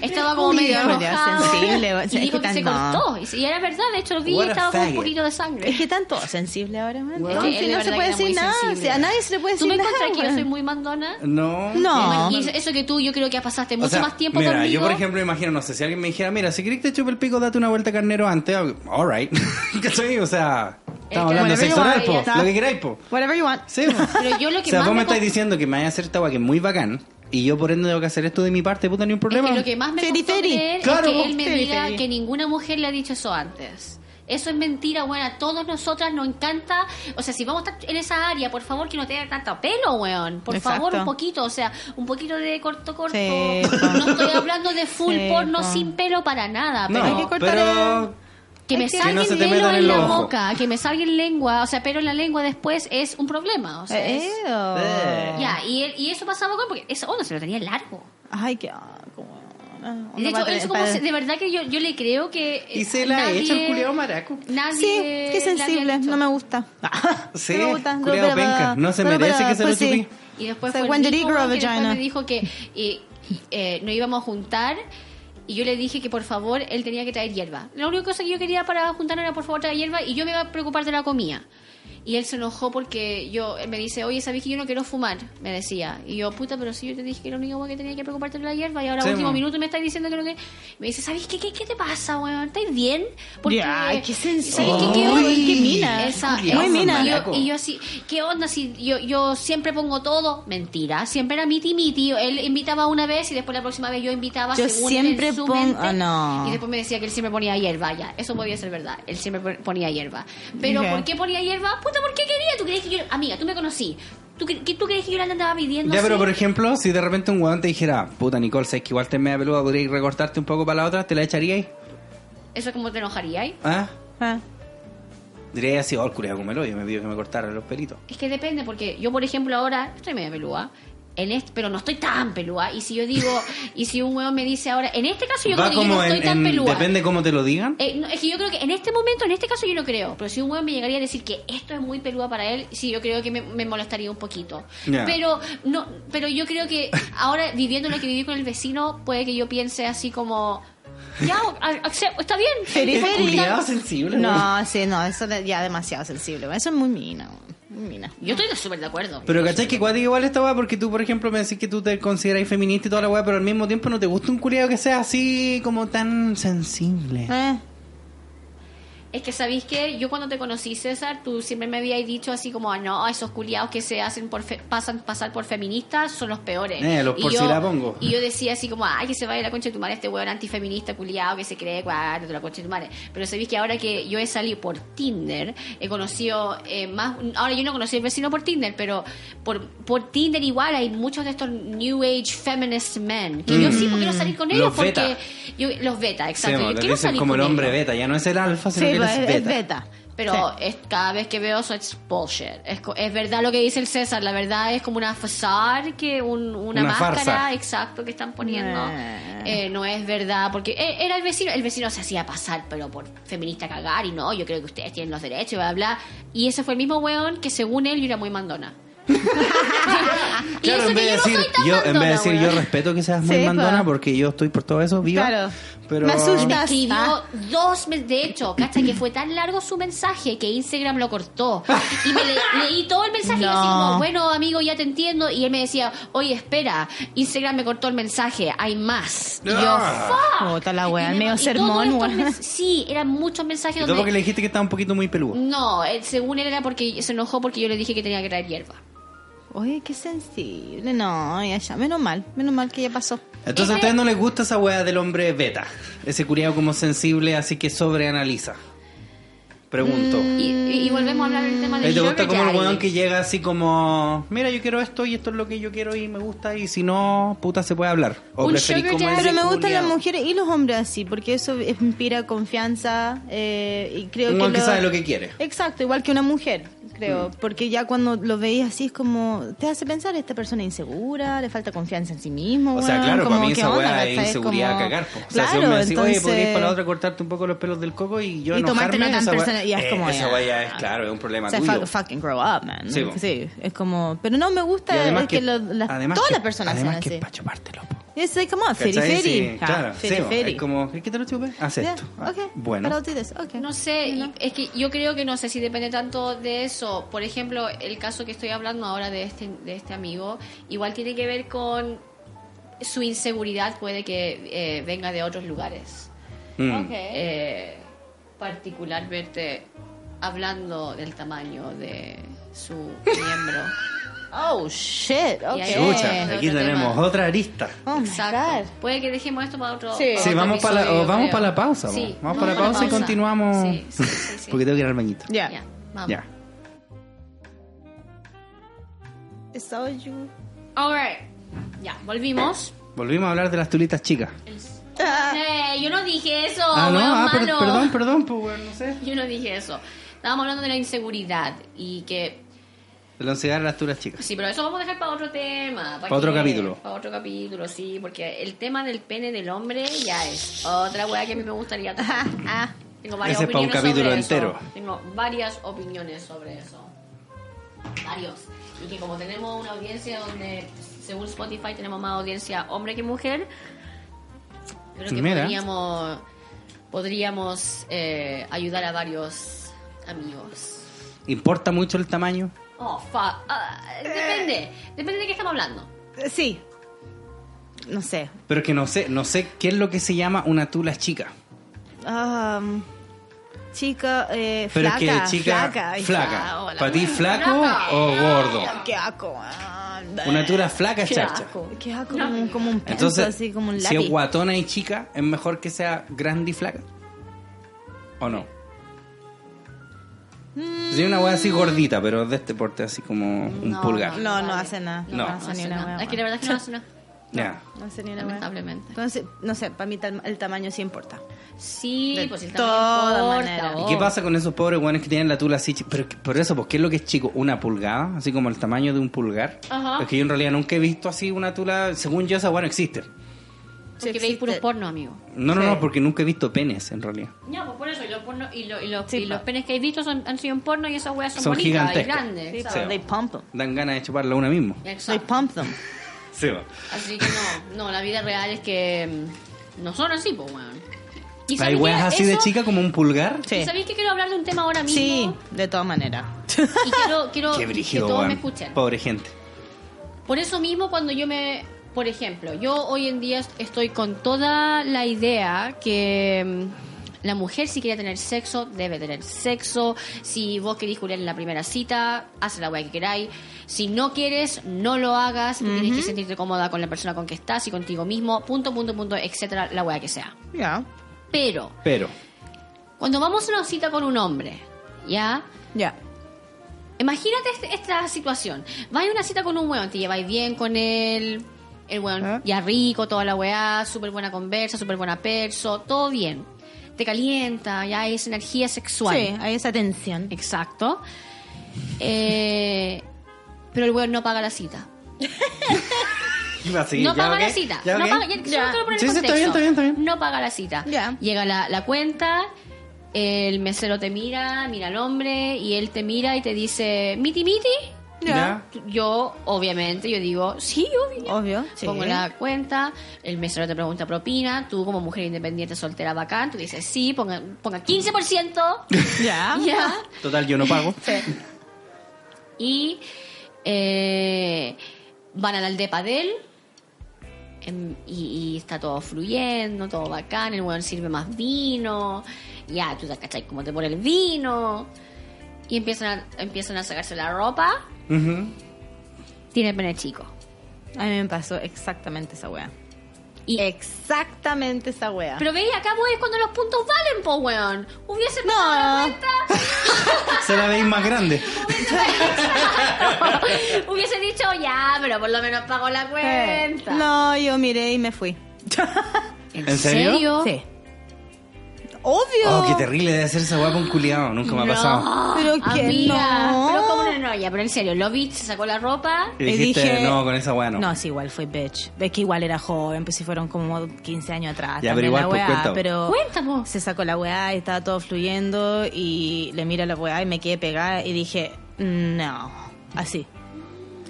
estaba como medio
Culiao, medio
enojado.
sensible, weón. Es
y
que
dijo que se
tan- no.
cortó. Y se- Y era verdad, de hecho lo vi y
What a
estaba como un
faggot.
poquito de sangre.
Es que tanto sensible ahora, man.
Weón,
No,
él de
si no se
verdad
puede
que era muy
decir nada.
sensible.
si a nadie se le puede
¿Tú
decir
me
nada.
encontrás que yo
weón.
soy muy mandona?
No.
No.
Y eso- eso que tú, yo creo que pasaste
O
mucho
sea,
más tiempo
mira,
conmigo.
yo por ejemplo imagino, no sé, si alguien me dijera, mira, si querés que te chupe el pico, date una vuelta carnero antes, alright. ¿Cachai? O sea,
que-
estamos hablando de
Whatever
sexo
you
oral,
want,
po,
ya está.
lo que queráis, po.
Whatever you want.
Sí, po.
Pero yo lo que
o sea,
más me
vos me estáis
costó-
diciendo que me vaya a hacer esta guay que es muy bacán y yo por ende tengo que hacer esto de mi parte, puta, ni un
Es
problema.
que lo que más me
Feri,
costó
Feri.
creer
Claro,
es que él me
Feri,
diga
Feri.
que ninguna mujer le ha dicho eso antes. Eso es mentira, weón. A todas nosotras nos encanta. O sea, si vamos a estar en esa área, por favor, que no tenga tanto pelo, weón. Por
Exacto.
favor, un poquito. O sea, un poquito de corto, corto.
Sí,
No estoy hablando de full
Sí,
porno
po.
sin pelo para nada.
no,
Pero
hay que cortar
pero...
que me
que-
salga
Que no
el
se te
pelo
metan
en
en
la
los ojos.
boca, que me salga en lengua. O sea, pero en la lengua después es un problema. O sea, es-
Ew.
Eh.
Ya, y, él- y eso pasaba con... Porque eso, oh, no, se lo tenía largo.
Ay, qué. ah, como- ah,
Y De
onda
hecho,
para-
él como
para-
se- de verdad que yo, yo le creo que. eh,
Y se la he
nadie-
hecho el culiao maraco.
Nadie.
Sí,
le
qué
había
sensible,
dicho.
no me gusta.
Sí,
No me gusta, no,
culiao
pero-
penca, no se
pero-
merece
pero,
que se
pues
lo
sí.
chupí.
Y después
So,
fue el
when did he
mismo
grow a
que después
vagina?
me dijo que eh, eh, no íbamos a juntar. Y yo le dije que por favor él tenía que traer hierba. La única cosa que yo quería para juntar era por favor traer hierba y yo me iba a preocupar de la comida. Y él se enojó porque yo él me dice, oye, ¿sabes que yo no quiero fumar? Me decía. Y yo, puta, pero si yo te dije que lo único que tenía que preocuparte era la hierba y ahora
Sí,
último
bueno.
minuto me estás diciendo que no que... Me dice, ¿sabes qué? ¿Qué, qué te pasa, weón? ¿Estás bien? Porque,
Ya, qué
¿sabes
sensible.
qué?
Qué mina.
Esa,
Muy
esa-
mina.
Y yo, y yo así, ¿qué onda si yo, yo siempre pongo todo? Mentira, siempre era miti miti. Él invitaba una vez y después la próxima vez yo invitaba
Yo
según
siempre
él en su
pongo-
mente.
ah, no.
Y después me decía que él siempre ponía hierba, ya. Eso podía ser verdad. Él siempre pon- ponía hierba. Pero
Ya.
¿por qué ponía hierba? Puta, ¿por qué quería? ¿Tú crees que yo, amiga, tú me conocí? ¿Tú, cre- que, ¿tú crees que yo la andaba pidiendo?
Ya, pero
así?
por ejemplo, si de repente un weón te dijera, puta Nicole, sabes que igual te media peluda, podrías recortarte un poco para la otra, ¿te la echaríais?
Eso es como te enojaría. ¿eh?
¿Ah?
Ah.
Diría así, oh, el culiao como yo me pidió que me cortaran los pelitos.
Es que depende, porque yo, por ejemplo, ahora estoy media pelúa. En este, pero no estoy tan pelúa. Y si yo digo, y si un huevón me dice ahora, en este caso yo creo que yo no estoy tan pelúa.
depende cómo te lo digan.
Eh, no, es que yo creo que en este momento, en este caso, yo no creo. Pero si un hueón me llegaría a decir que esto es muy peluda para él, sí, yo creo que me, me molestaría un poquito.
Ya.
Pero no pero yo creo que ahora, viviendo lo que viví con el vecino, puede que yo piense así como... Ya, a- accept- está bien.
Feliz,
Está-
feliz.
culiao sensible, weón.
No, sí, no, eso de- ya demasiado sensible. Eso es muy mina. Muy mina.
Yo estoy súper de acuerdo.
Pero cachai que cuática igual esta weá, porque tú, por ejemplo, me decís que tú te consideráis feminista y toda la weá, pero al mismo tiempo no te gusta un culiado que sea así como tan sensible.
Eh,
Es que sabéis que yo cuando te conocí, César, tú siempre me habías dicho así como, "Ah, no, esos culiados que se hacen por fe- pasan pasar por feministas son los peores.
Eh, los por
yo-
si la pongo.
Y yo decía así como, ay, que se vaya la concha de tu madre este weón antifeminista culiado que se cree, guárdate la concha de tu madre. Pero sabéis que ahora que yo he salido por Tinder, he conocido eh, más, ahora yo no conocí al vecino por Tinder, pero por, por Tinder igual hay muchos de estos New Age feminist men. Que yo sí, porque quiero salir con
Mm. Los
ellos, porque
beta.
yo, los beta,
Sí,
exacto.
mo,
yo
le
quiero
dicen
salir
como
con
el hombre
ellos.
beta, ya no es el alfa,
Sí,
sino que él
pues,
es
es
beta.
beta. eh,
Pero es- cada vez que veo eso es bullshit. Es, co- es verdad lo que dice el César, la verdad es como una facade, que un- una,
Una
máscara,
farsa.
exacto, que están poniendo.
Nah.
Eh, no es verdad, porque eh, era el vecino, el vecino se hacía pasar, pero por feminista cagar y no, yo creo que ustedes tienen los derechos y bla, bla. bla. Y ese fue el mismo weón que según él yo era muy mandona. Y eso que yo no soy tan
yo, en vez de
mandona, pues.
decir, yo
weón.
respeto que seas muy
Sí,
mandona
pa.
porque yo estoy por todo eso viva.
Claro.
Pero
Me
Y me
asusta.
escribió
Ah.
dos meses. De hecho, cacha que fue tan largo su mensaje que Instagram lo cortó. Y me le- leí todo el mensaje y yo así
No.
como, bueno, amigo, ya te entiendo. Y él me decía, oye, espera, Instagram me cortó el mensaje, hay más. Y yo,
Ah.
fuck.
Puta la
Y
wea,
me-
medio
y todos
sermón,
estos
weón.
mes- Sí, eran muchos mensajes
Y
donde.
todo porque le dijiste que estaba un poquito muy peludo.
No, él- según él era porque se enojó porque yo le dije que tenía que traer hierba.
Oye, qué sensible. No, ya, ya. Menos mal, menos mal que ya pasó.
Entonces a
Ese-
ustedes no les gusta esa weá del hombre beta. Ese curiado como sensible, así que sobreanaliza. Pregunto.
Y, y- y volvemos a hablar del tema
¿A ti
de
¿Te gusta
Sugar
como el
Daddy.
weón que llega así como, mira, yo quiero esto y esto es lo que yo quiero y me gusta y si no, puta, se puede hablar? ¿O
Un
preferís
sugar
como
daddy.
ese
Pero me gustan
culiao?
las mujeres y los hombres así, porque eso inspira confianza eh, y creo
Un
que,
weón que sabe lo que Mm. quiere.
Exacto, igual que una mujer, creo, porque ya cuando lo veis así es como te hace pensar esta persona es insegura, le falta confianza en sí mismo.
O sea,
weón,
claro,
como,
para mí
¿qué
esa
onda,
weá
¿cachai?
es inseguridad
como-
a cagar. po. O sea, si
Claro,
uno me decís, oye,
entonces...
podrías para la otra cortarte un poco los pelos del coco y yo
Y
enojarme.
tomártelo tan
esa weá-
personal, y es
Eh,
como,
Esa
ya.
weá ya es, claro, es un problema
O sea,
tuyo.
fuck- fucking grow up, man.
Sí,
Sí,
po.
es como... Pero no me
Y
gusta es que, lo- las-
además
todas
que-
las personas sean
Además que
así.
es para chupártelo, po.
Es like, come on, feri,
¿Cachai?
feri.
Sí,
Ah,
claro,
feri,
sí, po.
feri.
es como, ¿quieres que te lo chupe? Haz
Yeah,
esto. Ah,
okay.
Bueno.
But I'll do this, okay.
No sé, y- es que yo creo que no sé si depende tanto de eso. Por ejemplo, el caso que estoy hablando ahora de este, de este amigo, igual tiene que ver con su inseguridad, puede que eh, venga de otros lugares.
Mm.
Eh, particularmente hablando del tamaño de su miembro.
Oh, shit, okay.
Chucha,
Eh,
aquí
otro
tenemos
tema.
otra arista.
Oh, my
Exacto.
God.
Puede que dejemos esto para otro.
Sí.
para
Sí,
otro
vamos para la,
episodio,
o
yo
vamos
creo.
para la pausa.
Sí,
vamos, para la pausa y continuamos.
Sí, sí, sí, sí.
Porque tengo que ir al bañito.
Yeah.
Ya, vamos.
Ya.
It's all you.
Alright. Ya, volvimos.
Volvimos a hablar de las tulitas chicas.
Eh, yo no dije eso,
ah, no,
weón
ah, per-
malo.
perdón, perdón, pues, weón, no sé.
Yo no dije eso. Estábamos hablando de la inseguridad y que...
De la ansiedad de las tulitas chicas.
Sí, pero eso vamos a dejar para otro tema.
Pa' otro capítulo.
Para otro capítulo, sí, porque el tema del pene del hombre ya es otra weá que a mí me gustaría tocar. Tengo varias
Ese es pa' un
opiniones
capítulo
sobre eso.
entero.
Tengo varias opiniones sobre eso. Varios. Y que como tenemos una audiencia donde, según Spotify, tenemos más audiencia hombre que mujer, creo que
Mira.
podríamos, podríamos eh, ayudar a varios amigos.
¿Importa mucho el tamaño?
Oh, fa- ah, depende. Depende de qué estamos hablando.
Eh, Sí. No sé.
Pero que no sé, no sé qué es lo que se llama una tula chica.
Um, chica, eh,
Pero
flaca.
es que chica
flaca. ay,
ya, hola.
¿Para ti flaco
Flaca.
o gordo?
fa- Qué asco. man.
Una tula flaca es
Qué
charcha.
asco.
Qué asco, como, un- como un penso,
Entonces,
así como un
si
lápiz.
es guatona y chica, ¿es mejor que sea grande y flaca? ¿O no? Sería una wea así gordita, pero de este porte así como un
No,
pulgar.
Mm. no, no
Vale.
hace nada.
No.
No, hace ni una hueá.
Es que la verdad es que no hace nada.
Ya.
No hace ni una hueá.
Lamentablemente.
Entonces, no sé, para mí tal- el tamaño sí importa.
Sí,
De
pues el
todas
tamaño
maneras.
importa,
¿Y qué
oh.
pasa con esos pobres weones que tienen la tula así? chi- Pero, por eso, pues, ¿qué es lo que es chico? ¿Una pulgada? Así como el tamaño de un pulgar.
Ajá.
Es que yo en realidad nunca he visto así una tula. Según yo, esa weá no existe.
Sí
Porque veis
existe.
puros porno, amigo.
No, no,
Sí.
no, porque nunca he visto penes en realidad.
Ya, pues por eso, y los, porno, y lo- y los,
Sí,
y los
pa.
penes que he visto son- han sido en porno y esas weas son,
Son
bonitas y
gigantescas.
grandes.
Sí,
¿sabes?
pero they pump them.
Dan ganas de chuparla a una mismo.
They
Exacto.
pump them.
Sí, va.
Así que no, no, la vida real es que mm, no son así, pues weón. ¿Y
Hay
sabéis
weas
qué?
así de
Eso-
chica como un pulgar.
Sí.
¿Y sabéis que quiero hablar de un tema ahora mismo?
Sí, de todas maneras.
Y quiero, quiero
Qué brígido,
que todos
weón.
me escuchen.
Pobre gente.
Por eso mismo cuando yo me... Por ejemplo, yo hoy en día estoy con toda la idea que mm, la mujer si quiere tener sexo, debe tener sexo. Si vos querés culiar en la primera cita, haz la weá que queráis. Si no quieres, no lo hagas. Tú Tienes que sentirte cómoda con la persona con que estás y contigo mismo, punto, punto, punto, etcétera, la weá que sea.
Ya.
Pero,
Pero,
cuando vamos a una cita con un hombre, ¿ya?
Ya.
Imagínate este- esta situación. Vas a una cita con un weón, te lleváis bien con él, el weón
¿Ah?
ya rico, toda la weá, súper buena conversa, súper buena perso, todo bien. te calienta, ya hay esa energía sexual.
Sí, hay esa tensión.
Exacto. Eh, pero el weón no paga la cita.
Iba a seguir,
no
¿ya,
paga
ok?
la cita.
¿Ya,
no
ok?
paga, ya, solo quiero poner
Sí,
el
sí, está bien,
contexto.
está bien, está bien.
No paga la cita.
Ya.
Llega la, la cuenta, el mesero te mira, mira al hombre, y él te mira y te dice, miti, miti.
Ya.
Yo, obviamente, yo digo, sí, obvio.
Obvio, sí.
Pongo la cuenta, el mesero te pregunta propina, tú como mujer independiente soltera bacán, tú dices, sí, ponga, ponga 15%,
Ya.
ya.
Total, yo no pago.
Y eh, van al aldepa de él em, y, y está todo fluyendo, todo bacán, el weón sirve más vino, ya tú te cachai cómo te pone el vino. Y empiezan a, empiezan a sacarse la ropa,
Ujú.
tiene pene chico.
A mí me pasó exactamente esa wea.
Y-
Exactamente esa wea.
Pero veis, acá pues es cuando los puntos valen, po weón. Hubiese pasado
No.
la
Se la veis más grande.
cuenta. Hubiese dicho, ya, pero por lo menos pago la
Eh,
cuenta.
No, yo miré y me fui.
¿En serio?
Sí. Obvio.
Oh, qué terrible de hacer esa guapa un culiado. Nunca me ha pasado.
Pero que
Amiga,
no.
pero como no, no, ya, pero en serio, lo vi, se sacó la ropa.
Y
Y
dijiste,
dije-
no, con esa guapa no.
No, sí, igual fue bitch. Es que igual era joven, pues si fueron como 15 años atrás.
Ya,
también
pero igual,
la
pues,
weá,
cuenta.
pero
Cuéntame.
se sacó la weá y estaba todo fluyendo y le mira la weá y me quedé pegada y dije, no, así.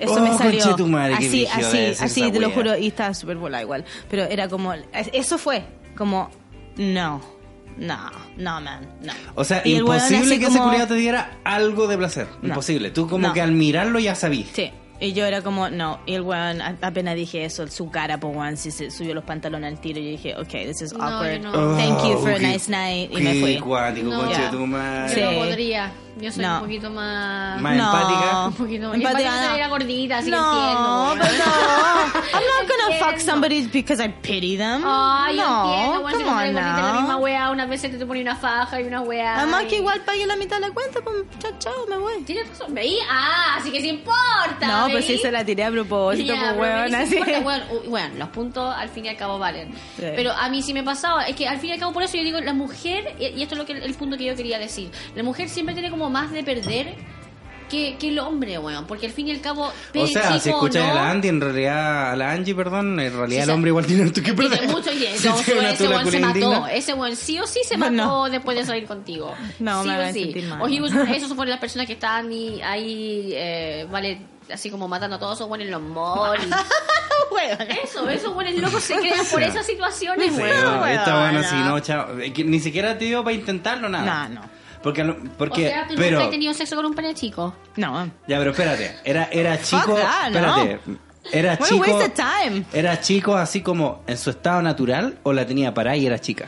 Eso
Oh,
me salió.
conchetumare, qué
así,
brígido
así,
debe ser
así,
esa
te lo
weá.
juro. Y estaba súper volada igual. Pero era como, es- eso fue, como, no, no, no, man, no.
O sea,
Y el weón
imposible
así
que ese
como-
culiado te diera algo de placer.
No.
Imposible. Tú como
No.
que al mirarlo ya sabí.
Sí. Y yo era como, no. Y el weón, a- apenas dije eso, su cara, pues weón, si se subió los pantalones al tiro. Y yo dije, ok, this is
No,
awkward.
yo no.
Oh,
Thank you for a
qué-
nice night. Y me
Qué
fui.
cuático,
No.
conche
Ya.
tu madre.
Yo no
Sí.
podría. Yo soy
No.
un poquito más.
Más empática.
Un poquito más.
Empática,
empática
no.
era gordita, así que
No,
entiendo.
but
weón.
no. I'm not gonna fuck
Entiendo.
somebody because I pity them.
Ay, yo
no,
entiendo, weón, si
come
no eres
on
gordita, la misma
now.
weá, unas veces te pone una faja y una weá.
Además
y-
que igual pagué la mitad de la cuenta, pues chao, chao, me voy.
Tienes razón, veí. Ah, así que sí importa.
No, pues
veí.
sí se la tiré a propósito,
Ya,
pues
pero me
weón,
dices,
así.
"Puta, weón, u- bueno, los puntos al fin y al cabo valen.
Sí.
Pero a mí sí me pasaba, es que al fin y al cabo por eso yo digo, la mujer, y y esto es lo que el punto que yo quería decir, la mujer siempre tiene como más de perder que, que el hombre, weón, porque al fin y al cabo...
O
pene
sea, si
chico o
escuchas
no,
a la Andy, en realidad, a la Angie, perdón, en realidad el
sa-
hombre igual tiene que
tiene
perder.
mucho y
Si
eso,
tiene una
ese
tula
weón se
culia
mató,
indigna.
ese weón sí o sí se mató
Bueno.
después de salir contigo.
No,
sí
me
o
van a
sí.
sentir mal.
O he was- esos fueron las personas que estaban y- ahí, eh, vale, así como matando a todos esos weones en los malls. y-
Weón.
Eso, esos buenos locos se crean por esas situaciones,
Sí,
weón.
no, esta
weón,
buena
no.
sí, no, chao. Eh, que Ni siquiera te dio para intentarlo, nada.
No, no.
Porque, a lo- porque
o sea, ¿tú
pero,
nunca has tenido sexo con un pene chico?
No.
Ya, pero espérate. Era, era chico.
that, no.
espérate. Era
What a
chico.
waste of time.
Era chico así como en su estado natural o la tenía para y era chica.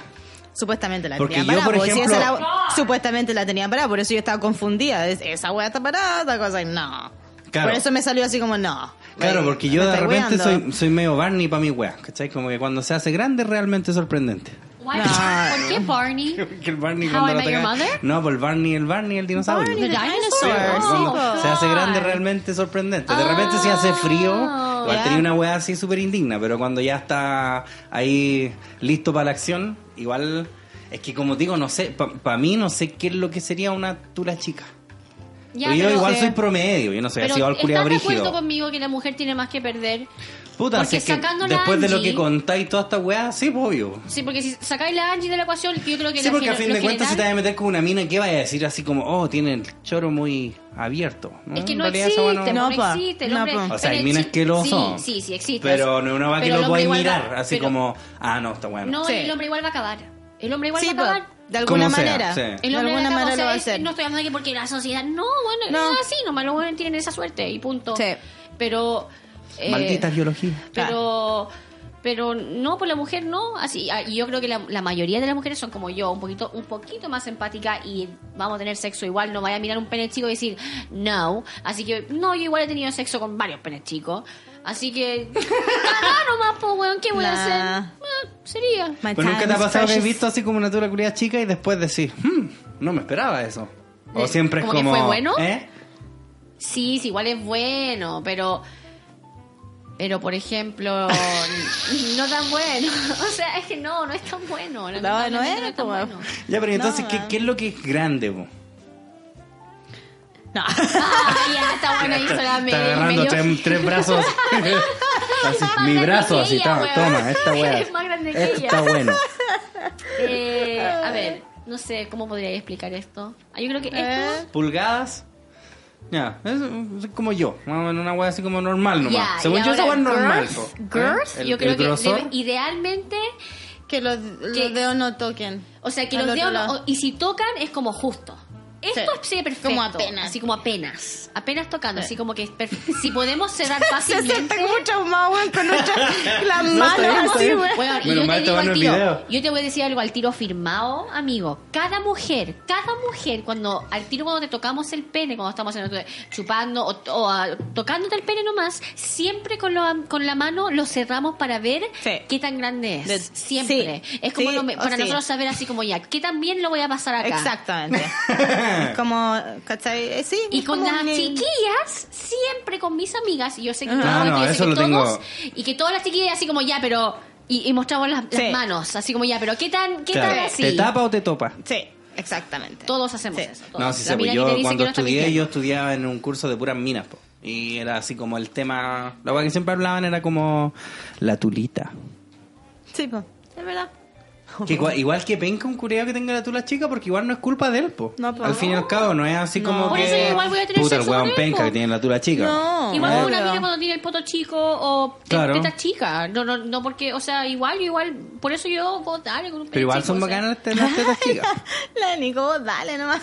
Supuestamente la
Porque
tenía
yo,
parada.
por
porque si
ejemplo-
esa la- supuestamente la tenía parada, por eso yo estaba confundida. Es- Esa weá está parada, esta cosa, y no.
Claro.
Por eso me salió así como no.
Claro,
Me-
porque
me
yo de
estáis
repente
weando.
soy, soy medio Barney para mi wea, ¿cachai? Como que cuando se hace grande es realmente sorprendente.
Why-
No.
¿Por qué Barney?
Que el Barney
How
cuando
I
lo
Met Your
atacan-
Mother?
No, por el Barney, el Barney, el dinosaurio.
Barney, the
Sí,
dinosaur.
dinosaur,
como
sí, Oh,
se hace
God.
grande realmente sorprendente. De repente si hace frío,
Ah.
igual
Ya.
tenía una weá así súper indigna, pero cuando ya está ahí listo para la acción, igual es que como digo, no sé, para mí no sé qué es lo que sería una tula chica.
Ya,
Pero yo
pero-
igual
sí.
soy promedio, yo no sé,
Pero
así va el culiado
¿estás de acuerdo
brígido.
conmigo que la mujer tiene más que perder?
Puta,
Porque
si es que
sacando la
después de lo
Angie-
que contáis toda esta weá, sí, pues, obvio.
Sí, porque si sacáis la Angie de la ecuación, yo creo que
Sí,
la
porque a
gene-
fin
los
de cuentas, si te vas
genitales-
a meter con una mina, ¿qué vas a decir? Así como, oh, tiene el choro muy abierto.
Es que
Mm, En
no existe,
realidad esa weá
no,
No, pa.
existe. El
No,
hombre,
pa.
O sea,
pero
hay minas
exi-
que lo
sí,
son.
Sí, sí, existe.
Pero no una va que
Pero el
lo
hombre
podáis
igual va-
mirar, así
pero-
como, ah, no, está bueno.
No,
Sí.
el hombre igual va a acabar. El hombre igual
Sí,
va a
pues,
acabar.
de alguna
Como sea,
manera.
sí.
El
De
hombre
alguna
acaba, o
manera
sea,
lo va a
es-
hacer.
No estoy hablando de que porque la sociedad. No, bueno,
No.
es así, nomás los buenos tienen esa suerte y punto.
Sí.
Pero. eh,
Maldita biología.
Pero. Pero no, pues la mujer no. Así, ah, y yo creo que la, la mayoría de las mujeres son como yo, un poquito un poquito más empática y vamos a tener sexo igual. No vaya a mirar un pene chico y decir, no. Así que, no, yo igual he tenido sexo con varios penes chicos. Así que, acá nomás, pues, weón, ¿qué voy a
Nah.
hacer? Ah, sería.
My
Pero nunca
time
te ha
is
pasado que has
precious.
visto así como una tula culiada chica y después decís, hmm, no me esperaba eso. O
Eh,
siempre es
¿como que
como.
fue bueno?
¿eh?
Sí, sí, igual es bueno, pero Pero, por ejemplo, no tan bueno. O sea, es que no, no es tan bueno. lamentablemente
no era
es tan
como-
bueno.
Ya, pero entonces,
No,
¿qué,
ah.
¿qué es lo que es grande, po?
No.
Ah, ya, está bueno, hizo la
Está agarrando tres, tres brazos. Así,
más
mi
grande
brazo,
que
así,
ella,
toma,
weón.
toma, esta weá.
Es más grande que
Esto
ella.
está bueno.
Eh, a ver, no sé, ¿cómo podría explicar esto? Ah, Yo creo que
Eh,
esto...
Pulgadas. Ya, es, es como yo. más o menos Una weá así como normal nomás.
Ya,
Según
y
yo, esa weá
ahora
es normal.
girth,
po.
girth,
¿Eh? El-
yo creo
el
que
grosor.
debe- idealmente...
Que los, los
Que-
dedos no toquen.
O sea, que
Al
los
otro
dedos... no-
lado.
o- y si tocan, es como justo. Esto
Sí.
es perfecto.
Como apenas.
Así como apenas. Apenas tocando.
Sí.
Así como que es perfe- Si podemos cerrar
Se siente
fácilmente...
como traumado, weón, con nuestras las manos
está bien, está
así,
bien.
weón.
Bueno, y
Menos
yo
mal
te digo
estaban
al
en
tiro,
video.
yo te voy a decir algo al tiro firmado, amigo. Cada mujer, cada mujer, cuando al tiro cuando te tocamos el pene, cuando estamos haciendo- chupando o, o, ah, tocándote el pene nomás, siempre con, lo- con la mano lo cerramos para ver
Sí.
qué tan grande es.
De-
siempre.
sí.
Es como
Sí,
lo me-
o
para
sí.
nosotros saber así como ya, qué tan bien lo voy a pasar acá.
Exactamente. como, ¿cachai? Eh, sí.
Y
es
con
como
las
un-
chiquillas, siempre con mis amigas, y yo sé que,
Ah,
todas,
no,
yo sé
eso
que
lo tengo.
todos, y que todas las chiquillas así como ya, pero, y, y mostramos las, las
Sí.
manos, así como ya, pero ¿qué tan, qué
Claro,
tan así?
¿Te tapa o te topa?
Sí, exactamente.
Todos hacemos
Sí.
eso. todos.
No, sí,
La
sé, pues,
mina que te
yo
dice
cuando
que no está
estudié, yo
mintiendo.
estudiaba en un curso de puras minas, po. y era así como el tema, la weá que siempre hablaban era como la tulita.
Sí, po. Es verdad.
Que igual, igual que penca un cureo que tenga la tula chica, porque igual no es culpa de él, po.
No, po.
Al fin y al cabo, no es así como
Por
que...
eso yo igual voy a tener
Puta, el
sexo
weón
con él,
penca
po.
que tiene la tula chica.
No.
Igual como una
Obvio.
mina cuando tiene el poto chico o te-
Claro.
teta chica. No, no, no, porque, o sea, igual, igual, por eso yo puedo darle con un pene
Pero igual
chico,
son
o sea.
bacanas las tetas chicas.
La Nico, vos dale nomás.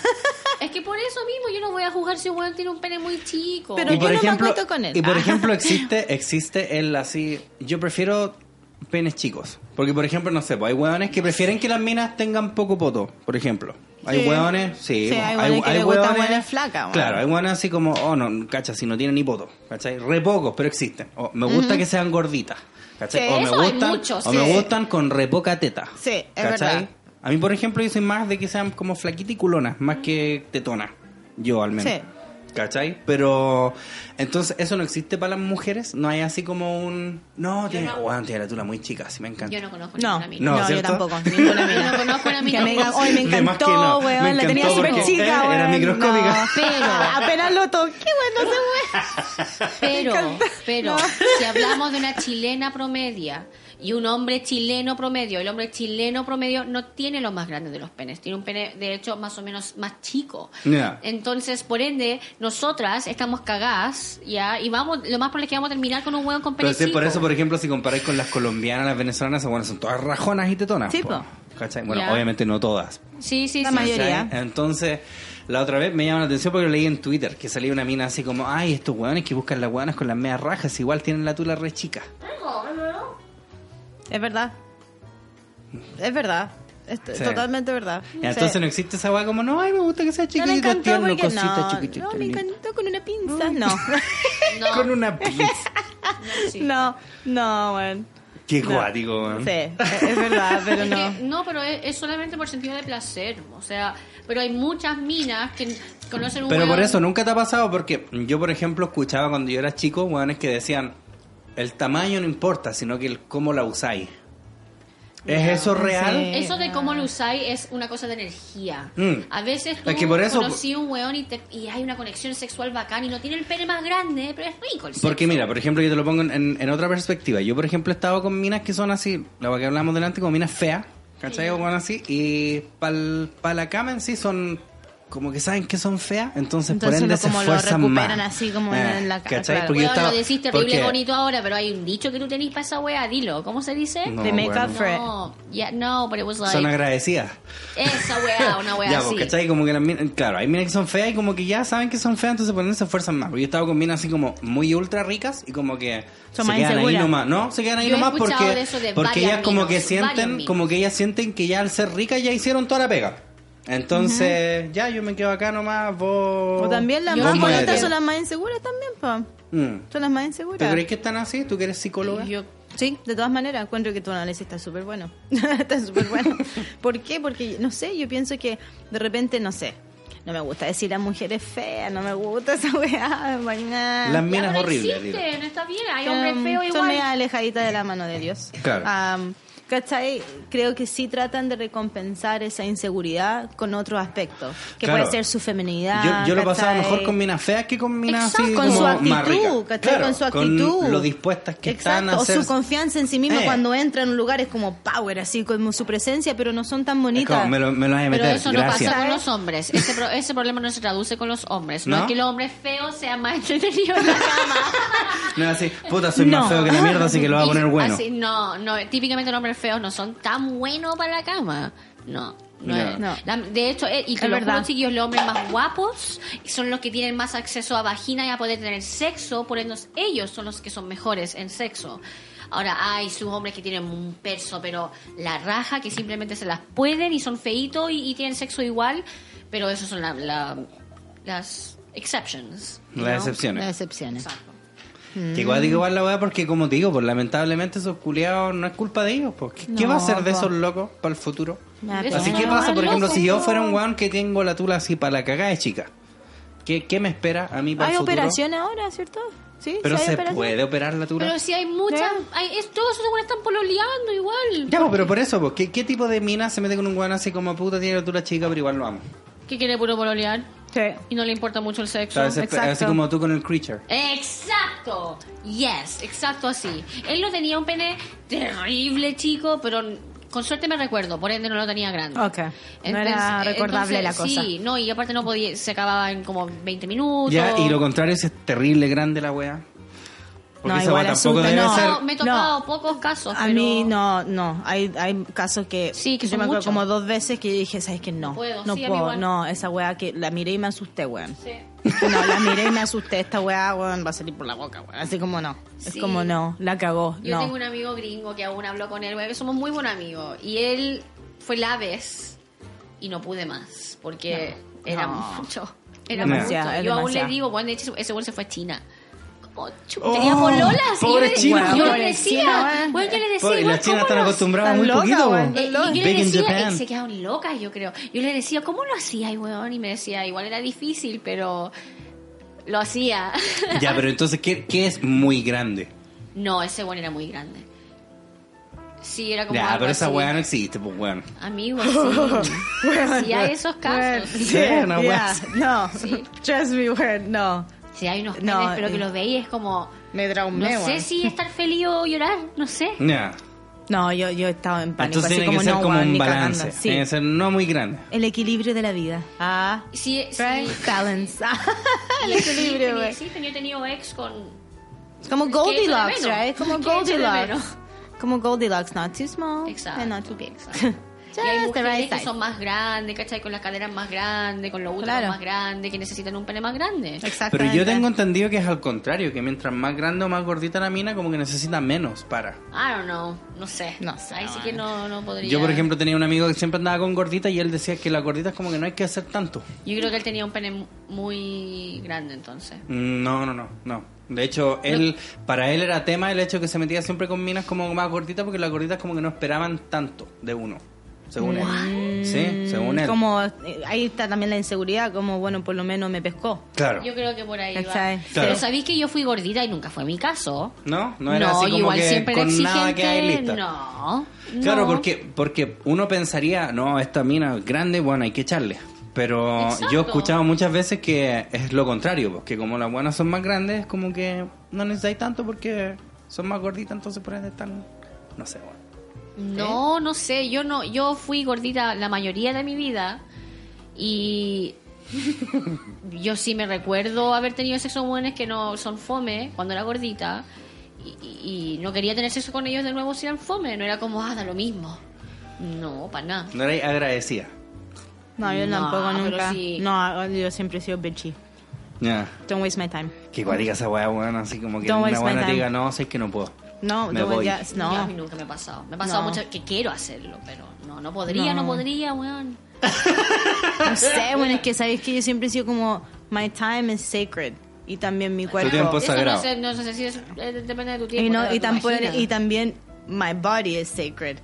Es que por eso mismo yo no voy a juzgar si un weón tiene un pene muy chico.
Pero-
y por
yo no me
ejemplo,
acuesto con él.
Y por
Ah.
ejemplo, existe, existe el así. Yo prefiero penes chicos. Porque, por ejemplo, no sé, pues, hay hueones que prefieren que las minas tengan poco poto, por ejemplo. Hay
Sí.
hueones, sí.
Sí, hay hueones que les gustan
hueones-
hueones flacas, hueón.
Claro, hay hueones así como, oh, no, cacha, si no tienen ni poto. ¿Cachai? Re pocos, pero existen. O me gusta que sean gorditas. ¿Cachai?
Sí,
o me
eso hay
gustan,
muchos,
o
sí.
me gustan con re poca teta.
Sí, es verdad.
A mí, por ejemplo, yo soy más de que sean como flaquita y culonas, más que tetonas. Yo al menos.
Sí.
¿Cachai? Pero entonces eso no existe para las mujeres, no hay así como un... No, tiene,
no.
Weón, tiene la tula muy chica, sí me encanta.
yo no conozco
No,
ninguna mina.
No,
no, yo
¿cierto?
tampoco. Ninguna mina.
Yo no conozco una mina.
Que me digan, hoy me
De más que
encantó,
no. Me
weón. la tenía
encantó
súper
porque, eh,
chica, weón.
era microscópica.
No, pero apenas lo toqué, weón, no sé, weón.
Pero,
Me encanta.
pero,
No.
si hablamos de una chilena promedia y un hombre chileno promedio, el hombre chileno promedio no tiene los más grandes de los penes, tiene un pene, de hecho, más o menos más chico.
Ya.
Entonces, por ende, nosotras estamos cagadas, ¿ya? Y vamos, lo más probable es que vamos a terminar con un hueón con pene
Entonces
chico.
por eso, por ejemplo, si comparáis con las colombianas, las venezolanas, bueno, son todas rajonas y tetonas.
Sí,
po.
po.
¿Cachai? Bueno,
Ya.
obviamente no todas.
Sí, sí,
La
sí.
mayoría.
¿cachai? Entonces, la otra vez me llama la atención porque lo leí en Twitter, que salía una mina así como, ay, estos hueones que buscan las hueonas con las medias rajas, igual tienen la tula re chica.
Es verdad. Es verdad. Es t-
Sí.
totalmente verdad.
Y Entonces
Sí.
no existe esa hueá como, no, ay, me gusta que sea
no le
chiquitito,
encantó
tierno,
porque
cosita,
no,
chiquitito,
no, me
lindo.
encantó con una pinza. No,
No,
Con una pizza.
sí.
no, no, weón.
Qué
No.
cuático, weón.
Sí, es es verdad, pero
Es
no.
que- no, pero es, es solamente por sentido de placer. O sea, pero hay muchas minas que conocen un
Pero por
hueón-
eso nunca te ha pasado, porque yo, por ejemplo, escuchaba cuando yo era chico, weones que decían, el tamaño no importa, sino que el cómo la usáis. ¿Es eso real?
sé.
Eso de cómo lo usáis es una cosa de energía.
Ah. Mm.
A veces tú
Es que por eso-
conocí un weón y, te- y hay una conexión sexual bacán y no tiene el pene más grande, pero es rico el sexo.
Porque mira, por ejemplo, yo te lo pongo en, en- en otra perspectiva. Yo, por ejemplo, he estado con minas que son así, la que hablamos delante, como minas feas, ¿cachai? O bueno, así, y para la cama en sí son como que saben que son feas, entonces,
Entonces
por ende
lo- como
se
lo
esfuerzan
recuperan
más. Eh,
así como en- en la cara,
¿Cachai?
claro.
Porque yo
Weón,
estaba-
lo decís terrible
porque-
bonito ahora, pero hay un dicho que tú tenés para esa wea, dilo. ¿Cómo se dice?
No,
They make
weón.
up for it.
No, yeah, no, but it was like
Son agradecidas.
esa wea, una wea
ya,
así.
pues, ¿cachai? Como que las minas- claro, hay minas que son feas y como que ya saben que son feas, entonces por eso se esfuerzan más. Porque yo he estado con minas así como muy ultra ricas y como que
Son
se
más
quedan ahí
inseguras.
nomás, ¿no? Se quedan ahí
Yo he
nomás
escuchado
porque,
de eso de
porque
varias
ellas como
minas,
que
varias
sienten,
minas.
como que ellas sienten que ya al ser ricas ya hicieron toda la pega. Entonces, ya, yo me quedo acá nomás, vos...
O también las
Yo
más
como
bonitas
que-
son las más inseguras también, po.
Mm.
Son las más
¿Tú
inseguras.
crees que están así? ¿Tú que eres psicóloga?
Yo- sí, de todas maneras, encuentro que tu análisis está súper bueno. está súper bueno. ¿Por qué? Porque, no sé, yo pienso que de repente, no sé, No me gusta decir a mujeres feas, no me gusta esa weá, vaina.
Las minas
no
horribles, digo.
existe, no está bien, hay
Son-
hombres feos
Son
igual.
media alejaditas de la mano de Dios.
Claro.
Am, ¿Cachai? Creo que sí tratan de recompensar esa inseguridad con otro aspecto, que
Claro.
puede ser su feminidad.
Yo, yo lo pasaba
¿cachai?
mejor con minas feas que con minas así
Exacto. Con
como
su actitud,
más ricas.
¿cachai?
Claro,
con su actitud.
lo dispuestas que
Exacto,
están a
o
hacer.
su confianza en sí misma
Eh.
cuando entra en un lugar es como power, así como su presencia, pero no son tan
Es
bonitas.
como, me lo, me lo vas a
Pero
meter,
eso no
gracias.
pasa con los hombres. Ese, pro- ese problema no se traduce con los hombres. No,
¿No?
es que los hombres feos sean más entretenidos en la cama.
No es así, puta, soy más
No.
feo que la mierda, así que lo voy a
Y
poner bueno.
así, no, no, típicamente los hombres feos no son tan buenos para la cama. No. No,
Ya.
es-
No.
La- de hecho, eh, y te
Es
lo
verdad.
juro, chiquillos, los hombres más guapos son los que tienen más acceso a vagina y a poder tener sexo, por ende ellos son los que son mejores en sexo. Ahora, hay sus hombres que tienen un perso, pero la raja, que simplemente se las pueden y son feitos y, y tienen sexo igual, pero esos son la- la- las exceptions.
Las excepciones.
Las excepciones.
Exacto.
Que
Mm.
igual digo igual la weá porque, como te digo, pues lamentablemente esos culiados no es culpa de ellos. Pues. ¿Qué, qué
No,
va a ser de
po.
esos locos para el futuro?
Una
Así
Así
Eso
que
no
pasa,
vale,
por ejemplo,
no,
si yo
po.
fuera un weón que tengo la tula así para la cagada de chica, ¿qué, ¿qué me espera a mí para
Hay
el futuro?
operación ahora, ¿cierto? Sí,
Pero
sí hay
se
operación.
puede operar la tula.
Pero si hay muchas,
¿Eh?
hay, es, todos esos güeyes están pololeando igual.
Ya, pues, pero por eso, pues, ¿qué, qué tipo de mina se mete con un weón así como puta tiene la tula chica, pero igual lo amo?
¿Qué quiere puro pololear?
Sí.
Y no le importa mucho el
O
sexo.
sea, ese-
exacto.
así como tú con el creature.
Exacto. Yes, exacto así. Él no tenía un pene terrible, chico, pero con suerte me recuerdo, por ende no lo tenía grande.
Ok. No era recordable la cosa.
Sí, no, y aparte no podía, se acababa en como 20 minutos.
Ya, y lo contrario ese es terrible grande la weá. Porque
No,
esa
igual
weá tampoco
asusta,
debe
no.
ser.
No, me he tocado pocos casos.
A
pero
mí no, no. Hay, hay casos que.
Sí, que
yo
son
me acuerdo
muchos.
como dos veces que dije, ¿sabes que No,
No puedo,
no
sí, a mí
puedo.
igual.
No, esa weá que la miré y me asusté, weón.
Sí.
No, la miré y me asusté. Esta weá, weón, va a salir por la boca, weón. Así como no. Es
Sí.
como no, la cagó.
Yo
no.
tengo un amigo gringo que aún habló con él, güey, somos muy buenos amigos. Y él fue la vez y no pude más, porque era
no.
mucho. Era
Demasiado,
mucho.
es
Yo aún le
demasiado.
digo, bueno, de hecho, ese güey se fue a China. Como, chu-
Oh,
tenía pololas. Y yo
pobre
le-
China.
yo le
Pobre eh. China,
decía,
güey.
bueno, yo le decía,
Pobre, y
güey,
las chinas están
¿cómo lo-
acostumbradas a muy
Están
poquito,
locas,
weón.
eh, y yo le
Big in
decía, eh,
Japan.
se quedaron locas, yo creo. Yo le decía, ¿cómo lo hacía, weón? Y me decía, igual era difícil, pero lo hacía.
Ya, pero entonces, ¿qué, qué es muy grande?
no, ese weón era muy grande. Sí, era como.
Ya,
algo
pero esa
así.
weá no existe, pues weón.
Amigo, sí. sí hay esos casos.
Weón,
Sí,
sí,
Yeah, no,
yeah, no.
Sí.
Trust me, weón, no.
hay unos
No,
memes, pero que
eh.
los veis es como...
Me
No
traumé,
sé
weón.
si estar feliz o llorar, no sé.
Ya.
No, yo, yo estaba en pánico.
Entonces
así
tiene
como
que ser
no,
como
weón,
un
ni
balance.
cagando.
Tiene que
Sí.
ser no muy grande.
El equilibrio de la vida. Ah.
Sí, sí.
Right. Balance.
Y
El
sí,
equilibrio,
tenía-
güey.
Sí, tenía- yo he tenido ex con...
Como
que echo de
Goldilocks,
menos.
right? Como
Que echo de
Goldilocks.
menos.
Como Goldilocks, not too small
Exacto.
and not too big.
exacto. Y hay
Just the
mujeres
right
que
size.
son más grandes, ¿cachai? Con las caderas más grandes, con los úteros
Claro.
más grandes, que necesitan un pene más grande.
Pero yo
Exactamente.
tengo entendido que es al contrario, que mientras más grande o más gordita la mina, como que necesita menos para.
I don't know, no sé.
No sé,
Ahí sí
bueno.
que no, no podría...
Yo, por ejemplo, tenía un amigo que siempre andaba con gorditas y él decía que las gorditas como que no hay que hacer tanto.
Yo creo que él tenía un pene mu- muy grande entonces.
No, no, no, no. De hecho, él, para él era tema el hecho que se metía siempre con minas como más gorditas porque las gorditas como que no esperaban tanto de uno, según él. Sí, según él.
Como, eh, ahí está también la inseguridad, como, bueno, por lo menos me pescó.
Claro.
Yo creo que por ahí va.
¿Cachai?
Claro.
Pero sabéis que yo fui gordita y nunca fue mi caso.
No, no era así
yo
como
igual
que
siempre era
con nada
exigente.
que hay lista.
No.
Claro,
no.
porque porque uno pensaría, no, esta mina es grande, bueno, hay que echarle. Pero yo he
Exacto.
escuchado muchas veces que es lo contrario, pues, que como las buenas son más grandes, como que no necesitáis tanto porque son más gorditas, entonces por ende están, no sé, bueno. ¿eh?
No, no sé. Yo no, yo fui gordita la mayoría de mi vida y yo sí me recuerdo haber tenido sexo con buenos que no son fome cuando era gordita y, y- y no quería tener sexo con ellos de nuevo si eran fome. No era como ah da lo mismo. No, para nada.
No erais agradecida.
No, yo
No,
tampoco
pero
nunca.
sí.
No, yo siempre he sido bitchy.
Ya.
Don't waste my time.
Que igual diga esa weá, weón, así como que
Don't
una
waste my
buena
time.
diga, no, sé que no puedo.
No,
me
don't-
voy.
ya-
Ya, a
no.
mí nunca me ha pasado. Me ha pasado
No.
mucho que quiero hacerlo, pero no, no podría, no,
No.
podría, weón.
No sé, bueno, es que sabéis que yo siempre he sido como, my time is sacred. Y también mi cuerpo.
tiempo es
Eso
sagrado.
no sé, no sé si es, eh, depende de tu tiempo.
Y, no,
de
y,
tu
tampo-
vagina.
y también, my body is sacred.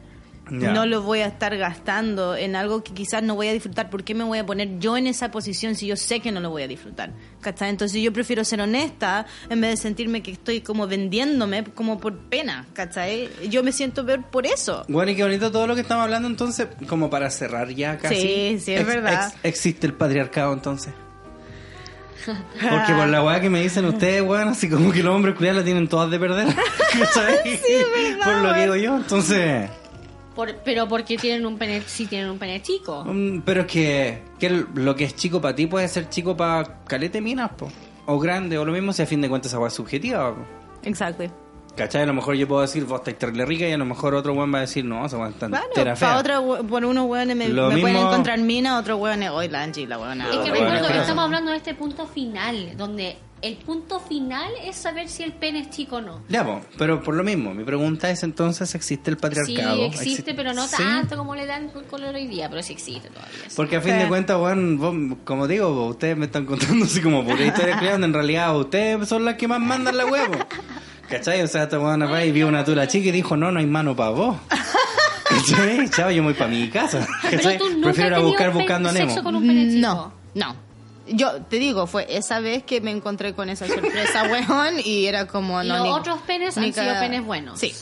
Ya.
No lo voy a estar gastando en algo que quizás no voy a disfrutar. ¿Por qué me voy a poner yo en esa posición si yo sé que no lo voy a disfrutar? ¿Cachai? Entonces yo prefiero ser honesta en vez de sentirme que estoy como vendiéndome como por pena. ¿Cachai? Yo me siento peor por eso.
Bueno, y qué bonito todo lo que estamos hablando entonces, como para cerrar ya casi.
Sí, sí, es verdad.
existe el patriarcado entonces. Porque por la weá que me dicen ustedes, weón, así como que los hombres culiados la tienen todas de perder. ¿cachai? por lo que digo yo, entonces.
Por- pero porque tienen un pene, sí tienen un pene chico.
mm, Pero es que, que lo que es chico para ti puede ser chico para calete minas, po. O grande, o lo mismo si a fin de cuentas esa weá es subjetiva, po.
Exacto.
¿Cachai? A lo mejor yo puedo decir, vos estás terrible rica, y a lo mejor otro weón va a decir, no, esa weá está
Claro,
entera
pa'
fea.
otra hue- por unos hueones me,
Lo
me pueden
mismo-
encontrar mina, otros hueones, hoy la Angie, la hueona.
Es que
Ah, bueno,
recuerdo que
claro.
estamos hablando de este punto final, donde el punto final es saber si el pene es chico o no.
Ya, po, pero por lo mismo, mi pregunta es entonces, ¿existe el
Sí,
patriarcado?
existe,
¿Exi-
pero no
¿Sí?
tanto como le dan el color hoy día, pero sí existe todavía. sí.
Porque a fin de cuentas, weón, vos- como digo, vos, ustedes me están contando así como pura historia culiao, donde en realidad ustedes son las que más mandan la huevo. ¿Cachai? O sea, esta weón acá y vio una tula chica y dijo, no, no hay mano para vos. ¿Cachai? Chavo, yo me voy para mi casa.
Pero
¿Cachai?
tú nunca
Prefiero ir a
has
buscar
tenido pe-
buscando a Nemo.
sexo con un pene chico.
No, no. Yo te digo, fue esa vez que me encontré con esa sorpresa, hueón, y era como...
Y
No,
los
ni-
otros penes han
ni
sido
cagada.
penes buenos.
Sí.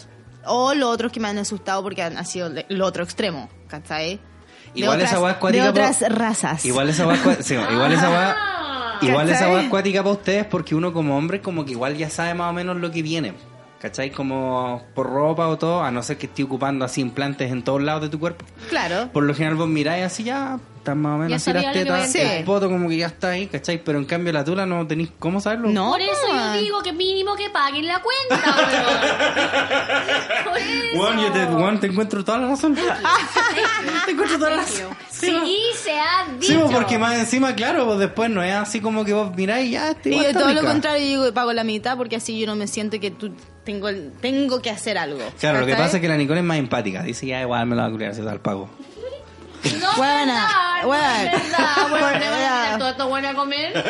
O los otros que me han asustado porque han, ha sido le- el otro extremo, ¿cachai? De
Igual
otras-
esa weá es cuática,
De
po.
otras razas.
Igual esa weá, es cua- sí, igual esa weá,
Ah.
igual esa weá
¿Cachai?
es cuática para ustedes porque uno como hombre como que igual ya sabe más o menos lo que viene. ¿Cachai? Como por ropa o todo, a no ser que esté ocupando así implantes en todos lados de tu cuerpo.
Claro.
Por lo general vos miráis así ya, estás más o menos
Ya
así
sabía
las
lo que
tetas,
iba a
decir.
el poto como que ya está ahí, ¿cachai? Pero en cambio la tula no tenéis cómo saberlo.
No,
Por eso yo
weón.
digo que mínimo que paguen la cuenta, weón. Por eso.
Juan, yo te, Juan, te encuentro toda la razón. te encuentro toda la
Thank
razón.
you. Sí, se ha dicho.
Sí, vos, porque más encima, claro, vos después no es así como que vos miráis ya, este
Y
igual
yo
está
todo lo
rica.
contrario, yo digo, pago la mitad porque así yo no me siento que tú tengo, el- tengo que hacer algo.
Claro, lo que
¿cachai?
pasa es que la Nicole es más empática. Dice, ya igual me la va a culiar, se da el pago.
No, es
Buena,
verdad,
buena.
No es verdad. Bueno,
Buena.
¿le van a meter todo esto bueno a comer?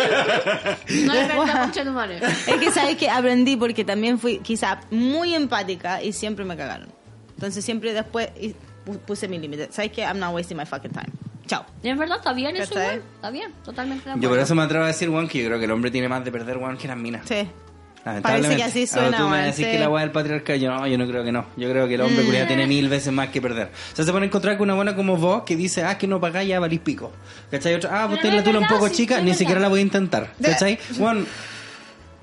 No es verdad, concha tu madre.
Es que sabes que aprendí porque también fui quizá muy empática y siempre me cagaron. Entonces siempre después y pu- puse mi límite. Sabes que I'm not wasting my fucking time. Chao.
Es verdad, está bien eso,
¿Cachai?
igual. Está bien, totalmente de
Yo por
acuerdo.
eso me atrevo a decir, Juan, que yo creo que el hombre tiene más de perder, Juan, que las minas.
Sí.
Lamentablemente.
Parece que así
Ahora
suena,
tú me
weón,
decís
sí.
que la weá del patriarcado, yo no, yo no creo que no. Yo creo que el hombre culiado
Mm.
tiene mil veces más que perder. O sea, se pone a encontrar con una buena como vos que dice, ah, que no pagáis, ya valís pico. ¿Cachai? Otra, ah, vos
Pero no
tenés la
es
tula un
verdad,
poco
sí,
chica,
es
ni
verdad.
siquiera la voy a intentar. ¿Cachai? Juan,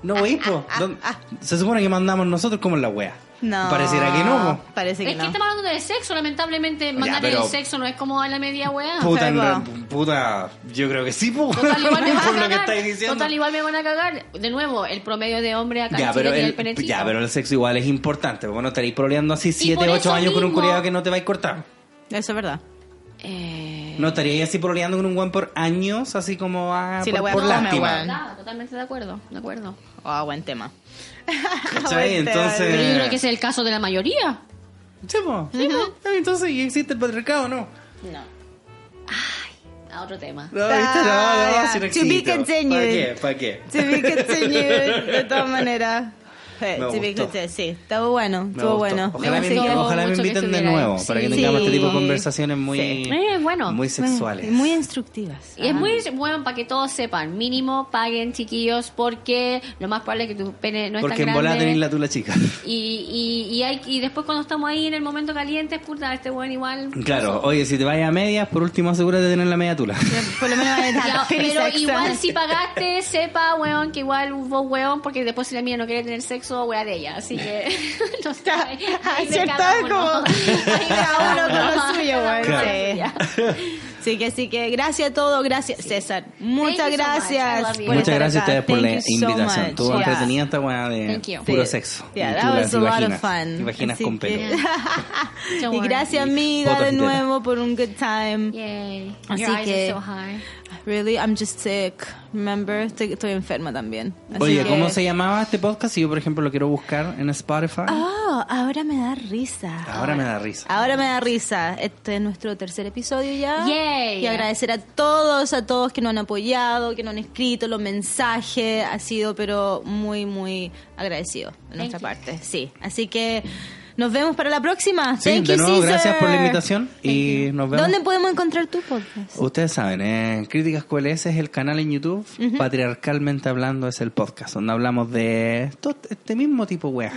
no wey, po.
Ah,
¿Dónde- Se supone que mandamos nosotros como en la wea.
No.
Pareciera que no, po.
Parece que
Es
no.
que estamos hablando de sexo, lamentablemente. Mandar
pero-
el sexo no es como a la media weá.
Puta, en
po.
re- puta, yo creo que sí, po.
Total, igual me van
por lo
a
que
cagar.
estáis diciendo.
Total, igual me van a cagar. De nuevo, el promedio de hombre acá en
Ya
Chile
pero,
tiene
el, pues
el pene chico.
ya, pero el sexo igual es importante. Vos no estaréis proleando así
por
7,
eso
8 años con un
mismo-
culiado que no te vais a cortar.
Eso es verdad.
Eh,
No estaríais así proleando con un guan por años, así como ah,
Sí, la
por,
wea
por
come,
lástima.
weón.
nada, totalmente de acuerdo, de acuerdo.
Ah, buen tema.
Pero yo
¿Cachai?
creo que
Entonces.
ese es el caso de la mayoría.
Sí, po. Sí, po. Entonces, ¿y existe el patriarcado o no? Ah.
No.
A otro tema.
No, ¿viste? No, no,
Ah,
si no
to
existe.
be continued.
¿Para qué? ¿Para qué?
To be continued, de todas maneras. Eh,
Me
to be
gustó.
continued. Sí, estuvo bueno,
Me
estuvo
gustó.
bueno.
Ojalá me,
Me gustó
ojalá me
mucho que
inviten de
estuviera
nuevo
ahí.
para que
Sí.
tengamos este tipo de
Sí.
conversaciones muy,
Eh, bueno.
muy sexuales.
Muy instructivas.
Y es muy bueno para que todos sepan. Mínimo paguen, chiquillos, porque lo más probable es que tu pene no es
Porque en
tan
volada
grande.
tenéis la tula chica.
Y, y, y, hay, y después cuando estamos ahí en el momento caliente, puta, este weón igual...
Claro, oye, si te vayas a medias, por último asegúrate de tener la media tula.
Ah. Por lo menos
Ya, pero igual si pagaste, sepa, weón, que igual hubo weón, porque después si la mía no quiere tener sexo, weá de ella. Así que, no sé, ahí de
Acepta
cada uno.
ah, como- ahí cada uno con lo suyo,
Cada
weón.
uno con lo
Sí.
suyo.
Así que, así que, gracias a todos, gracias César.
Thank
Muchas
you so much, I love you.
gracias. por
Pues Muchas
estar
gracias a
acá.
ustedes por
Thank
la
you so
invitación.
much.
Estuvo
Yeah.
entretenida esta weá de
Thank you.
puro
Sí.
sexo.
Yeah,
Y
that
tulas
was
y
a lot
vaginas.
of fun.
Y vaginas
Así
con pene.
que- y gracias amiga
Fotos
de
y tetas.
nuevo por un good time.
Yay.
Así
Your eyes are
que-
so high.
Really, I'm just sick. Remember, estoy, estoy enferma también. Así
Oye,
que-
¿cómo se llamaba este podcast? Si yo, por ejemplo, lo quiero buscar en Spotify.
Oh, ahora me da risa.
Ahora me da risa.
Ahora me da risa. Este es nuestro tercer episodio ya.
Yay.
Y agradecer a todos, a todos que nos han apoyado, que nos han escrito, los mensajes. Ha sido, pero muy, muy agradecido de nuestra
Thank
parte. Sí. Así que Nos vemos para la próxima.
Sí,
Thank
de
you,
nuevo,
Caesar.
gracias por la invitación y nos vemos.
¿Dónde podemos encontrar tu podcast?
Ustedes saben, eh, Críticas QLS es el canal en YouTube, patriarcalmente hablando es el podcast, donde hablamos de todo este mismo tipo, weón.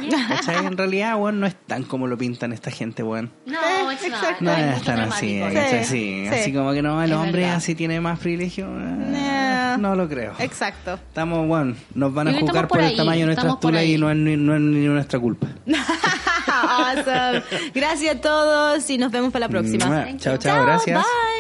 En realidad, weón, no es tan como lo pintan esta gente, weón.
Eh,
No, it's not.
No
Hay
es
mucho
tan así, eh.
dramático.
¿cachai?
Sí, sí.
Sí, así como que no, el
Es
hombre
verdad.
así tiene más privilegio. eh,
Nah.
No lo creo.
Exacto.
Estamos, weón, nos van a
Yo creo que
juzgar
estamos por
por, el
ahí,
tamaño de nuestras
estamos por
tulas y
ahí.
no es, ni- no es ni nuestra culpa.
awesome. Gracias a todos y nos vemos para la próxima.
Mua. Chao, chao, gracias.
Bye.